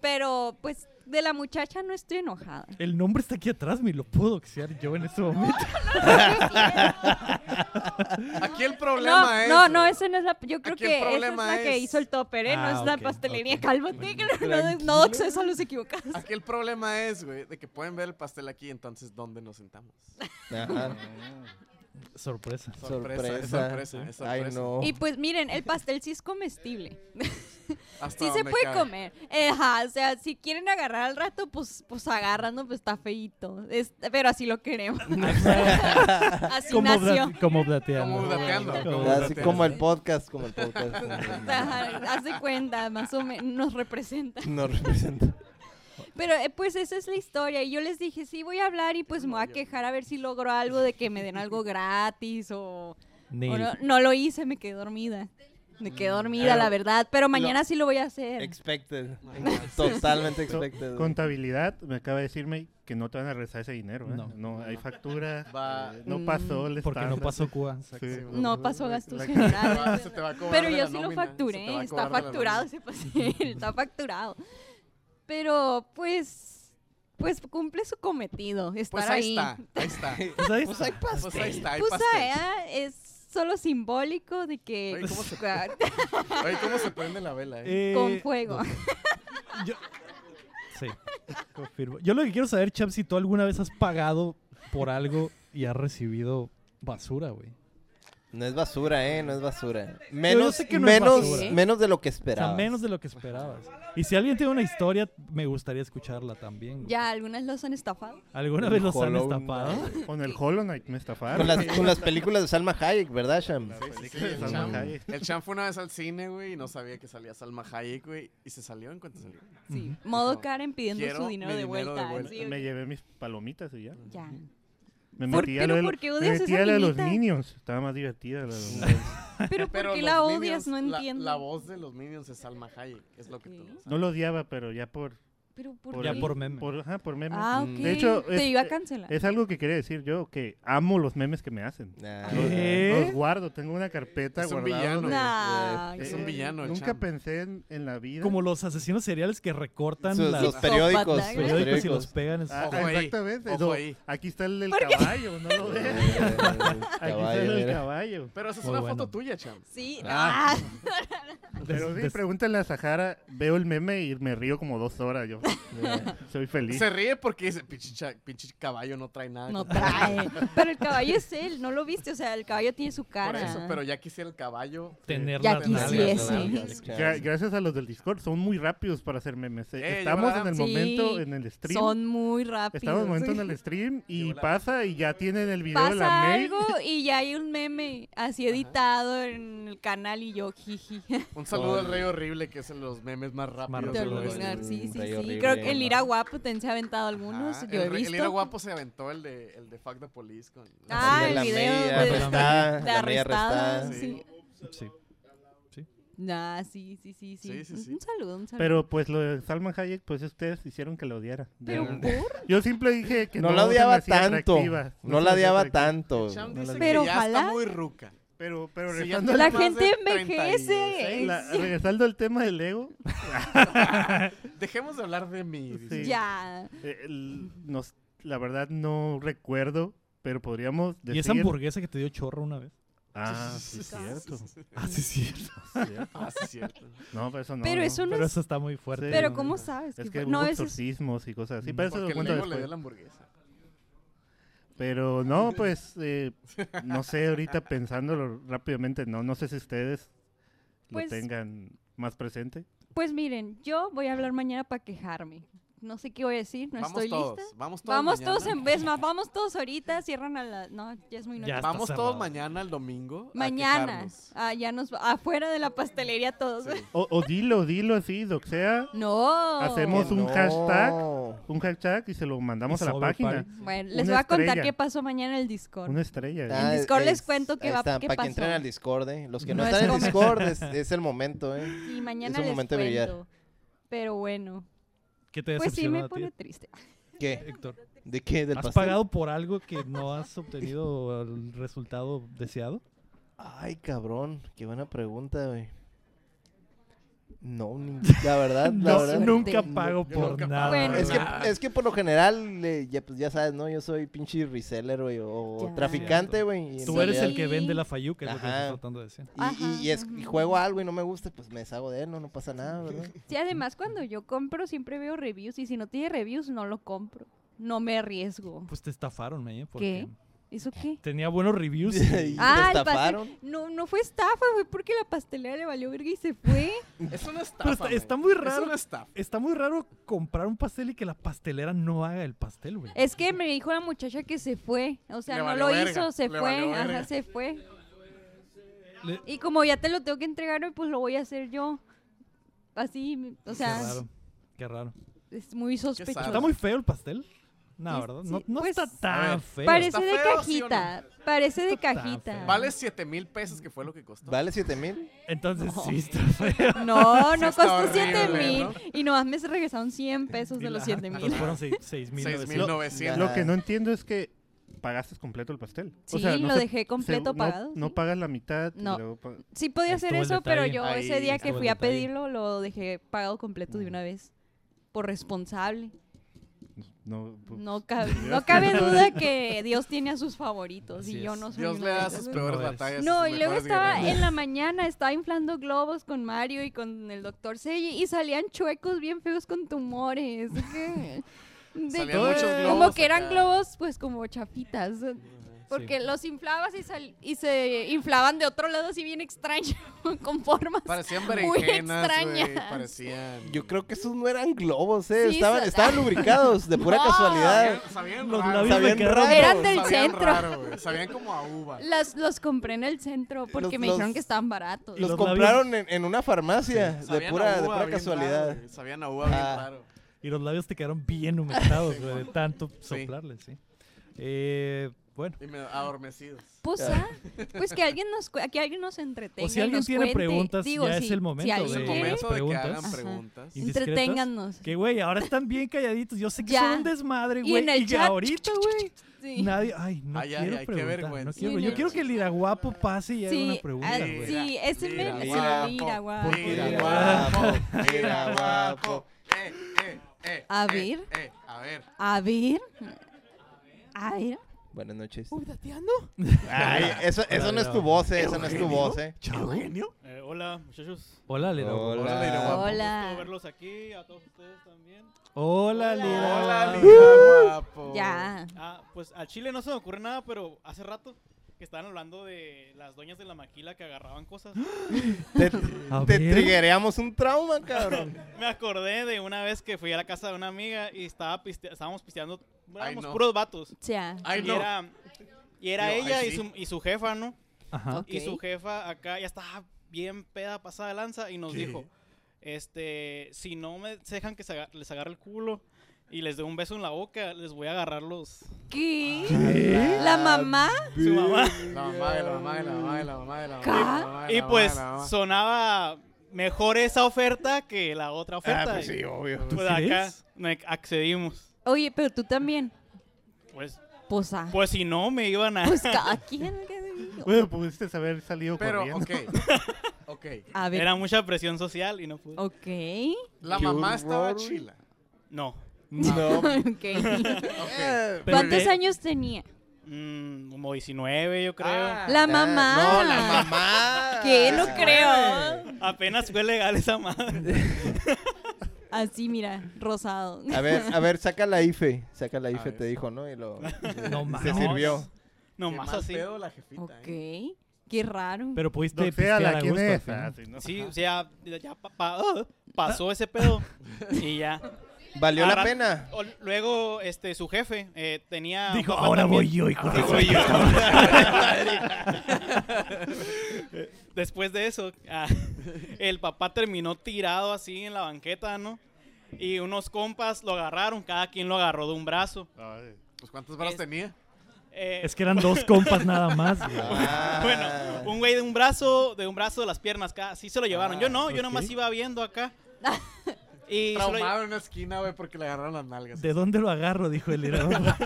Speaker 3: Pero pues de la muchacha no estoy enojada.
Speaker 1: El nombre está aquí atrás, me lo puedo doxear yo en este momento.
Speaker 2: Aquí el problema
Speaker 3: No,
Speaker 2: es.
Speaker 3: no, no,
Speaker 2: güey,
Speaker 3: esa no es la. Yo creo
Speaker 2: Aquí el
Speaker 3: que esa es
Speaker 2: problema
Speaker 3: la que
Speaker 2: es-
Speaker 3: hizo el topper, ¿eh? no
Speaker 1: Ah,
Speaker 3: es la
Speaker 1: ok,
Speaker 3: pastelería.
Speaker 1: ok.
Speaker 3: Cálmate, que no, no, no, acceso a los equivocados.
Speaker 2: Aquí el problema es, güey, de que pueden ver el pastel aquí, entonces, ¿dónde nos sentamos?
Speaker 4: Ajá.
Speaker 1: Sorpresa.
Speaker 2: Sorpresa, es
Speaker 4: Sorpresa. ¿eh?
Speaker 2: sorpresa, es sorpresa.
Speaker 4: Ay, no.
Speaker 3: Y pues miren, el pastel sí es comestible.
Speaker 2: Hasta
Speaker 3: Sí se
Speaker 2: donde
Speaker 3: puede
Speaker 2: cabe.
Speaker 3: comer. Eh, ajá, o sea, si quieren agarrar al rato, pues, pues agarran, ¿no? Pues está feíto. Es- pero así lo queremos. así
Speaker 1: Como,
Speaker 3: nació.
Speaker 1: bla- como plateando.
Speaker 2: Como plateando, como
Speaker 4: Así como el podcast, como el podcast.
Speaker 3: Ajá, Hace cuenta, más o menos, nos representa.
Speaker 4: No representa.
Speaker 3: Pero eh, pues esa es la historia. Y yo les dije, sí, voy a hablar y pues me voy a quejar a ver si logro algo de que me den algo gratis o,
Speaker 1: Nel.
Speaker 3: o no, no lo hice, me quedé dormida. Me quedé dormida,
Speaker 4: Pero
Speaker 3: la verdad. Pero mañana
Speaker 4: lo-
Speaker 3: sí lo voy a hacer.
Speaker 4: Expected. Totalmente
Speaker 5: So,
Speaker 4: expected.
Speaker 5: contabilidad me acaba de decirme que no te van a regresar ese dinero. ¿eh?
Speaker 1: No.
Speaker 5: No. hay factura.
Speaker 2: Va-
Speaker 5: eh,
Speaker 4: mm,
Speaker 5: no pasó el
Speaker 1: Porque no
Speaker 5: estándar.
Speaker 1: pasó Cuba.
Speaker 5: Sí.
Speaker 3: No pasó gastos
Speaker 5: La-
Speaker 4: Ah,
Speaker 3: generales.
Speaker 2: Se te va a cobrar
Speaker 3: Pero
Speaker 2: de
Speaker 3: yo
Speaker 2: la
Speaker 3: sí lo
Speaker 2: nómina, se te va
Speaker 3: facturé,
Speaker 2: a
Speaker 3: está
Speaker 2: cobrar de la
Speaker 3: facturado ese pastel, está facturado. Pero pues, pues cumple su cometido, estar
Speaker 2: Pues ahí
Speaker 3: ahí.
Speaker 2: está, ahí está.
Speaker 1: Pues ahí
Speaker 4: Pues
Speaker 1: está.
Speaker 4: hay pastel.
Speaker 2: Pues ahí está, hay
Speaker 3: Pues
Speaker 2: pastel.
Speaker 3: ah, es solo simbólico de que
Speaker 2: Oye, ¿cómo se- Oye, ¿cómo se prende la vela, eh?
Speaker 1: Eh,
Speaker 3: con fuego.
Speaker 1: Yo, sí, confirmo. Yo lo que quiero saber, Chap, si tú alguna vez has pagado por algo y has recibido basura, güey.
Speaker 4: No es basura, ¿eh? No es basura.
Speaker 1: yo
Speaker 4: Menos,
Speaker 1: sé que no es
Speaker 4: menos,
Speaker 1: basura.
Speaker 4: menos de lo que
Speaker 1: O sea,
Speaker 4: esperaba.
Speaker 1: menos de lo que esperabas. Y si alguien tiene una historia, me gustaría escucharla también. güey.
Speaker 3: Ya, algunas los han estafado.
Speaker 1: ¿Alguna vez los han estafado?
Speaker 5: Con el Hollow Knight me estafaron.
Speaker 4: Con las, con las películas de Salma Hayek, ¿verdad, Sham?
Speaker 2: El
Speaker 5: Salma
Speaker 2: Cham-
Speaker 5: Hayek.
Speaker 2: El Cham fue una vez al cine, güey, y no sabía que salía Salma Hayek, güey, y se salió en cuanto salió.
Speaker 3: Sí.
Speaker 2: Dijo,
Speaker 3: Modo Karen pidiendo
Speaker 2: "Quiero
Speaker 3: su dinero
Speaker 2: mi
Speaker 3: de vuelta. así,
Speaker 5: Me llevé mis palomitas y ya.
Speaker 3: ya.
Speaker 5: Me
Speaker 3: ¿Por-
Speaker 5: metí a
Speaker 3: pero
Speaker 5: lo de,
Speaker 3: por qué
Speaker 5: me
Speaker 3: odias
Speaker 5: metí
Speaker 3: esa
Speaker 5: a la de los
Speaker 3: niñita?
Speaker 5: niños. Estaba más divertida la de los niños.
Speaker 3: Pero ¿por qué
Speaker 2: los
Speaker 3: la odias? No
Speaker 2: Minions- la-
Speaker 3: entiendo.
Speaker 2: La, voz de los Minions es Salma Hayek, es lo que tú no sabes.
Speaker 5: No lo odiaba, pero ya por...
Speaker 3: Pero ¿por
Speaker 1: Ya
Speaker 5: el-
Speaker 1: por meme.
Speaker 5: Por, ajá, por meme.
Speaker 3: Ah,
Speaker 2: Mm.
Speaker 3: ok.
Speaker 5: De hecho,
Speaker 3: Te
Speaker 5: es-
Speaker 3: iba a cancelar.
Speaker 5: Es algo que quería decir yo, que amo los memes que me hacen.
Speaker 4: Nah.
Speaker 5: Los,
Speaker 1: ¿Qué?
Speaker 5: los guardo, tengo una carpeta
Speaker 2: Ah. Es un
Speaker 5: guardada.
Speaker 2: villano.
Speaker 3: Nah,
Speaker 2: Es un
Speaker 3: qué-
Speaker 2: villano el
Speaker 5: Nunca
Speaker 2: Cham.
Speaker 5: pensé en, en la vida.
Speaker 1: Como los asesinos seriales que recortan
Speaker 4: Sus-
Speaker 1: las-
Speaker 4: los
Speaker 1: los
Speaker 4: periódicos.
Speaker 3: Los
Speaker 4: los
Speaker 1: periódicos y los
Speaker 4: periódicos.
Speaker 1: pegan en su-
Speaker 5: Ah,
Speaker 2: Ojo ahí,
Speaker 5: exactamente.
Speaker 2: ojo
Speaker 5: No,
Speaker 2: ahí.
Speaker 5: aquí está el del caballo, no lo ves. Aquí está
Speaker 4: Caballo,
Speaker 5: el del
Speaker 4: mira.
Speaker 5: caballo.
Speaker 2: Pero esa es
Speaker 1: Muy
Speaker 2: una
Speaker 1: bueno.
Speaker 2: foto tuya, Cham.
Speaker 3: Sí,
Speaker 2: Ah.
Speaker 3: no.
Speaker 5: Pero
Speaker 1: des-
Speaker 5: sí,
Speaker 1: des-
Speaker 5: pregúntale a Sahara, veo el meme y me río como dos horas. Yo soy feliz.
Speaker 2: Se ríe porque dice, pinche, cha- pinche caballo no trae nada.
Speaker 3: No
Speaker 2: contra mí".
Speaker 3: trae. Pero el caballo es él, no lo viste. O sea, el caballo tiene su
Speaker 2: Por
Speaker 3: cara.
Speaker 2: eso, pero ya quisiera el caballo.
Speaker 1: tener
Speaker 3: Ya
Speaker 1: las nalgas.
Speaker 3: quisiese.
Speaker 5: Gra- gracias a los del Discord, son muy rápidos para hacer memes. Eh,
Speaker 2: Eh,
Speaker 5: Estamos
Speaker 2: lleva
Speaker 5: en el
Speaker 3: Sí,
Speaker 5: momento, en el stream.
Speaker 3: Son muy rápidos.
Speaker 5: Estamos en el momento en el stream y pasa y ya tienen el video de la
Speaker 3: Pasa
Speaker 5: May.
Speaker 3: algo y ya hay un meme así editado en el canal y yo, jiji.
Speaker 2: Un saludo al rey horrible, que es el de los mememes más rápidos.
Speaker 3: Te
Speaker 2: del
Speaker 3: lo
Speaker 2: oeste.
Speaker 3: lunar, Sí, sí,
Speaker 4: Rey
Speaker 3: sí.
Speaker 4: horrible,
Speaker 3: Creo que el
Speaker 4: ¿no?
Speaker 3: Ira Guapo te se ha aventado algunos.
Speaker 2: Ajá,
Speaker 3: Yo he
Speaker 2: el, rey-
Speaker 3: visto.
Speaker 2: El hilo guapo se aventó el de, el de Fuck the Police. Con...
Speaker 3: Ah, el video de-
Speaker 4: arrestada,
Speaker 3: de
Speaker 4: la media
Speaker 3: arrestado.
Speaker 4: arrestada.
Speaker 3: Sí.
Speaker 1: Sí.
Speaker 3: Ah, sí, sí, sí, sí.
Speaker 2: Sí, sí,
Speaker 3: Un-
Speaker 2: sí.
Speaker 3: Un saludo, un saludo.
Speaker 5: Pero pues lo de Salman Hayek, pues ustedes hicieron que la odiara.
Speaker 3: Pero
Speaker 5: Ya.
Speaker 3: por-
Speaker 5: Yo simple dije que no,
Speaker 4: No la
Speaker 5: se me
Speaker 4: odiaba
Speaker 5: hacía
Speaker 4: tanto.
Speaker 5: atractiva, se
Speaker 4: No la
Speaker 5: me hacía
Speaker 4: odiaba
Speaker 5: atractiva.
Speaker 4: tanto.
Speaker 2: Cham
Speaker 5: No la
Speaker 2: dice que
Speaker 3: Pero
Speaker 2: ya
Speaker 3: ojalá-
Speaker 2: está muy ruca.
Speaker 5: Pero, pero
Speaker 2: Sí, ya
Speaker 5: regresando,
Speaker 2: tiene
Speaker 5: al,
Speaker 3: La
Speaker 2: más de
Speaker 3: gente
Speaker 2: 30 y-
Speaker 3: envejece.
Speaker 5: la-
Speaker 3: Sí.
Speaker 5: regresando al tema del ego,
Speaker 2: Dejemos de hablar de mí. dice.
Speaker 5: Sí.
Speaker 3: Ya.
Speaker 5: eh, el- nos, la verdad no recuerdo, pero podríamos decir...
Speaker 1: Y esa hamburguesa que te dio chorro una vez.
Speaker 5: Ah, sí, cierto.
Speaker 1: Ah, sí, sí.
Speaker 5: cierto.
Speaker 2: Ah, sí, es cierto.
Speaker 5: No, pero eso no.
Speaker 3: Pero
Speaker 5: no.
Speaker 3: eso no
Speaker 1: Pero
Speaker 3: es.
Speaker 1: eso está muy fuerte.
Speaker 5: Sí.
Speaker 3: Pero ¿cómo sabes?
Speaker 5: Es
Speaker 3: fue-
Speaker 5: que
Speaker 3: no,
Speaker 5: hubo
Speaker 3: eso es-
Speaker 5: exorcismos y cosas así, pero eso
Speaker 2: Mm, Porque
Speaker 5: lo
Speaker 2: el
Speaker 5: cuento
Speaker 2: Lego le dio
Speaker 5: después.
Speaker 2: la hamburguesa.
Speaker 5: Pero no, pues, eh, no sé, ahorita pensándolo rápidamente, no, no sé si ustedes
Speaker 3: Pues-
Speaker 5: lo tengan más presente.
Speaker 3: Pues miren, yo voy a hablar mañana para quejarme. No sé qué voy a decir, no
Speaker 2: vamos
Speaker 3: estoy
Speaker 2: todos.
Speaker 3: lista.
Speaker 2: Vamos todos.
Speaker 3: Vamos
Speaker 2: mañana.
Speaker 3: todos en vez más, vamos todos ahorita, cierran a la... No, ya es muy noche.
Speaker 1: Ya está
Speaker 2: Vamos
Speaker 1: cerrado.
Speaker 2: todos mañana, el domingo. a
Speaker 3: Mañana,
Speaker 2: quejarnos.
Speaker 3: ah, ya nos afuera de la pastelería todos.
Speaker 2: Sí.
Speaker 5: O, o dilo, dilo así, doxea,
Speaker 3: No.
Speaker 5: Hacemos un hashtag. un hashtag y se lo mandamos
Speaker 1: Y
Speaker 5: a la
Speaker 1: sobre
Speaker 5: página.
Speaker 1: party.
Speaker 3: Bueno, les
Speaker 5: Una
Speaker 3: voy a contar
Speaker 5: estrella.
Speaker 3: qué pasó mañana en el Discord.
Speaker 5: Una estrella.
Speaker 4: Ah,
Speaker 5: ¿eh?
Speaker 3: En Discord les
Speaker 4: es-
Speaker 3: cuento qué
Speaker 4: ahí
Speaker 3: va-
Speaker 4: está,
Speaker 3: qué
Speaker 4: Para
Speaker 3: pasó.
Speaker 4: que entren al Discord, eh. Los que no,
Speaker 3: No es
Speaker 4: están en
Speaker 3: como-
Speaker 4: Discord, es, es el momento, eh.
Speaker 3: Y mañana
Speaker 4: un
Speaker 3: les
Speaker 4: momento de brillar.
Speaker 3: cuento. Pero bueno,
Speaker 1: ¿Qué te
Speaker 3: pues sí
Speaker 1: decepcionó
Speaker 3: me
Speaker 1: a ti,
Speaker 3: pone triste.
Speaker 11: Eh,
Speaker 4: ¿Qué?
Speaker 1: Héctor?
Speaker 4: ¿De qué? ¿Del
Speaker 1: ¿Has
Speaker 4: pastel?
Speaker 1: pagado por algo que no has obtenido el resultado deseado?
Speaker 4: Ay, cabrón. Qué buena pregunta, güey. No, ni- la verdad, la
Speaker 1: No,
Speaker 4: verdad.
Speaker 1: nunca
Speaker 4: no.
Speaker 1: pago
Speaker 2: Yo
Speaker 1: por
Speaker 2: nunca
Speaker 1: nada.
Speaker 2: pago.
Speaker 3: Bueno.
Speaker 4: Es que,
Speaker 2: Ah.
Speaker 4: es que por lo general, eh, ya, pues ya sabes, ¿no? Yo soy pinche reseller, güey, o
Speaker 3: Ya.
Speaker 4: traficante, güey. y en
Speaker 1: Tú eres el
Speaker 4: realidad-
Speaker 1: que vende la fayuca, es lo que
Speaker 4: Ajá.
Speaker 1: estás tratando de decir.
Speaker 4: Y, y- y es, y juego algo y no me gusta, pues me deshago de él, no, no pasa nada, ¿verdad?
Speaker 3: Sí, además cuando yo compro siempre veo reviews y si no tiene reviews no lo compro. No me arriesgo.
Speaker 1: Pues te estafaron, ¿eh? Porque
Speaker 3: ¿Eso qué?
Speaker 1: tenía buenos reviews.
Speaker 4: Y
Speaker 1: y-
Speaker 3: Ah,
Speaker 4: te
Speaker 3: el pastel.
Speaker 4: estafaron.
Speaker 3: No, no fue estafa, fue porque la pastelera le valió verga y se fue.
Speaker 2: Es una estafa.
Speaker 1: Pero está,
Speaker 2: güey.
Speaker 1: está muy
Speaker 2: Es
Speaker 1: raro.
Speaker 2: una estafa.
Speaker 1: Está muy raro comprar un pastel y que la pastelera no haga el pastel, güey.
Speaker 3: Es que me dijo la muchacha que se fue. O sea,
Speaker 2: Le
Speaker 3: no
Speaker 2: valió
Speaker 3: lo
Speaker 2: verga,
Speaker 3: hizo, se
Speaker 2: le
Speaker 3: fue.
Speaker 2: valió
Speaker 3: Ajá,
Speaker 2: verga.
Speaker 3: se fue.
Speaker 1: Le-
Speaker 3: Y como ya te lo tengo que entregar hoy, pues lo voy a hacer yo. Así, o
Speaker 1: Qué
Speaker 3: sea,
Speaker 1: raro. Qué raro.
Speaker 3: es muy sospechoso.
Speaker 1: Está muy feo el pastel. No,
Speaker 3: Sí,
Speaker 1: ¿verdad? No,
Speaker 3: sí,
Speaker 1: no
Speaker 3: pues,
Speaker 1: está tan
Speaker 2: a ver,
Speaker 1: feo.
Speaker 3: Parece
Speaker 2: ¿Está
Speaker 3: de
Speaker 2: feo, sí o no?
Speaker 3: cajita. Parece de
Speaker 1: Está tan
Speaker 3: cajita.
Speaker 1: feo.
Speaker 2: Vale 7 mil pesos, que fue lo que costó.
Speaker 4: ¿Vale 7 mil?
Speaker 1: Entonces sí está feo.
Speaker 3: No,
Speaker 2: Está
Speaker 3: no costó
Speaker 2: horrible,
Speaker 3: 7
Speaker 2: ¿no?
Speaker 3: mil. Y nomás me regresaron 100 pesos de
Speaker 1: Y
Speaker 3: los
Speaker 1: la-
Speaker 3: 7 mil.
Speaker 1: entonces Pues Fueron 6 mil.
Speaker 2: 6.900.
Speaker 5: Lo que no entiendo es que pagaste completo el pastel.
Speaker 3: Sí,
Speaker 5: no
Speaker 3: lo
Speaker 5: se-
Speaker 3: dejé completo
Speaker 5: no-
Speaker 3: pagado,
Speaker 5: No
Speaker 3: sí.
Speaker 5: pagas la mitad. y
Speaker 3: No.
Speaker 5: luego pa-
Speaker 3: Sí podía
Speaker 1: Ahí
Speaker 3: hacer
Speaker 1: pues, estuvo el
Speaker 3: eso, pero
Speaker 1: detalle.
Speaker 3: yo
Speaker 2: Ahí
Speaker 3: ese día que
Speaker 1: estuvo el
Speaker 3: fui a
Speaker 1: detalle.
Speaker 3: pedirlo lo dejé pagado completo
Speaker 1: Mm.
Speaker 3: de una vez. Por responsable.
Speaker 5: no, pues,
Speaker 3: No cabe,
Speaker 5: Dios.
Speaker 3: no cabe duda que Dios tiene a sus favoritos
Speaker 1: Así
Speaker 3: y yo
Speaker 1: es.
Speaker 3: no soy
Speaker 2: Dios
Speaker 3: una
Speaker 2: le
Speaker 3: de
Speaker 2: da
Speaker 3: esas.
Speaker 2: sus
Speaker 1: Tú no
Speaker 2: peores
Speaker 1: eres.
Speaker 2: batallas. a
Speaker 3: No,
Speaker 2: sus
Speaker 3: y luego
Speaker 2: mejores
Speaker 3: estaba
Speaker 2: guerreros.
Speaker 3: en la mañana, estaba inflando globos con Mario y con el doctor Seiji y salían chuecos bien feos con tumores. De-
Speaker 2: Salían muchos globos
Speaker 3: como que eran
Speaker 2: acá.
Speaker 3: globos, pues como chafitas. Porque los inflabas y, sal- y se inflaban de otro lado así bien extraño, con formas
Speaker 2: Parecían
Speaker 3: muy
Speaker 2: berenjenas, güey.
Speaker 3: extrañas.
Speaker 2: Parecían.
Speaker 4: Yo creo que esos no eran globos, ¿eh?
Speaker 3: Sí,
Speaker 4: estaban,
Speaker 3: son-
Speaker 4: estaban lubricados de pura
Speaker 3: No.
Speaker 4: casualidad.
Speaker 2: Sabían
Speaker 1: Los
Speaker 2: raro,
Speaker 1: labios
Speaker 4: Sabían
Speaker 1: de cada-
Speaker 4: raro.
Speaker 3: Eran del
Speaker 2: sabían
Speaker 3: centro.
Speaker 2: raro, güey, Sabían como a uva.
Speaker 3: Las, los compré en el centro porque
Speaker 4: Los-
Speaker 3: me
Speaker 4: los-
Speaker 3: dijeron que estaban baratos.
Speaker 4: Los
Speaker 1: los
Speaker 4: compraron en, en una farmacia de
Speaker 2: Sabían a
Speaker 4: pura, de
Speaker 2: uva
Speaker 4: pura
Speaker 2: bien
Speaker 4: casualidad.
Speaker 2: raro, güey, sabían a uva bien
Speaker 4: Ah.
Speaker 2: raro.
Speaker 1: Y los labios te quedaron bien humectados, güey, de tanto
Speaker 2: Sí.
Speaker 1: soplarles, sí. Eh, bueno.
Speaker 2: Y me adormecidos.
Speaker 3: Pues, ah, pues que alguien nos cu- que alguien nos entretenga.
Speaker 1: O si
Speaker 3: y
Speaker 1: alguien
Speaker 3: nos
Speaker 1: tiene
Speaker 3: cuente.
Speaker 1: preguntas,
Speaker 3: Digo,
Speaker 1: ya es
Speaker 3: si-
Speaker 1: el momento
Speaker 3: Si
Speaker 1: de-
Speaker 2: Es el
Speaker 3: alguien quiere,
Speaker 2: momento de que
Speaker 1: preguntas?
Speaker 2: hagan
Speaker 3: Ajá.
Speaker 2: preguntas.
Speaker 1: indiscretas.
Speaker 3: entreténganos.
Speaker 1: Que, güey, ahora están bien calladitos. Yo sé que
Speaker 3: Ya.
Speaker 1: son un desmadre,
Speaker 3: Y
Speaker 1: güey.
Speaker 3: en el
Speaker 1: Y, que
Speaker 3: chat,
Speaker 1: ahorita, güey,
Speaker 3: Sí.
Speaker 1: nadie... Ay, no
Speaker 2: Ay, ay,
Speaker 1: quiero
Speaker 2: ay, qué
Speaker 1: preguntar. no
Speaker 2: vergüenza.
Speaker 1: quiero-
Speaker 3: Sí,
Speaker 1: yo
Speaker 3: no.
Speaker 1: quiero que el iraguapo pase y haga una
Speaker 3: Sí, ah,
Speaker 1: pregunta,
Speaker 2: sí.
Speaker 1: güey.
Speaker 3: sí, es el
Speaker 2: Mira,
Speaker 3: mira,
Speaker 4: guapo,
Speaker 3: guapo.
Speaker 1: porque
Speaker 2: Mira
Speaker 1: Mira.
Speaker 2: guapo, mira guapo. Eh, eh, eh,
Speaker 3: A
Speaker 2: eh,
Speaker 3: ver.
Speaker 2: eh, a ver.
Speaker 3: A ver. A ver.
Speaker 4: Buenas noches.
Speaker 12: Uy, dateando.
Speaker 4: Ay, eso, eso no es tu voz, eh, eso no es tu voz, eh.
Speaker 2: ¿Eugenio?
Speaker 12: Eh, hola, muchachos.
Speaker 1: Hola, Liraguapo.
Speaker 4: Hola.
Speaker 2: Hola, Liraguapo.
Speaker 12: Gusto
Speaker 3: Hola.
Speaker 12: verlos aquí, a todos ustedes también.
Speaker 1: Hola,
Speaker 2: Hola,
Speaker 1: Liraguapo.
Speaker 2: Liraguapo.
Speaker 3: Ya.
Speaker 12: Ah, pues al Chile no se me ocurre nada, pero hace rato que estaban hablando de las doñas de la maquila que agarraban cosas.
Speaker 4: Te,
Speaker 1: A
Speaker 4: te
Speaker 1: ver.
Speaker 4: triggereamos un trauma, cabrón.
Speaker 12: me acordé de una vez que fui a la casa de una amiga y estaba piste- estábamos pisteando, éramos
Speaker 2: no.
Speaker 12: puros vatos.
Speaker 3: Ya.
Speaker 2: Ay,
Speaker 12: y
Speaker 2: no.
Speaker 12: era, y era
Speaker 2: Digo, ay,
Speaker 12: ella
Speaker 2: sí.
Speaker 12: y, su, y su jefa, ¿no?
Speaker 1: Ajá.
Speaker 3: Ok.
Speaker 12: Y su jefa acá ya estaba bien peda, pasada de lanza, y nos
Speaker 2: ¿Qué?
Speaker 12: dijo, este, si no me se dejan que se aga- les agarre el culo y les dé un beso en la boca, les voy a agarrar los...
Speaker 3: ¿Qué?
Speaker 4: ¿Qué?
Speaker 3: ¿La mamá?
Speaker 12: Su mamá.
Speaker 2: La mamá de la mamá de la mamá de la mamá de la mamá. de
Speaker 3: Ca-
Speaker 2: la mamá de la
Speaker 12: Y
Speaker 2: mamá
Speaker 12: pues
Speaker 2: de la mamá.
Speaker 12: sonaba mejor esa oferta que la otra oferta.
Speaker 4: Ah, pues sí,
Speaker 12: y
Speaker 4: obvio.
Speaker 12: pues,
Speaker 1: ¿Tú
Speaker 12: acá
Speaker 1: crees?
Speaker 12: me accedimos.
Speaker 3: Oye, pero tú también.
Speaker 12: Pues,
Speaker 3: Pues, ah,
Speaker 12: pues si no, me
Speaker 1: ah.
Speaker 12: iban a...
Speaker 3: pues cada quien. ¿qué digo?
Speaker 4: Pues
Speaker 1: pues.
Speaker 5: Bueno, pudiste haber salido
Speaker 2: Pero,
Speaker 5: corriendo.
Speaker 2: ok. Ok.
Speaker 3: A ver.
Speaker 12: Era mucha presión social y no pude.
Speaker 3: Ok.
Speaker 2: La
Speaker 4: Qué
Speaker 2: mamá estaba
Speaker 4: horror.
Speaker 2: chila.
Speaker 12: No.
Speaker 4: No.
Speaker 3: Ok.
Speaker 2: Ok.
Speaker 3: ¿Cuántos años tenía?
Speaker 12: Mm, como 19, yo creo.
Speaker 2: Ah,
Speaker 3: La
Speaker 4: Ah,
Speaker 3: mamá.
Speaker 4: No, la mamá.
Speaker 3: ¿Qué? No creo.
Speaker 12: Apenas fue legal esa madre.
Speaker 3: Así, mira, rosado.
Speaker 4: A ver, a ver, saca la IFE. Saca la IFE,
Speaker 2: ver.
Speaker 4: te dijo, ¿no? Y lo,
Speaker 1: No
Speaker 4: se
Speaker 1: mames.
Speaker 4: sirvió.
Speaker 12: No
Speaker 2: qué
Speaker 12: más
Speaker 2: mal
Speaker 12: así.
Speaker 2: pedo la jefita,
Speaker 3: Ok.
Speaker 2: ¿eh?
Speaker 3: Qué raro.
Speaker 1: Pero pudiste pistear
Speaker 5: Doxéala,
Speaker 1: a
Speaker 5: ¿quién
Speaker 1: gusto al
Speaker 5: es?
Speaker 1: final.
Speaker 5: Ah, sí, ¿no?
Speaker 12: Sí, o sea, ya pa- pa- ah, pasó ese pedo y ya.
Speaker 4: ¿Valió la
Speaker 12: Ahora-
Speaker 4: pena?
Speaker 12: O- Luego, este, su jefe eh, tenía... un
Speaker 1: Dijo,
Speaker 12: papá
Speaker 1: ahora
Speaker 12: también".
Speaker 1: voy yo, hijo de
Speaker 12: Ahora
Speaker 1: su
Speaker 12: voy yo. Después de eso, ah, el papá terminó tirado así en la banqueta, ¿no? Y unos compas lo agarraron, cada quien lo agarró de un brazo.
Speaker 5: Ay.
Speaker 2: Pues cuántos brazos
Speaker 12: Es-
Speaker 2: tenía.
Speaker 12: Eh,
Speaker 1: Es que eran dos compas nada más, güey.
Speaker 4: Ah.
Speaker 12: Bueno, un güey de un brazo, de un brazo de las piernas, acá, sí se lo llevaron. Yo no, yo nomás
Speaker 1: ok.
Speaker 12: iba viendo acá. Y se lo-
Speaker 2: Traumado en una esquina, güey, porque le agarraron las nalgas.
Speaker 1: ¿De dónde lo agarro? Dijo el Liraguapo.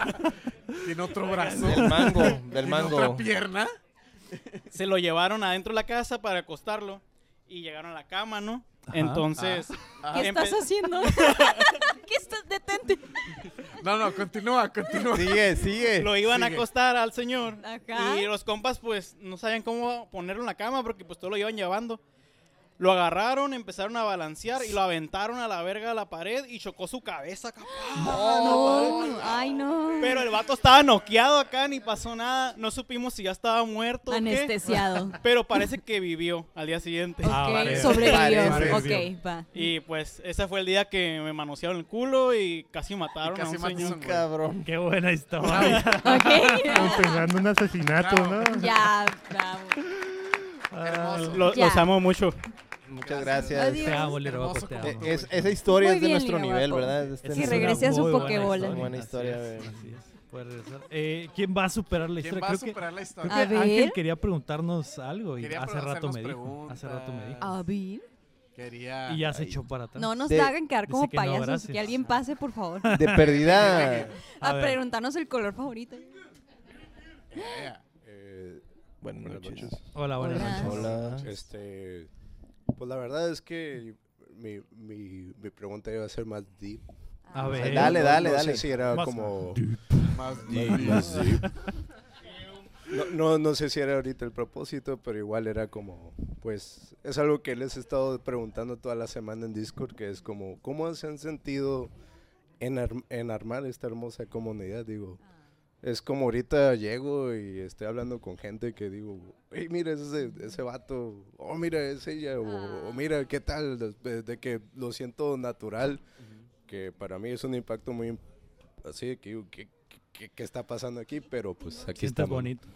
Speaker 2: Tiene otro brazo.
Speaker 4: Del mango, del
Speaker 2: Tiene otra
Speaker 4: mango.
Speaker 2: pierna.
Speaker 12: se lo llevaron adentro de la casa para acostarlo y llegaron a la cama, ¿no?
Speaker 1: Ajá.
Speaker 12: Entonces,
Speaker 4: Ah.
Speaker 3: ¿Qué
Speaker 12: empe-
Speaker 3: estás haciendo? ¿Qué estás? Detente.
Speaker 2: No, no, continúa, continúa.
Speaker 4: Sigue, sigue.
Speaker 12: lo iban
Speaker 2: Sigue.
Speaker 12: a acostar al señor
Speaker 3: Ajá.
Speaker 12: y los compas pues no sabían cómo ponerlo en la cama porque pues todo lo iban llevando. Lo agarraron, empezaron a balancear y lo aventaron a la verga de la pared y chocó su cabeza. acá.
Speaker 3: No. Ay, no.
Speaker 12: Pero el vato estaba noqueado acá, ni pasó nada. No supimos si ya estaba muerto. o qué.
Speaker 3: Anestesiado.
Speaker 12: Pero parece que vivió al día siguiente.
Speaker 1: Ah,
Speaker 3: ok,
Speaker 1: vale.
Speaker 3: sobrevivió.
Speaker 4: Parece.
Speaker 3: Ok, va.
Speaker 12: Y pues ese fue el día que me manosearon el culo y casi mataron
Speaker 2: casi
Speaker 12: a un
Speaker 2: matas a
Speaker 12: señor.
Speaker 2: un
Speaker 4: Cabrón.
Speaker 1: Qué buena historia.
Speaker 3: Ah, Ok.
Speaker 5: Confesando un asesinato,
Speaker 2: Bravo.
Speaker 5: ¿no?
Speaker 3: ya, bravo.
Speaker 2: Hermoso.
Speaker 12: Lo-
Speaker 3: Ya.
Speaker 12: los amo mucho.
Speaker 4: Muchas
Speaker 2: Gracias.
Speaker 4: gracias.
Speaker 3: Adiós.
Speaker 1: Te amo, Liraguapo,
Speaker 2: Hermoso
Speaker 1: te amo.
Speaker 2: como
Speaker 4: Eh,
Speaker 2: tú,
Speaker 4: es-
Speaker 2: güey.
Speaker 4: esa historia
Speaker 3: Muy
Speaker 4: es de
Speaker 3: bien,
Speaker 4: nuestro
Speaker 3: Lira
Speaker 4: nivel,
Speaker 3: Guapo.
Speaker 4: ¿verdad? Este
Speaker 1: Esa
Speaker 3: Que
Speaker 1: es
Speaker 4: es
Speaker 1: una
Speaker 3: regrese a su
Speaker 1: muy buena
Speaker 3: pokebola.
Speaker 1: historia.
Speaker 4: Buena historia,
Speaker 1: Así es,
Speaker 4: güey.
Speaker 1: así es. Puede regresar. Eh, ¿Quién va a superar la
Speaker 2: ¿Quién
Speaker 1: historia?
Speaker 2: va a
Speaker 1: Creo que,
Speaker 2: superar la
Speaker 1: creo
Speaker 2: historia?
Speaker 1: que
Speaker 3: A ver.
Speaker 1: Ángel quería preguntarnos algo y
Speaker 2: Quería
Speaker 1: hace rato
Speaker 2: hacernos
Speaker 1: me dijo.
Speaker 2: preguntas.
Speaker 1: Hace rato me dijo.
Speaker 3: A ver.
Speaker 2: Quería.
Speaker 1: Y ya se
Speaker 4: Ay.
Speaker 1: echó para atrás.
Speaker 3: No nos
Speaker 4: De-
Speaker 3: hagan quedar
Speaker 1: dice
Speaker 3: como
Speaker 1: que no,
Speaker 3: payasos.
Speaker 1: gracias.
Speaker 3: que alguien pase, por favor.
Speaker 4: De perdida.
Speaker 1: A
Speaker 3: A,
Speaker 1: ver.
Speaker 3: preguntarnos el color favorito.
Speaker 2: Ya,
Speaker 4: Buenas noches.
Speaker 1: Hola, buenas
Speaker 3: Hola.
Speaker 1: noches.
Speaker 4: Hola.
Speaker 13: Este, pues la verdad es que mi, mi, mi pregunta iba a ser más deep.
Speaker 1: A ver.
Speaker 4: Dale,
Speaker 13: No-
Speaker 4: dale,
Speaker 13: no
Speaker 4: dale.
Speaker 13: Sé si era
Speaker 1: Más-
Speaker 13: como
Speaker 2: ya. Más
Speaker 13: más deep. No, no, no sé si era ahorita el propósito, pero igual era como, pues, es algo que les he estado preguntando toda la semana en Discord, que es como, ¿cómo se han sentido en, ar- en armar esta hermosa comunidad? Digo, Es como ahorita llego y estoy hablando con gente que digo, hey, mira, es ese, este, ese vato, oh, mira, es ella, o,
Speaker 3: Ah.
Speaker 13: "Oh, mira, ¿qué tal? De, de que lo siento natural, que para mí es un impacto muy, imp- así, de que digo, ¿qué, qué- qué- qué está pasando aquí? Pero pues aquí
Speaker 1: Siento
Speaker 13: estamos.
Speaker 1: bonito.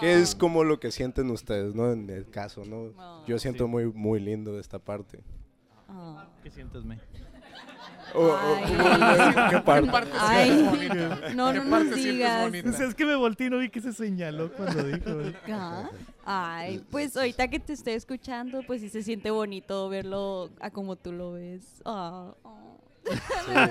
Speaker 13: Que es
Speaker 3: Oh.
Speaker 13: como lo que sienten ustedes, ¿no? En el caso, ¿no? Yo siento muy, muy lindo esta parte.
Speaker 1: ¿Qué sientes, me?
Speaker 4: Oh,
Speaker 13: O- o-
Speaker 1: Ay.
Speaker 13: ¿Qué parte?
Speaker 3: Ay, no, no nos digas.
Speaker 1: Pues es que me volteé y no vi que se señaló cuando dijo.
Speaker 3: Ajá. Ay, pues ahorita que te estoy escuchando, pues sí se siente bonito verlo a como tú lo ves. Ah, oh.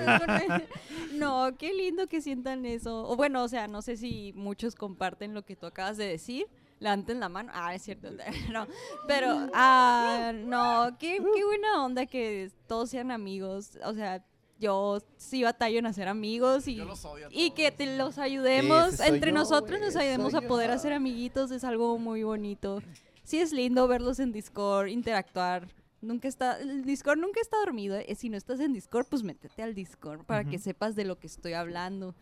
Speaker 3: no, qué lindo que sientan eso. O bueno, o sea, no sé si muchos comparten lo que tú acabas de decir. Levanten la mano. Ah, es cierto. No, pero, ah, no, qué, qué buena onda que todos sean amigos. O sea, yo sí batallo en hacer amigos y, y que te los ayudemos.
Speaker 11: Ese soy
Speaker 3: Entre
Speaker 11: yo,
Speaker 3: nosotros
Speaker 11: güey,
Speaker 3: nos
Speaker 11: soy
Speaker 3: ayudemos a
Speaker 11: yo.
Speaker 3: poder hacer amiguitos. Es algo muy bonito. Sí es lindo verlos en Discord, interactuar. Nunca está, el Discord nunca está dormido. eh. Si no estás en Discord, pues métete al Discord para que
Speaker 11: Ujú.
Speaker 3: sepas de lo que estoy hablando.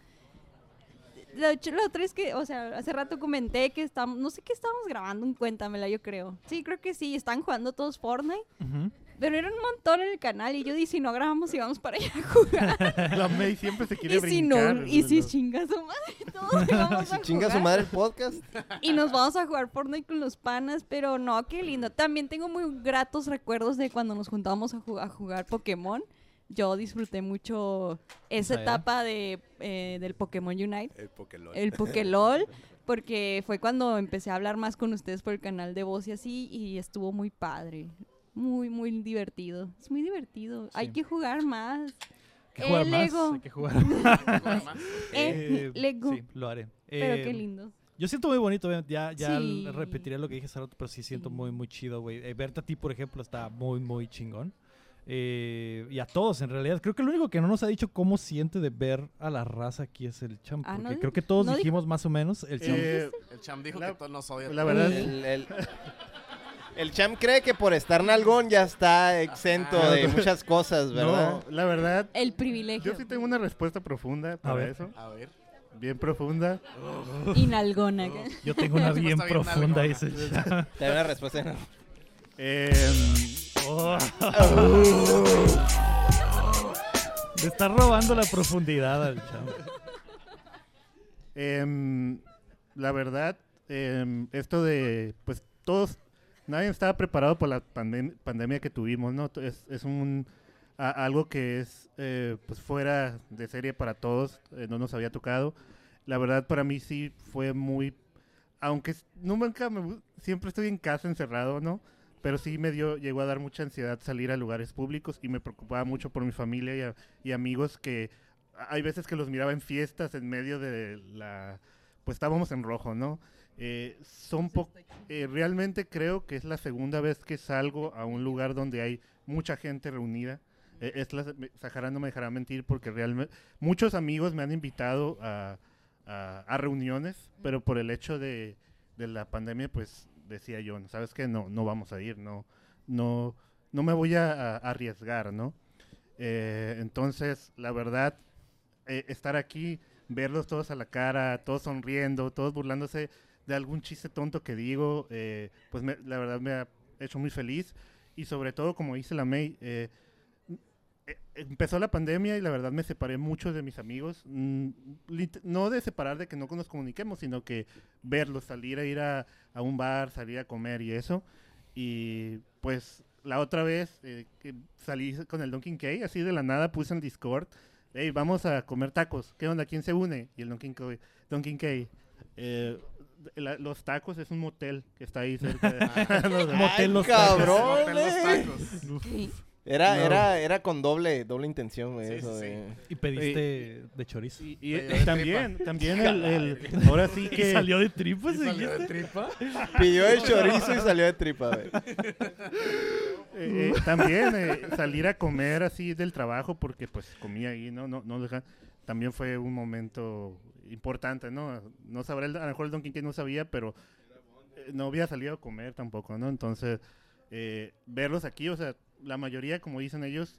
Speaker 3: Lo, ch- lo otro es que, o sea, hace rato comenté que estamos, no sé qué estábamos grabando, un cuéntamela, yo creo. Sí, creo que sí, están jugando todos Fortnite. Pero era un montón en el canal y yo dije, si no grabamos, íbamos para allá a jugar.
Speaker 5: La May siempre se quiere
Speaker 3: y si
Speaker 5: brincar.
Speaker 3: no, y si chingas su madre, todos íbamos a
Speaker 4: Chinga su
Speaker 3: jugar.
Speaker 4: madre el podcast.
Speaker 3: Y nos vamos a jugar Fortnite con los panas, pero no, qué lindo. También tengo muy gratos recuerdos de cuando nos juntábamos a, ju- a jugar Pokémon. Yo disfruté mucho esa
Speaker 11: Esa era.
Speaker 3: etapa de, eh, del Pokémon Unite.
Speaker 13: El Pokélol.
Speaker 3: El Pokélol, porque fue cuando empecé a hablar más con ustedes por el canal de voz y así, y estuvo muy padre. Muy, muy divertido. Es muy divertido. Hay que jugar más.
Speaker 1: Hay que jugar
Speaker 3: Eh,
Speaker 1: más,
Speaker 3: Lego.
Speaker 1: hay que jugar. Hay que jugar más.
Speaker 3: Eh,
Speaker 1: Eh,
Speaker 3: Lego.
Speaker 1: Sí, lo haré.
Speaker 3: Pero
Speaker 1: Eh,
Speaker 3: qué lindo.
Speaker 1: Yo siento muy bonito, obviamente, ya, ya
Speaker 3: Sí.
Speaker 1: l- repetiré lo que dije hace rato, pero sí siento muy, muy chido, güey. Eh, verte a ti, por ejemplo, está muy, muy chingón. Eh, y a todos, en realidad. Creo que lo único que no nos ha dicho cómo siente de ver a la raza aquí es el champ.
Speaker 2: Ah, ¿no
Speaker 1: porque
Speaker 2: dijo?
Speaker 1: creo que todos
Speaker 2: ¿No dijo? Eh,
Speaker 1: dijimos más o menos el champ.
Speaker 2: El cham dijo que todos nos odian.
Speaker 4: La verdad. El, el- el Cham cree que por estar nalgón ya está exento de muchas cosas, ¿verdad?
Speaker 5: Ah, No, la verdad.
Speaker 3: El privilegio.
Speaker 5: Yo sí tengo una respuesta profunda para
Speaker 1: ver.
Speaker 5: eso.
Speaker 2: A ver.
Speaker 5: Bien profunda.
Speaker 3: Inalgona.
Speaker 1: Yo tengo una bien profunda, dice el champ.
Speaker 4: Te da una respuesta. ¿no?
Speaker 1: Eh, Le está robando la profundidad al champ.
Speaker 5: Em, la verdad, em, esto de, pues todos, nadie estaba preparado por la pandem- pandemia que tuvimos, ¿no? Es, es un, a- algo que es, eh, pues fuera de serie para todos, eh, no nos había tocado. La verdad, para mí sí fue muy, aunque s- nunca me, gu- siempre estoy en casa encerrado, ¿no? Pero sí me dio, llegó a dar mucha ansiedad salir a lugares públicos y me preocupaba mucho por mi familia y, a- y amigos que hay veces que los miraba en fiestas en medio de la pues estábamos en rojo no Eh, son po- eh, realmente creo que es la segunda vez que salgo a un lugar donde hay mucha gente reunida Eh, es la, me- Sahara no me dejará mentir porque realmente muchos amigos me han invitado a, a- a reuniones pero por el hecho de, de la pandemia pues decía yo sabes qué? no no vamos a ir no no no me voy a- a arriesgar no eh, entonces, la verdad, eh, estar aquí, verlos todos a la cara, todos sonriendo, todos burlándose de algún chiste tonto que digo, eh, pues me- la verdad me ha hecho muy feliz. Y sobre todo, como dice la May, eh, eh, empezó la pandemia y la verdad me separé mucho de mis amigos. Mm, lit- No de separar de que no nos comuniquemos, sino que verlos, salir a ir a, a un bar, salir a comer y eso. Y pues la otra vez eh, que salí con el Donkey Kong, así de la nada puse en Discord, hey, vamos a comer tacos, ¿qué onda? ¿Quién se une? Y el Donkey Kong, Donkey Kong, eh, la- los tacos es un motel que está ahí cerca. de- Ah, No, no.
Speaker 4: Ay, cabrón, eh. Era,
Speaker 5: No.
Speaker 4: era, era con doble, doble intención, güey.
Speaker 5: Sí,
Speaker 4: eso
Speaker 5: sí,
Speaker 4: de-
Speaker 1: Y pediste de chorizo.
Speaker 5: Y, y- y también, también el, el- ahora sí que...
Speaker 1: ¿Y salió de tripa,
Speaker 5: ¿Y salió
Speaker 1: dijiste?
Speaker 5: de tripa?
Speaker 4: Pidió el chorizo y salió de tripa, güey.
Speaker 5: Eh, eh, también eh, salir a comer así del trabajo porque pues comía ahí, ¿no? No, no deja- También fue un momento importante, ¿no? No sabrá, el- a lo mejor el Don Quijote no sabía, pero eh, no había salido a comer tampoco, ¿no? Entonces, eh, verlos aquí, o sea, la mayoría, como dicen ellos,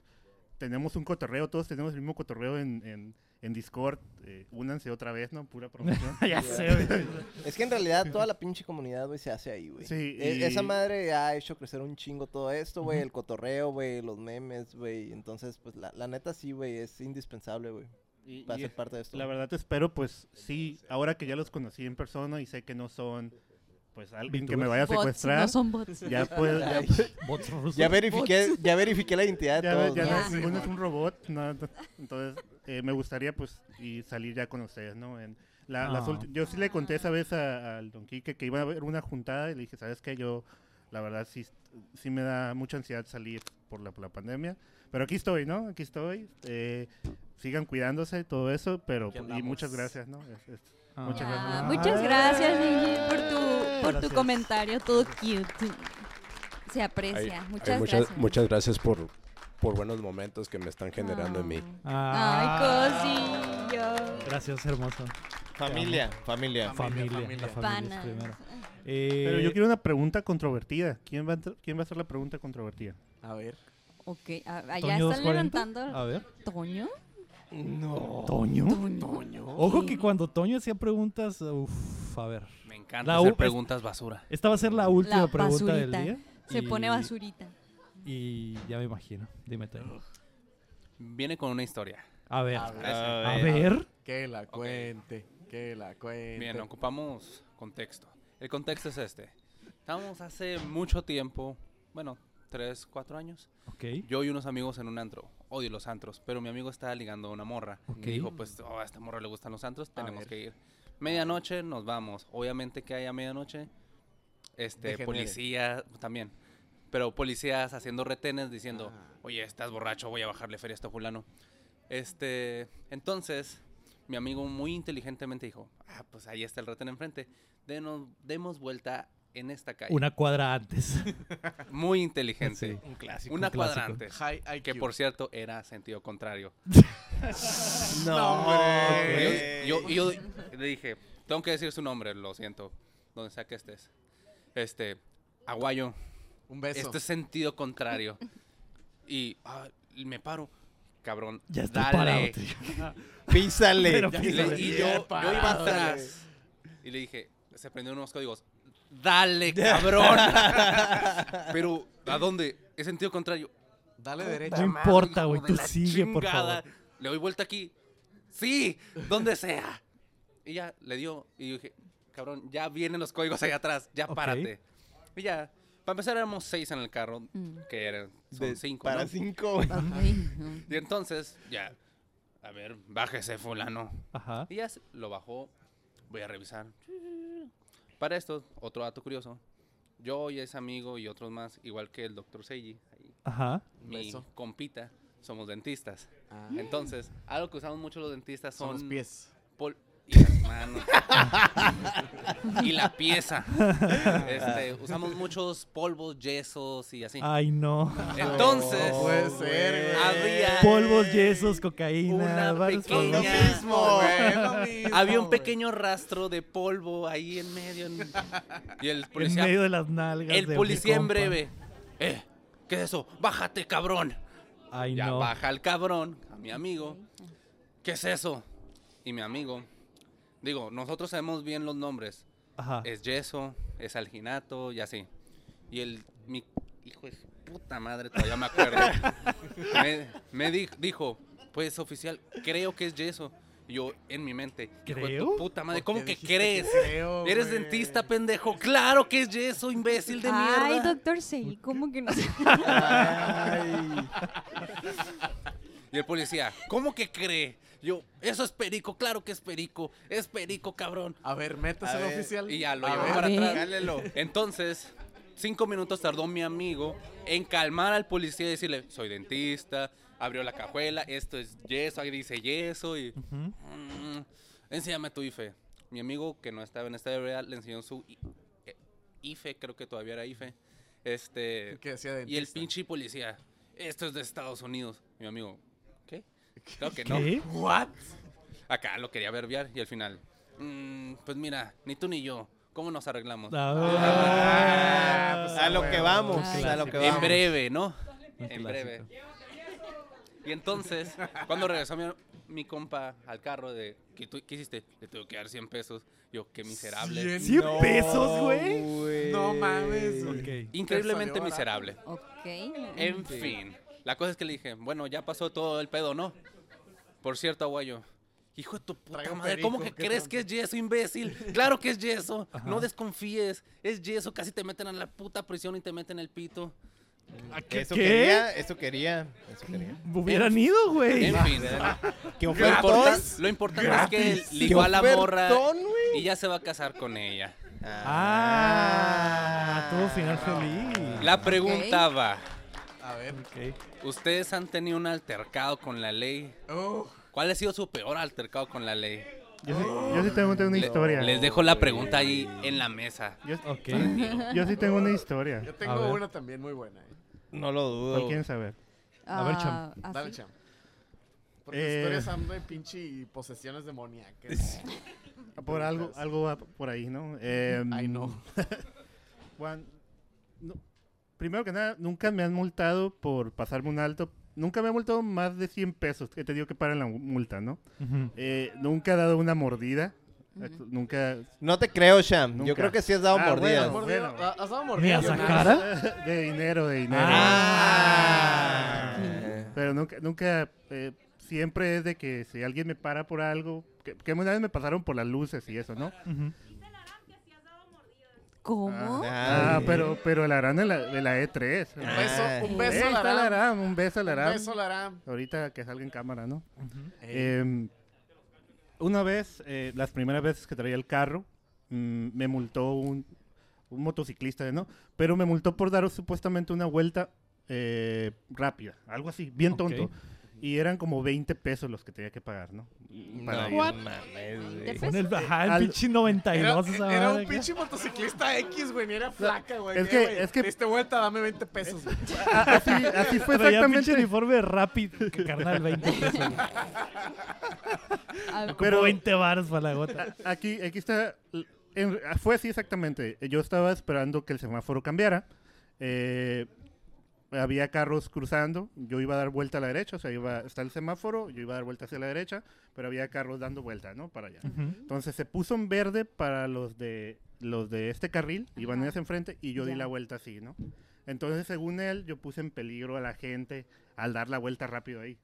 Speaker 5: tenemos un cotorreo, todos tenemos el mismo cotorreo en, en- en Discord. eh, únanse otra vez, ¿no? Pura promoción.
Speaker 4: Es que en realidad toda la pinche comunidad, güey, se hace ahí, güey.
Speaker 5: Sí,
Speaker 4: E-
Speaker 5: y-
Speaker 4: Esa madre ha hecho crecer un chingo todo esto, güey.
Speaker 5: Ujú.
Speaker 4: El cotorreo, güey, los memes, güey. Entonces, pues la, la neta sí, güey, es indispensable, güey.
Speaker 5: Y-
Speaker 4: Para
Speaker 5: y
Speaker 4: ser parte de esto.
Speaker 5: La verdad espero, pues sí, ahora que ya los conocí en persona y sé que no son, pues alguien que me vaya a
Speaker 4: Bots,
Speaker 5: secuestrar.
Speaker 4: no son bots.
Speaker 5: Ya puedo. Ya,
Speaker 4: Ay, bots rusos. Ya verifiqué- Bots. ya verifiqué la identidad de
Speaker 5: Ya, ve-
Speaker 4: todos,
Speaker 5: ya
Speaker 4: ¿no?
Speaker 5: no-
Speaker 4: Ah, sí,
Speaker 5: ninguno es
Speaker 4: bueno.
Speaker 5: un robot. no, no. Entonces, eh, me gustaría, pues, y salir ya con ustedes, ¿no? En la- las
Speaker 1: Ah.
Speaker 5: ulti- yo sí le conté esa vez a- al Don Quique que iba a haber una juntada y le dije, ¿sabes qué? Yo, la verdad, sí, sí me da mucha ansiedad salir por la, por la pandemia. Pero aquí estoy, ¿no? Aquí estoy. Eh, sigan cuidándose, todo eso, pero...
Speaker 1: Aquí
Speaker 5: Y
Speaker 1: andamos.
Speaker 5: muchas gracias, ¿no? Es- es- Muchas
Speaker 3: Ah,
Speaker 5: gracias. ¿no?
Speaker 3: muchas gracias, Gigi, por tu, por tu
Speaker 5: Gracias.
Speaker 3: comentario todo cute. Se
Speaker 13: Ay,
Speaker 3: aprecia.
Speaker 13: ay,
Speaker 3: muchas,
Speaker 13: muchas
Speaker 3: gracias.
Speaker 13: muchas gracias por, por buenos momentos que me están generando
Speaker 3: Ah.
Speaker 13: en mí.
Speaker 1: Ah. em,
Speaker 3: Ay, cosillo.
Speaker 1: Gracias, hermoso.
Speaker 4: Familia,
Speaker 1: Te amo. Familia,
Speaker 4: familia. Familia,
Speaker 1: la
Speaker 4: familia.
Speaker 1: familia es
Speaker 4: Panas.
Speaker 1: primero.
Speaker 5: Pero
Speaker 1: Eh,
Speaker 5: yo quiero una pregunta controvertida. ¿Quién va a, entr- ¿quién va a hacer la pregunta controvertida?
Speaker 2: A ver.
Speaker 3: Ok, a- allá
Speaker 1: Toño
Speaker 3: están
Speaker 1: 240.
Speaker 3: levantando.
Speaker 1: A ver.
Speaker 3: ¿Toño?
Speaker 1: No. ¿Toño?
Speaker 3: Toño.
Speaker 1: Ojo que cuando Toño hacía preguntas, uff, a ver.
Speaker 11: Me encanta
Speaker 1: La
Speaker 11: hacer
Speaker 1: u-
Speaker 11: preguntas basura.
Speaker 1: Esta va a ser la última
Speaker 3: La
Speaker 1: pregunta
Speaker 3: basurita.
Speaker 1: del día.
Speaker 3: Se pone
Speaker 1: y-
Speaker 3: basurita.
Speaker 1: Y ya me imagino. Dime, Toño.
Speaker 11: Viene con una historia.
Speaker 1: A ver.
Speaker 11: A ver.
Speaker 1: A ver.
Speaker 2: Que la cuente, que la cuente.
Speaker 11: Bien, ocupamos contexto. El contexto es este. Estábamos hace mucho tiempo, bueno, tres, cuatro años.
Speaker 1: Ok.
Speaker 11: Yo y unos amigos en un antro. Odio los antros, pero mi amigo estaba ligando a una morra. Y
Speaker 1: Ok.
Speaker 11: Me dijo, pues, oh, a esta morra le gustan los antros, tenemos que ir. Medianoche nos vamos. Obviamente que hay a medianoche este,
Speaker 2: Degenere.
Speaker 11: policías también. Pero policías haciendo retenes diciendo,
Speaker 1: Ah.
Speaker 11: oye, estás borracho, voy a bajarle feria a este fulano. Este, entonces, mi amigo muy inteligentemente dijo, ah, pues ahí está el retén enfrente. Denos- demos vuelta en esta calle.
Speaker 1: Una cuadra antes.
Speaker 11: Muy inteligente.
Speaker 1: Sí. Un clásico.
Speaker 11: Una
Speaker 1: Un clásico.
Speaker 11: cuadra antes. que por cierto era sentido contrario.
Speaker 1: No,
Speaker 11: hombre.
Speaker 1: güey.
Speaker 11: Yo, yo- yo le dije, tengo que decir su nombre, lo siento. Donde sea que estés. Este, Aguayo.
Speaker 2: Un beso.
Speaker 11: Este es sentido contrario. Y ah, me paro. Cabrón.
Speaker 1: Ya estoy
Speaker 11: dale.
Speaker 1: parado, tío.
Speaker 4: Písale.
Speaker 11: Pero
Speaker 4: Ya
Speaker 11: písale.
Speaker 4: písale.
Speaker 11: Y
Speaker 4: Ya
Speaker 11: yo, yo iba
Speaker 4: parado,
Speaker 11: atrás. Y le dije, se prendió unos códigos. Dale, cabrón. Pero, ¿a dónde? Es sentido contrario.
Speaker 2: Dale
Speaker 11: Puta
Speaker 2: derecho.
Speaker 1: No
Speaker 11: madre,
Speaker 1: importa,
Speaker 11: hijo
Speaker 1: güey,
Speaker 11: de
Speaker 1: tú
Speaker 11: la
Speaker 1: sigue, por
Speaker 11: chingada.
Speaker 1: favor.
Speaker 11: Le doy vuelta aquí. Sí, donde sea. Y ya le dio. Y yo dije, cabrón, ya vienen los códigos ahí atrás. Ya
Speaker 1: Ok.
Speaker 11: párate. Y ya. Para empezar, éramos seis en el carro, que eran son cinco.
Speaker 4: para
Speaker 11: ¿no?
Speaker 4: cinco.
Speaker 11: Ajá. y entonces, ya. A ver, bájese, fulano.
Speaker 1: Ajá.
Speaker 11: Y ya se- lo bajó. Voy a revisar. Para esto, otro dato curioso. Yo y ese amigo y otros más, igual que el doctor Seiji, ahí,
Speaker 1: Ajá.
Speaker 11: mi
Speaker 1: Beso.
Speaker 11: compita, somos dentistas. Entonces, algo que usamos mucho los dentistas
Speaker 2: Son
Speaker 11: son...
Speaker 2: los pies.
Speaker 11: pol- y las manos. y la pieza. Este,
Speaker 2: Ah.
Speaker 11: usamos muchos polvos, yesos y así.
Speaker 1: Ay, no.
Speaker 11: Entonces,
Speaker 1: No
Speaker 2: puede ser,
Speaker 11: había
Speaker 1: Polvos, yesos, cocaína.
Speaker 11: una
Speaker 1: varios polvos.
Speaker 11: pequeña- Había un pequeño rastro de polvo ahí en medio. en- Y el policía.
Speaker 1: medio de las nalgas
Speaker 11: El
Speaker 1: de mi
Speaker 11: policía en
Speaker 1: compa.
Speaker 11: breve. Eh, ¿qué es eso? Bájate, cabrón.
Speaker 1: Ay,
Speaker 11: ya
Speaker 1: no.
Speaker 11: baja el cabrón, a mi amigo. ¿Qué es eso? Y mi amigo. Digo, nosotros sabemos bien los nombres.
Speaker 1: Ajá.
Speaker 11: Es yeso, es alginato y así. Y el. Mi hijo de su puta madre, todavía me acuerdo. me me di- dijo, pues oficial, creo que es yeso. Y Yo en mi mente, hijo de tu
Speaker 1: ¿Creo?
Speaker 11: puta madre,
Speaker 1: ¿Por
Speaker 11: ¿cómo
Speaker 1: qué
Speaker 11: que
Speaker 1: dijiste
Speaker 11: crees?
Speaker 1: que creo,
Speaker 11: Eres
Speaker 1: güey?
Speaker 11: dentista, pendejo. Claro que es yeso, imbécil de mierda.
Speaker 3: Ay, doctor Sei, ¿cómo que no se-
Speaker 11: Y el policía, ¿cómo que cree? Yo, eso es perico, claro que es perico, es perico, cabrón.
Speaker 2: A ver, métase
Speaker 11: A
Speaker 2: al
Speaker 11: ver.
Speaker 2: oficial.
Speaker 11: Y ya lo
Speaker 2: A
Speaker 11: llevó
Speaker 2: ver.
Speaker 11: para atrás.
Speaker 2: Cálelo.
Speaker 11: Entonces, cinco minutos tardó mi amigo en calmar al policía y decirle, soy dentista, abrió la cajuela, esto es yeso, ahí dice yeso y... "Mm, enséñame tu IFE. Mi amigo que no estaba en esta debilidad le enseñó su i- eh, IFE, creo que todavía era IFE. Este,
Speaker 2: Que decía
Speaker 11: y el
Speaker 2: dentista.
Speaker 11: pinche policía, esto es de Estados Unidos. Mi amigo, ¿qué? Claro que no.
Speaker 1: ¿Qué?
Speaker 11: ¿What? Acá lo quería verbiar y al final, "Mm, pues mira, ni tú ni yo, ¿cómo nos arreglamos?
Speaker 4: Ah.
Speaker 11: Ah,
Speaker 4: pues, a lo que vamos, a lo que vamos.
Speaker 11: En pues, breve, ¿no?
Speaker 4: Un
Speaker 11: En
Speaker 4: clásico.
Speaker 11: breve. Y entonces, cuando regresó mi, mi compa al carro de, ¿qué, tú- qué hiciste? Le tuve que dar 100 pesos. Yo, qué miserable.
Speaker 1: ¿Cien No, pesos, güey? güey.
Speaker 2: No mames, güey.
Speaker 11: Ok.
Speaker 2: Te
Speaker 11: Increíblemente
Speaker 2: salió
Speaker 11: miserable.
Speaker 3: Ok.
Speaker 11: En fin, la cosa es que le dije, bueno, ya pasó todo el pedo, ¿no? Por cierto, Aguayo, hijo de tu puta
Speaker 2: Traigo
Speaker 11: madre, ¿cómo que
Speaker 2: perico, ¿qué
Speaker 11: crees
Speaker 2: tal?
Speaker 11: que es yeso, imbécil? Claro que es yeso,
Speaker 2: Ajá.
Speaker 11: no desconfíes, es yeso, casi te meten a la puta prisión y te meten el pito.
Speaker 4: Eso quería, eso quería, eso quería.
Speaker 1: Hubieran ido, güey.
Speaker 11: En fin.
Speaker 4: Ah, ¿Qué
Speaker 11: Lo
Speaker 4: ofertón?
Speaker 11: importan- Lo importante es
Speaker 4: Gratis.
Speaker 11: que ligó
Speaker 4: ¿Qué
Speaker 11: a la morra
Speaker 4: ofertón,
Speaker 11: y ya se va a casar con ella.
Speaker 1: Ah, todo final feliz.
Speaker 11: La pregunta va.
Speaker 2: A ver.
Speaker 11: ¿Ustedes han tenido un altercado con la ley?
Speaker 4: Oh.
Speaker 11: ¿Cuál ha sido su peor altercado con la ley?
Speaker 5: Yo sí, yo sí tengo tengo una
Speaker 11: Le-
Speaker 5: historia.
Speaker 11: Les dejo la pregunta ahí en la mesa.
Speaker 5: Yo, yo sí tengo una historia.
Speaker 11: Yo
Speaker 2: Tengo una también muy buena. eh.
Speaker 4: No lo dudo.
Speaker 5: ¿Cuál quieren saber?
Speaker 2: A ver, Cham.
Speaker 3: ¿ah,
Speaker 2: Dale,
Speaker 3: sí?
Speaker 2: Cham. Porque
Speaker 5: Eh.
Speaker 2: historias ando de pinche y posesiones demoníacas.
Speaker 5: Por algo, algo va por ahí, ¿no? Eh,
Speaker 2: Ay, no.
Speaker 5: Juan, no, primero que nada, nunca me han multado por pasarme un alto. Nunca me han multado más de 100 pesos. He tenido que pagar la multa, ¿no?
Speaker 1: Ujú.
Speaker 5: Eh, nunca he dado una mordida. Eh, Nunca.
Speaker 4: No te creo, Sham.
Speaker 5: Nunca.
Speaker 4: Yo creo que sí has dado
Speaker 5: Ah,
Speaker 4: mordidas.
Speaker 5: bueno,
Speaker 2: Mordido,
Speaker 5: bueno.
Speaker 2: ¿ha- ¿Has dado
Speaker 5: ¿Mira
Speaker 2: mordidas?
Speaker 5: esa
Speaker 2: Jonás?
Speaker 5: cara? De dinero, de dinero. Eh, Pero nunca, nunca, eh, siempre es de que si alguien me para por algo, que, que una vez me pasaron por las luces y eso, ¿no?
Speaker 3: ¿Cómo?
Speaker 5: Ah, pero, pero el Aram de la, de la E E3. Un
Speaker 2: beso-
Speaker 1: Ah.
Speaker 2: un beso al
Speaker 5: está
Speaker 2: Aram.
Speaker 5: el Aram, un beso al
Speaker 2: Un
Speaker 5: Aram.
Speaker 2: beso al Aram.
Speaker 5: Ahorita que salga en cámara, ¿no?
Speaker 2: Ey.
Speaker 5: Eh, una vez, eh, las primeras veces que traía el carro, mm, me multó un, un motociclista, ¿no? Pero me multó por dar supuestamente una vuelta eh, rápida, algo así, bien tonto.
Speaker 1: Ok.
Speaker 5: Y eran como 20 pesos los que tenía que pagar, ¿no?
Speaker 1: No
Speaker 5: ir.
Speaker 1: Con el, ajá, el
Speaker 5: Al-
Speaker 1: pinche 92. esa
Speaker 2: Era
Speaker 1: madre,
Speaker 2: un pinche motociclista X, güey, ni era flaca, güey.
Speaker 1: es
Speaker 2: Eh,
Speaker 1: que-
Speaker 2: güey,
Speaker 1: es que-
Speaker 2: Diste vuelta, dame 20 pesos, güey.
Speaker 5: Ah, Así, así fue
Speaker 1: Traía
Speaker 5: exactamente.
Speaker 1: pinche uniforme rápido, carnal, 20 pesos. Pero 20 baros para la gota.
Speaker 5: Ah, A- Aquí, aquí está. l- en- ah, fue así exactamente. Yo estaba esperando que el semáforo cambiara. Eh, había carros cruzando. Yo iba a dar vuelta a la derecha. O sea, iba, está el semáforo. Yo iba a dar vuelta hacia la derecha. Pero había carros dando vuelta, ¿no? Para allá.
Speaker 1: Ujú.
Speaker 5: Entonces se puso en verde para los de los de este carril. Iban hacia enfrente. Y yo di
Speaker 1: Ya.
Speaker 5: la vuelta así, ¿no? Entonces, según él, yo puse en peligro a la gente al dar la vuelta rápido ahí.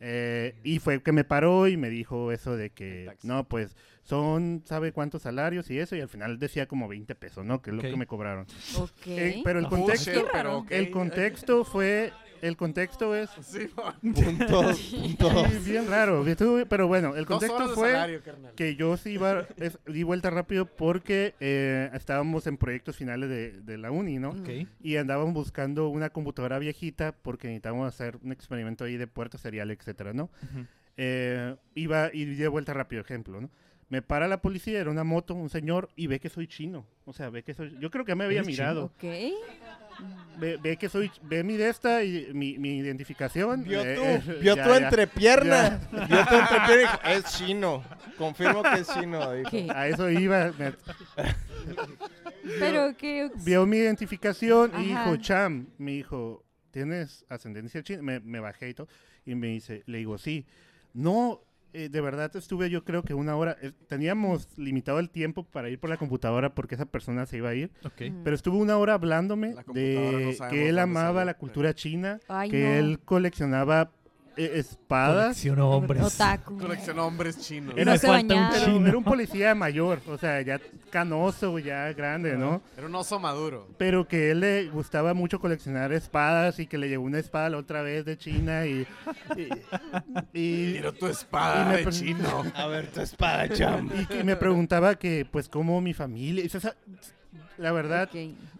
Speaker 5: Eh, y fue que me paró y me dijo eso de que, no, pues son, ¿sabe cuántos salarios y eso? Y al final decía como 20 pesos, ¿no? Que es
Speaker 1: Ok.
Speaker 5: lo que me cobraron.
Speaker 1: Ok.
Speaker 5: Eh, pero el
Speaker 1: Ah,
Speaker 5: contexto,
Speaker 1: bullshit, pero ok.
Speaker 5: el contexto fue, el contexto es...
Speaker 1: Puntos, puntos.
Speaker 5: Sí, bien raro, estuvo- pero bueno, el
Speaker 2: Dos horas
Speaker 5: contexto
Speaker 2: de
Speaker 5: fue
Speaker 2: salario, carnal.
Speaker 5: que yo sí iba, es- di vuelta rápido porque eh, estábamos en proyectos finales de, de la uni, ¿no?
Speaker 1: Ok.
Speaker 5: Y andaban buscando una computadora viejita porque necesitábamos hacer un experimento ahí de puerto serial, etcétera, ¿no?
Speaker 1: Ujú.
Speaker 5: Eh, iba y di vuelta rápido, ejemplo, ¿no? Me para la policía, era una moto, un señor, y ve que soy chino. O sea, ve que soy... Yo creo que ya me había
Speaker 1: ¿Eres chino?
Speaker 5: mirado.
Speaker 3: Ok.
Speaker 5: Ve, ve que soy, ve mi de esta y mi, mi identificación.
Speaker 4: Vio
Speaker 5: eh,
Speaker 4: tú,
Speaker 5: eh,
Speaker 4: vio
Speaker 5: ya,
Speaker 4: tu
Speaker 5: ya,
Speaker 4: entrepierna.
Speaker 5: ya.
Speaker 4: Vio tu entrepierna y dijo, es chino. Confirmo que es chino. dijo.
Speaker 5: A eso iba. me-
Speaker 3: Pero que...
Speaker 5: Vio mi identificación y
Speaker 3: Ajá.
Speaker 5: dijo, Cham, me dijo, ¿tienes ascendencia china? Me, me bajé y todo. Y me dice, le digo, sí. No, eh, de verdad estuve yo creo que una hora. eh, teníamos limitado el tiempo para ir por la computadora porque esa persona se iba a ir.
Speaker 1: Ok.
Speaker 5: Pero estuvo una hora hablándome
Speaker 2: computadora no
Speaker 5: de
Speaker 2: sabemos
Speaker 5: que él
Speaker 2: dónde
Speaker 5: amaba
Speaker 2: salió.
Speaker 5: la cultura china,
Speaker 2: Ay,
Speaker 5: que
Speaker 2: no.
Speaker 5: él coleccionaba eh, espadas.
Speaker 1: Coleccionó hombres.
Speaker 3: Otaku.
Speaker 2: Coleccionó hombres chinos.
Speaker 5: Era,
Speaker 2: Era
Speaker 5: falta un chino. Era un policía mayor, o sea, ya canoso, ya grande, ¿no?
Speaker 2: un oso maduro.
Speaker 5: Pero que él le gustaba mucho coleccionar espadas y que le llegó una espada la otra vez de China y... y, y-
Speaker 2: Quiero tu espada de
Speaker 5: pre-
Speaker 2: chino.
Speaker 4: A ver tu espada, Cham.
Speaker 5: Y, que me preguntaba que, pues, cómo mi familia... o sea, la verdad,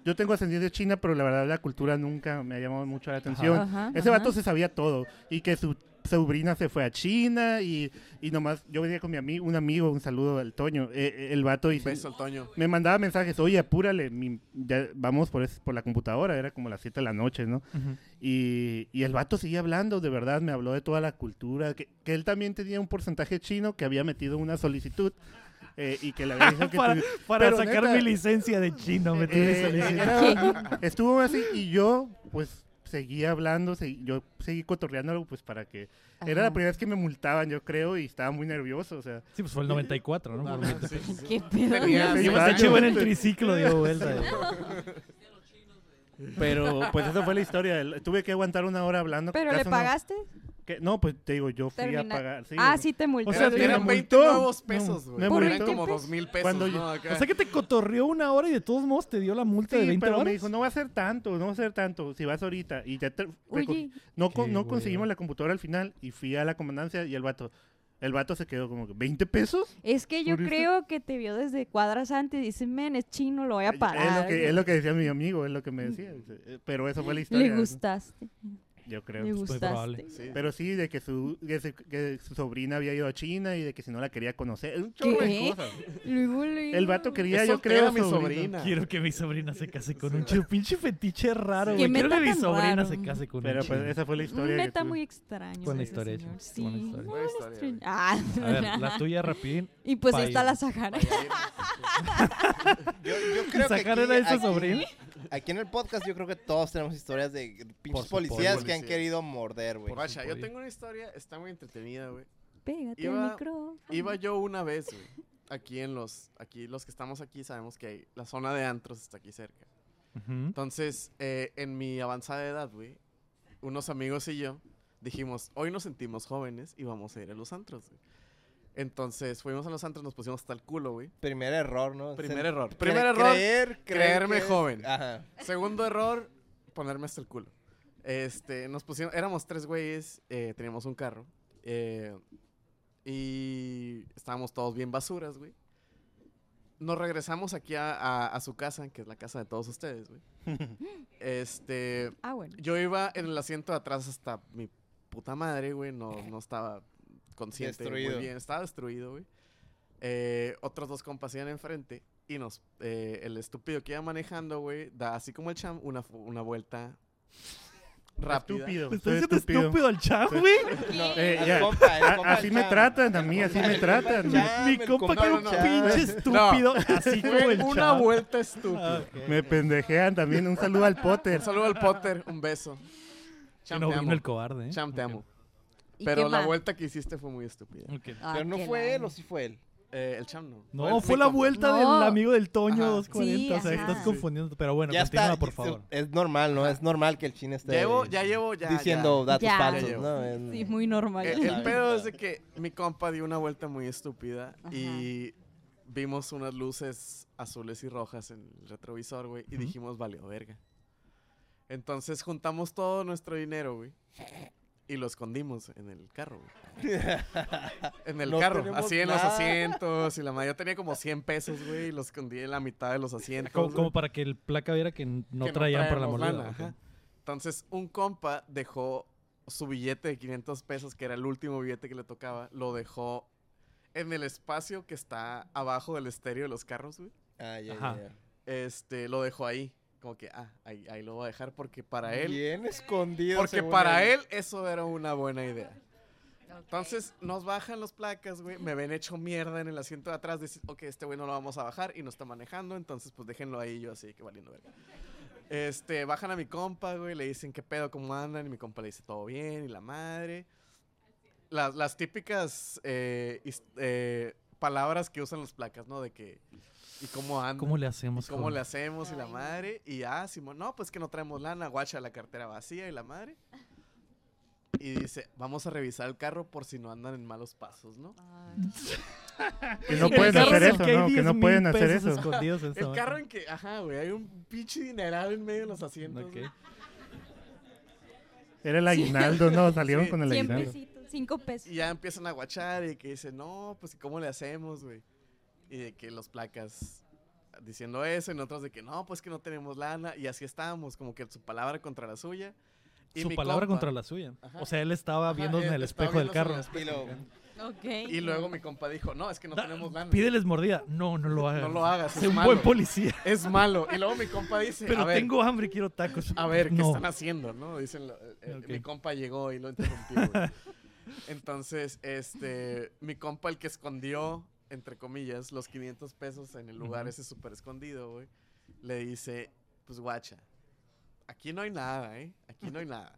Speaker 5: yo tengo ascendencia china, pero la verdad la cultura nunca me ha llamado mucho la atención.
Speaker 1: Ajá,
Speaker 5: Ese
Speaker 1: ajá.
Speaker 5: vato se sabía todo. Y que su sobrina se fue a China y, y nomás yo venía con mi amigo, un amigo, un saludo al Toño. Eh, eh, el vato dice,
Speaker 2: Beso al Toño.
Speaker 5: me mandaba mensajes, oye, apúrale, mi- ya vamos por, es- por la computadora, era como las 7 de la noche, ¿no?
Speaker 1: Ujú.
Speaker 5: y, y el vato seguía hablando, de verdad, me habló de toda la cultura, que, que él también tenía un porcentaje chino que había metido una solicitud. eh, y que le había dicho que
Speaker 1: para
Speaker 5: tu-
Speaker 1: para
Speaker 5: Pero
Speaker 1: sacar
Speaker 5: neta,
Speaker 1: mi licencia de chino, me tuve
Speaker 5: eh,
Speaker 1: que salir.
Speaker 5: era- estuvo así y yo, pues, seguí hablando, se- yo seguí cotorreándolo, pues para que. Era
Speaker 1: Ajá.
Speaker 5: la primera vez que me multaban, yo creo, y estaba muy nervioso, o sea. Ah,
Speaker 1: Sí, pues fue el 94, ¿no? Por multa.
Speaker 3: ¿Qué pedo?
Speaker 5: Tenía
Speaker 1: Yo me
Speaker 5: seis
Speaker 1: estaba en el
Speaker 5: años.
Speaker 1: triciclo, dio vuelta.
Speaker 5: Pero pues esa fue la historia. el- Tuve que aguantar una hora hablando.
Speaker 3: ¿Pero le
Speaker 5: casi una-
Speaker 3: pagaste?
Speaker 5: que- No, pues te digo, yo fui
Speaker 3: Termina-
Speaker 5: a pagar. Sí,
Speaker 3: Ah, sí te multó.
Speaker 5: O sea,
Speaker 3: Eran-
Speaker 5: me
Speaker 3: eran
Speaker 2: 20
Speaker 5: multó.
Speaker 2: nuevos pesos,
Speaker 5: No,
Speaker 2: güey.
Speaker 5: me
Speaker 2: Eran
Speaker 5: multó.
Speaker 2: como 2000 pesos,
Speaker 5: Cuando
Speaker 2: ¿no?
Speaker 5: yo-
Speaker 2: Acá.
Speaker 1: O sea que te cotorreó una hora y de todos modos te dio la multa de
Speaker 5: Sí,
Speaker 1: 20
Speaker 5: pero
Speaker 1: horas.
Speaker 5: me dijo, no va a ser tanto, no va a ser tanto, si vas ahorita. Y ya te- reco- no, con- no conseguimos la computadora al final y fui a la comandancia y el vato, el vato se quedó como que, ¿20 pesos?
Speaker 3: Es que yo
Speaker 5: ¿Por esto?
Speaker 3: creo que te vio desde cuadras antes y dice, men, es chino, lo voy a parar.
Speaker 5: Es lo, que, es lo que decía mi amigo, es lo que me decía. dice, eh, Pero eso fue la historia.
Speaker 3: Le gustaste.
Speaker 5: Yo creo.
Speaker 3: Le
Speaker 1: Pues
Speaker 3: gustaste.
Speaker 5: Pero sí, de que su, que su- que su sobrina había ido a China y de que si no la quería conocer. Un chorro de
Speaker 3: ¿Qué?
Speaker 5: cosas.
Speaker 3: Luego, luego.
Speaker 5: El vato quería,
Speaker 1: Es
Speaker 5: yo
Speaker 1: soltera
Speaker 5: creo,
Speaker 1: mi
Speaker 5: sobrino.
Speaker 1: sobrina. Quiero que mi sobrina se case con un chido. Pinche fetiche raro,
Speaker 3: Qué
Speaker 1: güey. Quiero
Speaker 3: meta
Speaker 1: que mi
Speaker 3: tan
Speaker 1: sobrina
Speaker 3: raro.
Speaker 1: se case con
Speaker 5: Pero,
Speaker 1: un chino.
Speaker 5: pues, esa fue la
Speaker 3: Un meta muy extraño.
Speaker 1: Buena
Speaker 3: ese
Speaker 1: historia,
Speaker 3: señor.
Speaker 1: Chucho,
Speaker 3: Sí,
Speaker 1: buena historia.
Speaker 3: muy buena historia. Ah,
Speaker 1: A ver, la tuya rapidín.
Speaker 3: Y pues
Speaker 1: Pa'
Speaker 3: está
Speaker 1: ir.
Speaker 3: la Sahara.
Speaker 4: Yo, yo creo que
Speaker 1: ¿Sacar
Speaker 4: aquí-
Speaker 1: era ese
Speaker 4: aquí-
Speaker 1: sobrino?
Speaker 4: Aquí en el podcast yo creo que todos tenemos historias de pinches
Speaker 1: supuesto.
Speaker 4: policías que han
Speaker 2: Policías.
Speaker 4: querido morder, güey.
Speaker 2: Guacha, yo tengo una historia, está muy entretenida, güey.
Speaker 3: Pégate al micrófono.
Speaker 2: Iba yo una vez, güey. Aquí en los, aquí los que estamos aquí sabemos que hay- la zona de antros está aquí cerca. Entonces, eh, en mi avanzada edad, güey, unos amigos y yo dijimos, hoy nos sentimos jóvenes y vamos a ir a los antros, güey. Entonces fuimos a los antros, nos pusimos hasta el culo, güey.
Speaker 4: Primer error, ¿no?
Speaker 2: Primer
Speaker 4: Ser-
Speaker 2: error.
Speaker 4: cre-
Speaker 2: Primer error.
Speaker 4: creer- creer
Speaker 2: creerme
Speaker 4: que es-
Speaker 2: joven.
Speaker 4: Ajá.
Speaker 2: Segundo error, ponerme hasta el culo. Este, nos pusieron, éramos tres güeyes, eh, teníamos un carro. eh, y estábamos todos bien basuras, güey. Nos regresamos aquí a, a- a su casa, que es la casa de todos ustedes, güey. Este.
Speaker 3: Ah, bueno.
Speaker 2: Yo iba en el asiento de atrás hasta mi puta madre, güey. No, no estaba consciente
Speaker 4: Destruido.
Speaker 2: muy bien. Estaba destruido, güey. Eh, otros dos compas iban enfrente. Y nos, eh, el estúpido que iba manejando, güey, da así como el cham, una, fu- una vuelta rápida.
Speaker 5: Estúpido.
Speaker 1: ¿Le
Speaker 5: soy
Speaker 1: estás diciendo estúpido al Cham, güey?
Speaker 5: No, eh,
Speaker 2: Al
Speaker 5: ya.
Speaker 2: compa, el
Speaker 5: A-
Speaker 2: compa
Speaker 5: así
Speaker 2: del
Speaker 5: me
Speaker 2: Cham.
Speaker 5: tratan a mí, así me tratan.
Speaker 1: Mi compa que un pinche estúpido. Así como
Speaker 2: Fue
Speaker 1: el Cham.
Speaker 2: Una vuelta estúpida.
Speaker 5: Ah, Me pendejean también. Un saludo al Potter.
Speaker 2: Un saludo al Potter, un beso. Cham,
Speaker 1: no
Speaker 2: te
Speaker 1: vino
Speaker 2: amo.
Speaker 1: el cobarde, ¿eh?
Speaker 2: Cham, te amo.
Speaker 1: ¿Y
Speaker 2: Pero
Speaker 1: qué
Speaker 2: la
Speaker 1: más?
Speaker 2: vuelta que hiciste fue muy estúpida.
Speaker 4: Ah, Pero no qué fue la- él, ¿o sí fue él?
Speaker 2: Eh, el Cham no.
Speaker 1: No,
Speaker 2: él,
Speaker 1: fue
Speaker 2: mi
Speaker 1: la
Speaker 2: compa.
Speaker 1: vuelta
Speaker 4: No.
Speaker 1: del amigo del Toño
Speaker 4: Ajá.
Speaker 1: 240.
Speaker 4: Sí,
Speaker 1: o sea,
Speaker 4: ajá.
Speaker 1: estás confundiendo. Pero bueno,
Speaker 4: Ya
Speaker 1: continúa,
Speaker 4: está,
Speaker 1: por
Speaker 4: es-
Speaker 1: favor.
Speaker 4: Es normal, ¿no? Es normal que el chin esté
Speaker 2: Llevo- ya llevo, ya,
Speaker 4: diciendo
Speaker 2: ya.
Speaker 4: datos
Speaker 2: Ya.
Speaker 4: falsos,
Speaker 2: Ya llevo.
Speaker 4: ¿no? Es-
Speaker 3: Sí, muy normal.
Speaker 2: Eh, El, el pedo es de que mi compa dio una vuelta muy estúpida y vimos unas luces azules y rojas en el retrovisor, güey, y
Speaker 1: Ujú.
Speaker 2: dijimos, valió verga. Entonces juntamos todo nuestro dinero, güey, y lo escondimos en el carro, güey. En el
Speaker 4: No
Speaker 2: carro,
Speaker 4: tenemos
Speaker 2: así en los
Speaker 4: nada.
Speaker 2: asientos y la madre. Yo tenía como 100 pesos, güey, y lo escondí en la mitad de los asientos.
Speaker 1: Como,
Speaker 2: güey
Speaker 1: como para que el placa viera que n- no
Speaker 2: pues, que
Speaker 1: traían para la
Speaker 2: traíamos
Speaker 1: mordida.
Speaker 2: lana,
Speaker 1: ok.
Speaker 2: ajá. Entonces, un compa dejó su billete de 500 pesos, que era el último billete que le tocaba, lo dejó en el espacio que está abajo del estéreo de los carros, güey.
Speaker 4: Ah, ya,
Speaker 1: Ajá.
Speaker 4: ya,
Speaker 2: Este, lo dejó ahí. Como que, ah, ahí, ahí lo voy a dejar porque para él...
Speaker 4: Bien escondido,
Speaker 2: Porque
Speaker 4: según
Speaker 2: para
Speaker 4: él.
Speaker 2: él eso era una buena idea. Entonces nos bajan los placas, güey. Me ven hecho mierda en el asiento de atrás. Dicen, ok, este güey no lo vamos a bajar y no está manejando. Entonces, pues déjenlo ahí yo así, que valiendo verga. Este, bajan a mi compa, güey. Le dicen, ¿qué pedo? ¿Cómo andan? Y mi compa le dice, todo bien. Y la madre. Las, las típicas eh, his- eh, palabras que usan los placas, ¿no? De que, ¿y cómo andan?
Speaker 1: ¿Cómo le hacemos,
Speaker 2: ¿Y ¿Cómo
Speaker 1: joven?
Speaker 2: le hacemos? Y la madre. Y ah, Simón, no, pues que no traemos lana. Guacha, la cartera vacía y la madre. Y dice, vamos a revisar el carro por si no andan en malos pasos, ¿no?
Speaker 1: Ah.
Speaker 5: Que no pueden hacer eso, ¿no? Que no pueden hacer eso.
Speaker 2: El carro en que, ajá, güey, hay un pinche dineral en medio de los asientos. güey.
Speaker 5: Era el aguinaldo, ¿no? Salieron
Speaker 2: Sí.
Speaker 5: con el
Speaker 2: Cien
Speaker 5: aguinaldo.
Speaker 3: Cinco pesos.
Speaker 2: Y ya empiezan a guachar y que dicen, no, pues ¿cómo le hacemos, güey? Y de que los placas diciendo eso y nosotros de que no, pues que no tenemos lana. Y así estábamos, como que su palabra contra la suya. Y
Speaker 1: Su
Speaker 2: mi
Speaker 1: palabra
Speaker 2: compa-
Speaker 1: contra la suya.
Speaker 2: Ajá.
Speaker 1: O sea, él estaba
Speaker 2: Ajá,
Speaker 1: viendo en
Speaker 2: él
Speaker 1: el
Speaker 2: estaba
Speaker 1: espejo del carro.
Speaker 2: viéndose en el espejo.
Speaker 3: Ok.
Speaker 2: Y luego mi compa dijo, no, es que no tenemos lana.
Speaker 1: Pídeles mordida. No, no lo hagas.
Speaker 2: No lo hagas.
Speaker 1: Sé
Speaker 2: es
Speaker 1: un
Speaker 2: malo.
Speaker 1: buen policía.
Speaker 2: Es malo. Y luego mi compa dice.
Speaker 1: Pero
Speaker 2: a ver,
Speaker 1: tengo hambre, quiero tacos.
Speaker 2: A ver, ¿qué
Speaker 1: No.
Speaker 2: están haciendo? ¿no? Dicen, lo- eh, eh,
Speaker 1: Ok.
Speaker 2: Mi compa llegó y lo interrumpió. güey. Entonces, este, mi compa, el que escondió, entre comillas, los 500 pesos en el lugar
Speaker 1: Ujú.
Speaker 2: ese súper escondido, güey, le dice: Pues guacha, aquí no hay nada, ¿eh? Aquí no hay nada.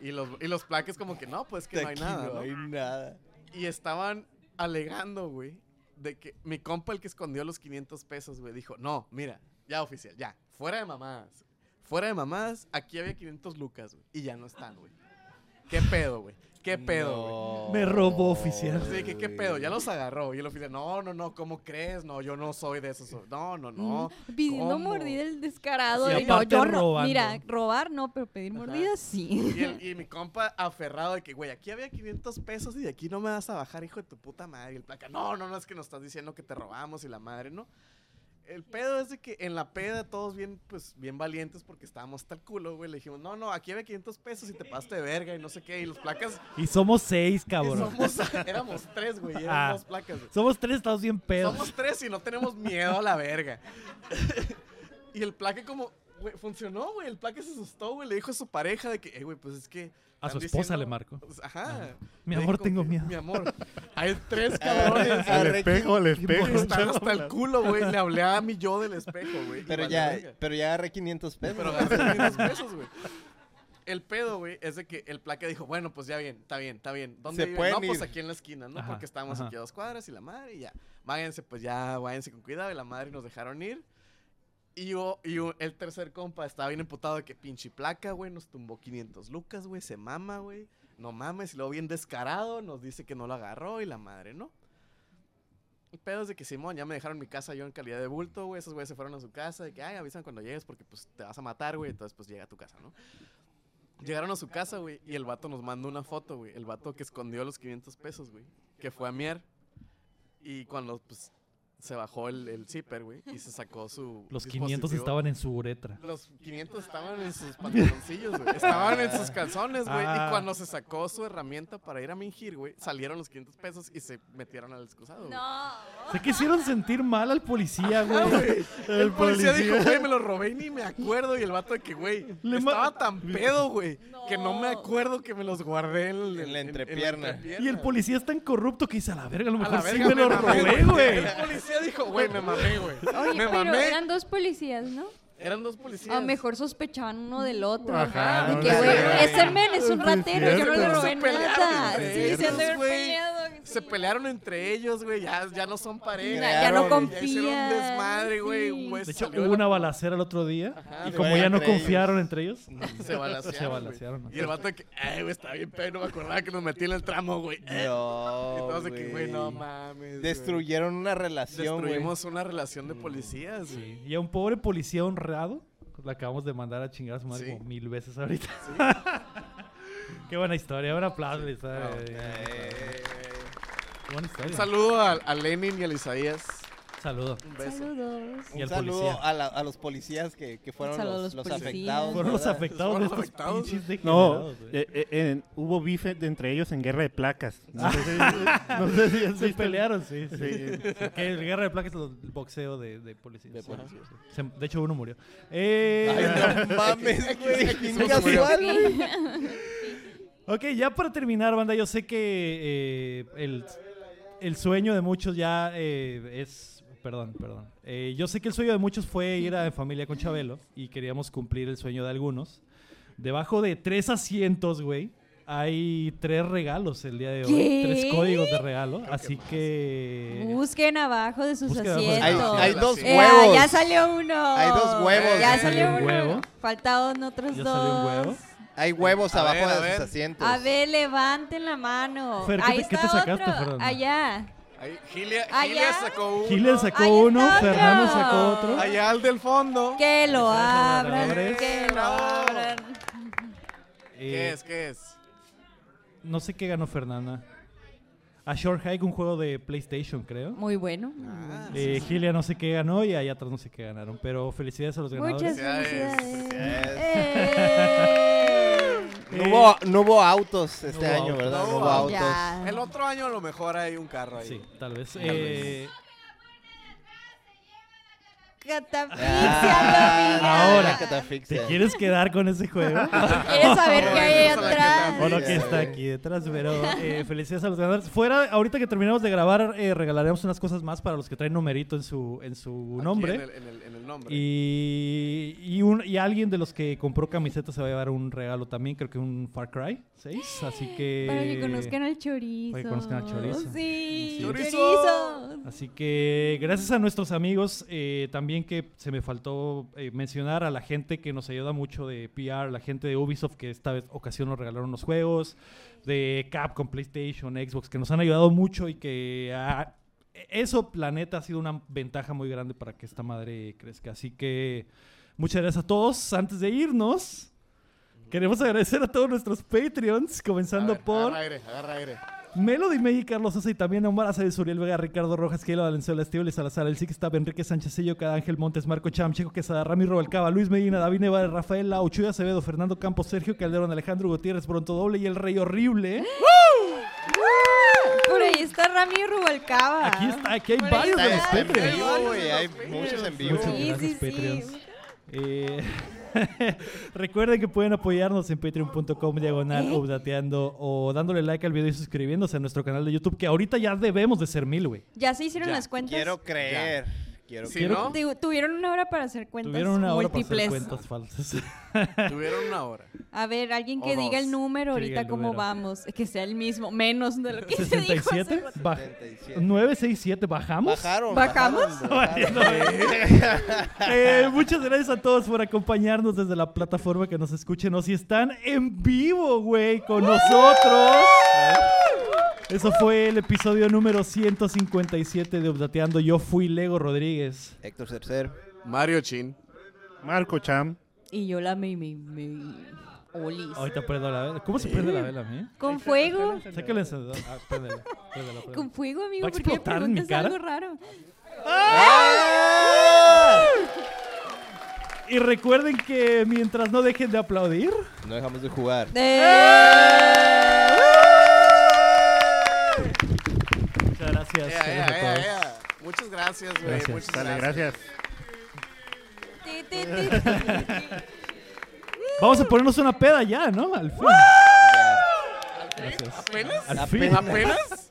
Speaker 2: Y los, y los plaques como que, no, pues que
Speaker 4: De
Speaker 2: no hay
Speaker 4: aquí
Speaker 2: nada.
Speaker 4: no hay nada.
Speaker 2: Y estaban alegando, güey, de que mi compa el que escondió los 500 pesos, güey, dijo, no, mira, ya oficial, ya, fuera de mamadas. Fuera de mamadas, aquí había 500 lucas, güey, y ya no están, güey. ¿Qué pedo, güey? ¿Qué pedo, güey?
Speaker 1: Me robó oficial.
Speaker 2: Sí, que qué pedo, ya los agarró. Y el oficial, no, no, no, ¿cómo crees? No, yo no soy de esos. No, no, no.
Speaker 3: Pidiendo
Speaker 2: ¿cómo?".
Speaker 3: mordida el descarado.
Speaker 2: Sí,
Speaker 3: de, no,
Speaker 2: aparte
Speaker 3: yo no-
Speaker 2: robando.
Speaker 3: Mira, robar no, pero pedir
Speaker 2: Ajá.
Speaker 3: mordida sí.
Speaker 2: Y, el- y mi compa aferrado de que, güey, aquí había 500 pesos y de aquí no me vas a bajar, hijo de tu puta madre. Y el placa, no, no, no, es que nos estás diciendo que te robamos y la madre, ¿no? El pedo es de que en la peda todos bien, pues, bien valientes porque estábamos hasta el culo, güey. Le dijimos, no, no, aquí había 500 pesos y te pasaste de verga y no sé qué. Y los placas...
Speaker 1: Y somos seis, cabrón.
Speaker 2: Somos, éramos tres, güey, eran
Speaker 1: Ah,
Speaker 2: dos placas, güey.
Speaker 1: Somos tres, estamos bien pedos.
Speaker 2: Somos tres y no tenemos miedo a la verga. y el plaque como, güey, funcionó, güey. El plaque se asustó, güey. Le dijo a su pareja de que, eh, güey, pues es que...
Speaker 1: A su
Speaker 2: están
Speaker 1: esposa
Speaker 2: diciendo- Pues,
Speaker 1: le marcó.
Speaker 2: Ajá.
Speaker 1: Mi
Speaker 2: Le
Speaker 1: amor,
Speaker 2: dijo,
Speaker 1: tengo miedo.
Speaker 2: Mi amor, hay tres cabrones.
Speaker 4: Al
Speaker 2: güey,
Speaker 4: espejo, al
Speaker 2: que
Speaker 4: espejo.
Speaker 2: Están hasta el culo, güey. Le hablé a mi yo del espejo, güey. y
Speaker 4: Pero
Speaker 2: valió
Speaker 4: ya,
Speaker 2: verga.
Speaker 4: pero ya agarré 500 pesos.
Speaker 2: Pero gasté 500 pesos, güey. El pedo, güey, es de que el placa dijo, bueno, pues ya bien, está bien, está bien. ¿Dónde
Speaker 4: Se
Speaker 2: viven?
Speaker 4: pueden
Speaker 2: No, pues
Speaker 4: ir.
Speaker 2: aquí en la esquina, ¿no?
Speaker 4: Ajá,
Speaker 2: Porque estábamos
Speaker 4: ajá.
Speaker 2: aquí a dos cuadras y la madre y ya. Váyanse, pues ya, váyanse con cuidado. Y la madre nos dejaron ir. Y, yo, y yo- el tercer compa estaba bien emputado de que pinche placa, güey, nos tumbó 500 lucas, güey, se mama, güey. No mames, y luego bien descarado, nos dice que no lo agarró y la madre, ¿no? El pedo es de que Simón ya me dejaron mi casa yo en calidad de bulto, güey. Esos güeyes se fueron a su casa. De que, ay, avisan cuando llegues porque pues te vas a matar, güey. Entonces pues llega a tu casa, ¿no? Llegaron a su casa, güey. Y el vato nos mandó una foto, güey. El vato que escondió los 500 pesos, güey. Que fue a mier. Y cuando pues se bajó el, el zipper, güey. Y se sacó su.
Speaker 1: Los 500
Speaker 2: dispositivo.
Speaker 1: estaban en su uretra.
Speaker 2: Los 500 estaban en sus pantaloncillos, güey. Estaban en sus calzones, güey.
Speaker 1: Ah.
Speaker 2: Y cuando se sacó su herramienta para ir a mingir, güey, salieron los 500 pesos y se metieron al excusado, güey.
Speaker 1: Se quisieron sentir mal al policía, güey.
Speaker 2: El, policía, dijo, güey, me lo robé y ni me acuerdo. Y el vato de que, güey,
Speaker 1: Le ma-
Speaker 2: estaba tan pedo, güey, que no me acuerdo que me los guardé en, en- en la
Speaker 4: entrepierna.
Speaker 1: Y el policía es tan corrupto que dice, a la verga, a lo
Speaker 2: A la
Speaker 1: mejor sí
Speaker 2: verga,
Speaker 1: me lo
Speaker 2: mamé,
Speaker 1: robé, güey.
Speaker 2: El policía dijo, güey, me mamé, güey.
Speaker 3: Oye,
Speaker 2: Me
Speaker 3: pero
Speaker 2: mamé.
Speaker 3: eran dos policías, ¿no?
Speaker 2: Eran dos
Speaker 3: A
Speaker 2: policías.
Speaker 3: lo mejor sospechaban uno del otro.
Speaker 2: Ajá,
Speaker 3: de
Speaker 2: no
Speaker 3: que,
Speaker 2: sé,
Speaker 3: güey,
Speaker 2: güey.
Speaker 3: ese men es un
Speaker 1: Pues
Speaker 2: Sí,
Speaker 3: ratero, yo no le
Speaker 2: cierto.
Speaker 3: robé
Speaker 2: Se pelearon
Speaker 3: nada.
Speaker 2: entre
Speaker 3: Sí, se han de
Speaker 2: ellos,
Speaker 3: haber
Speaker 2: güey.
Speaker 3: peleado.
Speaker 2: Se pelearon entre ellos, güey. Ya, ya no son pareja.
Speaker 3: Ya- ya no
Speaker 2: güey, hicieron un
Speaker 3: confían,
Speaker 2: desmadre, güey. un güey
Speaker 1: De hecho,
Speaker 2: salió
Speaker 1: hubo
Speaker 2: la-
Speaker 1: una balacera el otro día. y
Speaker 4: Ah,
Speaker 2: de
Speaker 1: como
Speaker 2: verdad,
Speaker 1: ya no
Speaker 2: entre
Speaker 1: confiaron
Speaker 2: ellos.
Speaker 1: entre ellos,
Speaker 2: Se balacearon.
Speaker 1: Se
Speaker 2: güey.
Speaker 1: balacearon.
Speaker 2: Y el vato de que, ay, güey, está bien, pero no me acordaba que nos metí en el tramo, güey. Eh. y todos de que, güey, no
Speaker 4: güey.
Speaker 2: mames. güey.
Speaker 4: Destruyeron una relación, güey.
Speaker 2: Destruimos una relación de policías, güey.
Speaker 1: Y a un pobre policía honrado, la acabamos de mandar a chingar a su madre
Speaker 2: Sí.
Speaker 1: como mil veces ahorita.
Speaker 2: Sí.
Speaker 1: Qué buena historia, un aplauso. les da,
Speaker 2: Ah,
Speaker 1: eh, Qué buena historia.
Speaker 2: Un saludo al- a, Lenin y al Isaías.
Speaker 1: Saludo.
Speaker 2: Un beso.
Speaker 3: Saludos.
Speaker 1: Y
Speaker 4: Un
Speaker 1: al
Speaker 4: saludo
Speaker 1: policía.
Speaker 4: a, la- a los policías que, que fueron
Speaker 3: saludo a
Speaker 4: los,
Speaker 3: los
Speaker 4: los
Speaker 3: policías.
Speaker 4: afectados.
Speaker 1: Fueron los
Speaker 4: ¿verdad?
Speaker 1: afectados
Speaker 2: Fueron
Speaker 1: de
Speaker 2: los
Speaker 1: estos
Speaker 2: afectados.
Speaker 1: pinches
Speaker 5: No,
Speaker 1: degenerados, güey.
Speaker 5: eh, eh, en- hubo bife de entre ellos en guerra de placas. No sé si- no sé si has
Speaker 1: se
Speaker 5: visto.
Speaker 1: pelearon, sí. sí.
Speaker 5: Sí.
Speaker 1: Que el guerra de placas es el boxeo de, de policías.
Speaker 4: De
Speaker 1: Sí.
Speaker 4: policías.
Speaker 1: Se- de hecho, uno murió. Eh,
Speaker 4: Ay, no mames, güey. qué casual, güey.
Speaker 1: Ok, ya para terminar, banda, yo sé que eh, el, el sueño de muchos ya eh, es... Perdón, perdón. Eh, yo sé que el sueño de muchos fue ir a familia con Chabelo y queríamos cumplir el sueño de algunos. Debajo de tres asientos, güey, hay tres regalos el día de hoy.
Speaker 3: ¿Qué?
Speaker 1: Tres códigos de regalo. así que...
Speaker 3: Busquen abajo de sus
Speaker 1: Busquen abajo de-
Speaker 3: asientos.
Speaker 1: Hay- hay dos
Speaker 3: Eh,
Speaker 1: huevos.
Speaker 3: ya salió uno.
Speaker 4: Hay dos huevos,
Speaker 3: Ya
Speaker 4: eh.
Speaker 3: salió
Speaker 1: Salió un
Speaker 3: uno.
Speaker 1: huevo.
Speaker 3: Faltaban otros
Speaker 1: Ya salió un
Speaker 3: dos. Ah.
Speaker 1: huevo.
Speaker 4: Hay huevos
Speaker 2: A
Speaker 4: abajo
Speaker 2: ver, a
Speaker 4: de
Speaker 2: ver.
Speaker 4: sus asientos.
Speaker 3: A ver, levanten la mano.
Speaker 1: Fer, ¿qué
Speaker 3: Ahí
Speaker 1: te- qué
Speaker 3: está
Speaker 1: te sacaste,
Speaker 3: otro.
Speaker 1: Fernando?
Speaker 3: Allá.
Speaker 2: Ahí, Gilia,
Speaker 3: Allá.
Speaker 2: Gilia sacó uno.
Speaker 1: Giler sacó
Speaker 3: Ahí
Speaker 1: uno,
Speaker 3: está otro.
Speaker 1: Fernando sacó otro.
Speaker 2: Allá al del fondo.
Speaker 3: Que lo
Speaker 1: Esa es la
Speaker 3: abran,
Speaker 1: madre.
Speaker 3: que lo
Speaker 2: Bravo.
Speaker 3: abran.
Speaker 2: ¿Qué
Speaker 1: Eh,
Speaker 2: es? ¿Qué es?
Speaker 1: No sé qué ganó Fernanda. A Short Hike, un juego de PlayStation, creo.
Speaker 3: Muy bueno.
Speaker 1: Eh, Gilia no sé qué ganó y allá atrás no sé qué ganaron. Pero felicidades a los ganadores.
Speaker 3: Muchas
Speaker 2: Felicidades.
Speaker 3: felicidades. ¡Eh!
Speaker 4: No hubo, no hubo autos este
Speaker 1: hubo
Speaker 4: año,
Speaker 1: autos.
Speaker 4: ¿verdad? No,
Speaker 2: No hubo
Speaker 4: hubo autos.
Speaker 3: Ya.
Speaker 2: El otro año a lo mejor hay un carro ahí.
Speaker 1: Sí, tal vez.
Speaker 2: Tal
Speaker 1: Eh,
Speaker 3: Catafixia,
Speaker 4: Ah,
Speaker 1: Ahora,
Speaker 4: la catafixia.
Speaker 1: ¿te quieres quedar con ese juego?
Speaker 3: ¿Quieres saber qué hay ahí
Speaker 2: Vamos a la
Speaker 3: atrás?
Speaker 1: O lo que está aquí detrás, pero eh, felicidades a los ganadores. Fuera, ahorita que terminemos de grabar, eh, regalaremos unas cosas más para los que traen numerito en su, en su
Speaker 2: Aquí
Speaker 1: nombre.
Speaker 2: En el, en el- en el nombre.
Speaker 1: Y, y, un- y alguien de los que compró camisetas se va a llevar un regalo también, creo que un Far Cry 6, así que...
Speaker 3: Para que conozcan al chorizo.
Speaker 1: Para que conozcan al chorizo.
Speaker 3: Sí,
Speaker 1: Así es.
Speaker 3: chorizo.
Speaker 1: Así que gracias a nuestros amigos, eh, también que se me faltó eh, mencionar a la gente que nos ayuda mucho de PR, la gente de Ubisoft que esta vez, ocasión nos regalaron los juegos, de Capcom, PlayStation, Xbox, que nos han ayudado mucho y que ah, eso, planeta, ha sido una ventaja muy grande para que esta madre crezca. Así que muchas gracias a todos. Antes de irnos, queremos agradecer a todos nuestros Patreons, comenzando por...
Speaker 2: Agarra aire, agarra aire.
Speaker 1: Melody May y Carlos Sosa y también a Omar Aceves, Uriel Vega, Ricardo Rojas, Keila Valenzuela, Estíbal Salazar, El Sixtab, Enrique Sánchez Sello, Cada Ángel Montes, Marco Cham, Checo Quesada, Ramiro Balcaba, Luis Medina, David Nevar, Rafael Lau, Chuy Acevedo, Fernando Campos, Sergio Calderón, Alejandro Gutiérrez, Bronto Doble y El Rey Horrible.
Speaker 3: Por ahí está Rami Rubalcaba.
Speaker 4: Ah,
Speaker 1: Aquí está, aquí hay
Speaker 3: Por ahí
Speaker 1: varios de los
Speaker 3: está.
Speaker 1: Patreons.
Speaker 4: güey, hay muchos en vivo.
Speaker 1: Muchas
Speaker 4: Sí,
Speaker 1: gracias,
Speaker 4: sí, sí.
Speaker 1: Patreons. Eh, recuerden que pueden apoyarnos en patreon.com
Speaker 4: ¿Eh?
Speaker 1: diagonal updateando o dándole like al video y suscribiéndose a nuestro canal de YouTube, que ahorita ya debemos de ser mil, güey.
Speaker 3: ¿Ya se hicieron
Speaker 4: Ya.
Speaker 3: las cuentas?
Speaker 4: Quiero creer. Quiero
Speaker 1: Si Quiero- no-
Speaker 3: Tu- Tuvieron una hora para hacer cuentas
Speaker 1: Tuvieron una hora para
Speaker 3: múltiples.
Speaker 1: hacer cuentas falsas.
Speaker 2: Tuvieron una hora.
Speaker 3: A ver, alguien que
Speaker 2: O
Speaker 3: diga el
Speaker 2: dos.
Speaker 3: número
Speaker 1: Que diga
Speaker 3: ahorita
Speaker 1: el
Speaker 3: cómo
Speaker 1: número.
Speaker 3: vamos. Que sea el mismo, menos de lo que se dijo. hace
Speaker 1: ¿67?
Speaker 3: rato.
Speaker 1: Baj- 967, ¿bajamos?
Speaker 4: Bajaron,
Speaker 3: ¿Bajamos?
Speaker 4: bajaron, bajaron.
Speaker 1: Eh, muchas gracias a todos por acompañarnos desde la plataforma que nos escuchen o si están en vivo, güey, con nosotros. Eso fue el episodio número 157 de Updateando. Yo fui Lego Rodríguez.
Speaker 4: Héctor Tercer.
Speaker 2: Mario Chin.
Speaker 5: Marco Cham.
Speaker 3: Y yo la me, me, me- olis.
Speaker 1: Ahorita prendo la vela. ¿Cómo se prende la vela, mí?
Speaker 3: Con fuego.
Speaker 1: Saca el encendedor. Ah, préndela, préndela, préndela.
Speaker 3: Con fuego, amigo,
Speaker 1: ¿Va a
Speaker 3: ¿por qué me
Speaker 1: explotar en mi
Speaker 3: preguntas algo
Speaker 1: cara? ¡Ah!
Speaker 3: raro?
Speaker 2: ¡Ah!
Speaker 1: Y recuerden que mientras no dejen de aplaudir.
Speaker 4: No dejamos de jugar.
Speaker 1: Muchas gracias.
Speaker 2: Ea,
Speaker 1: gracias a
Speaker 2: ea,
Speaker 1: todos.
Speaker 2: ea, ea. Muchas gracias, güey.
Speaker 1: Gracias.
Speaker 2: eh, Muchas
Speaker 5: Dale,
Speaker 2: gracias.
Speaker 3: Ti, ti, ti, ti.
Speaker 1: Vamos a ponernos una peda ya, ¿no? Al fin. Gracias.
Speaker 2: ¿Apenas?
Speaker 1: Al fin.
Speaker 2: ¿Apenas?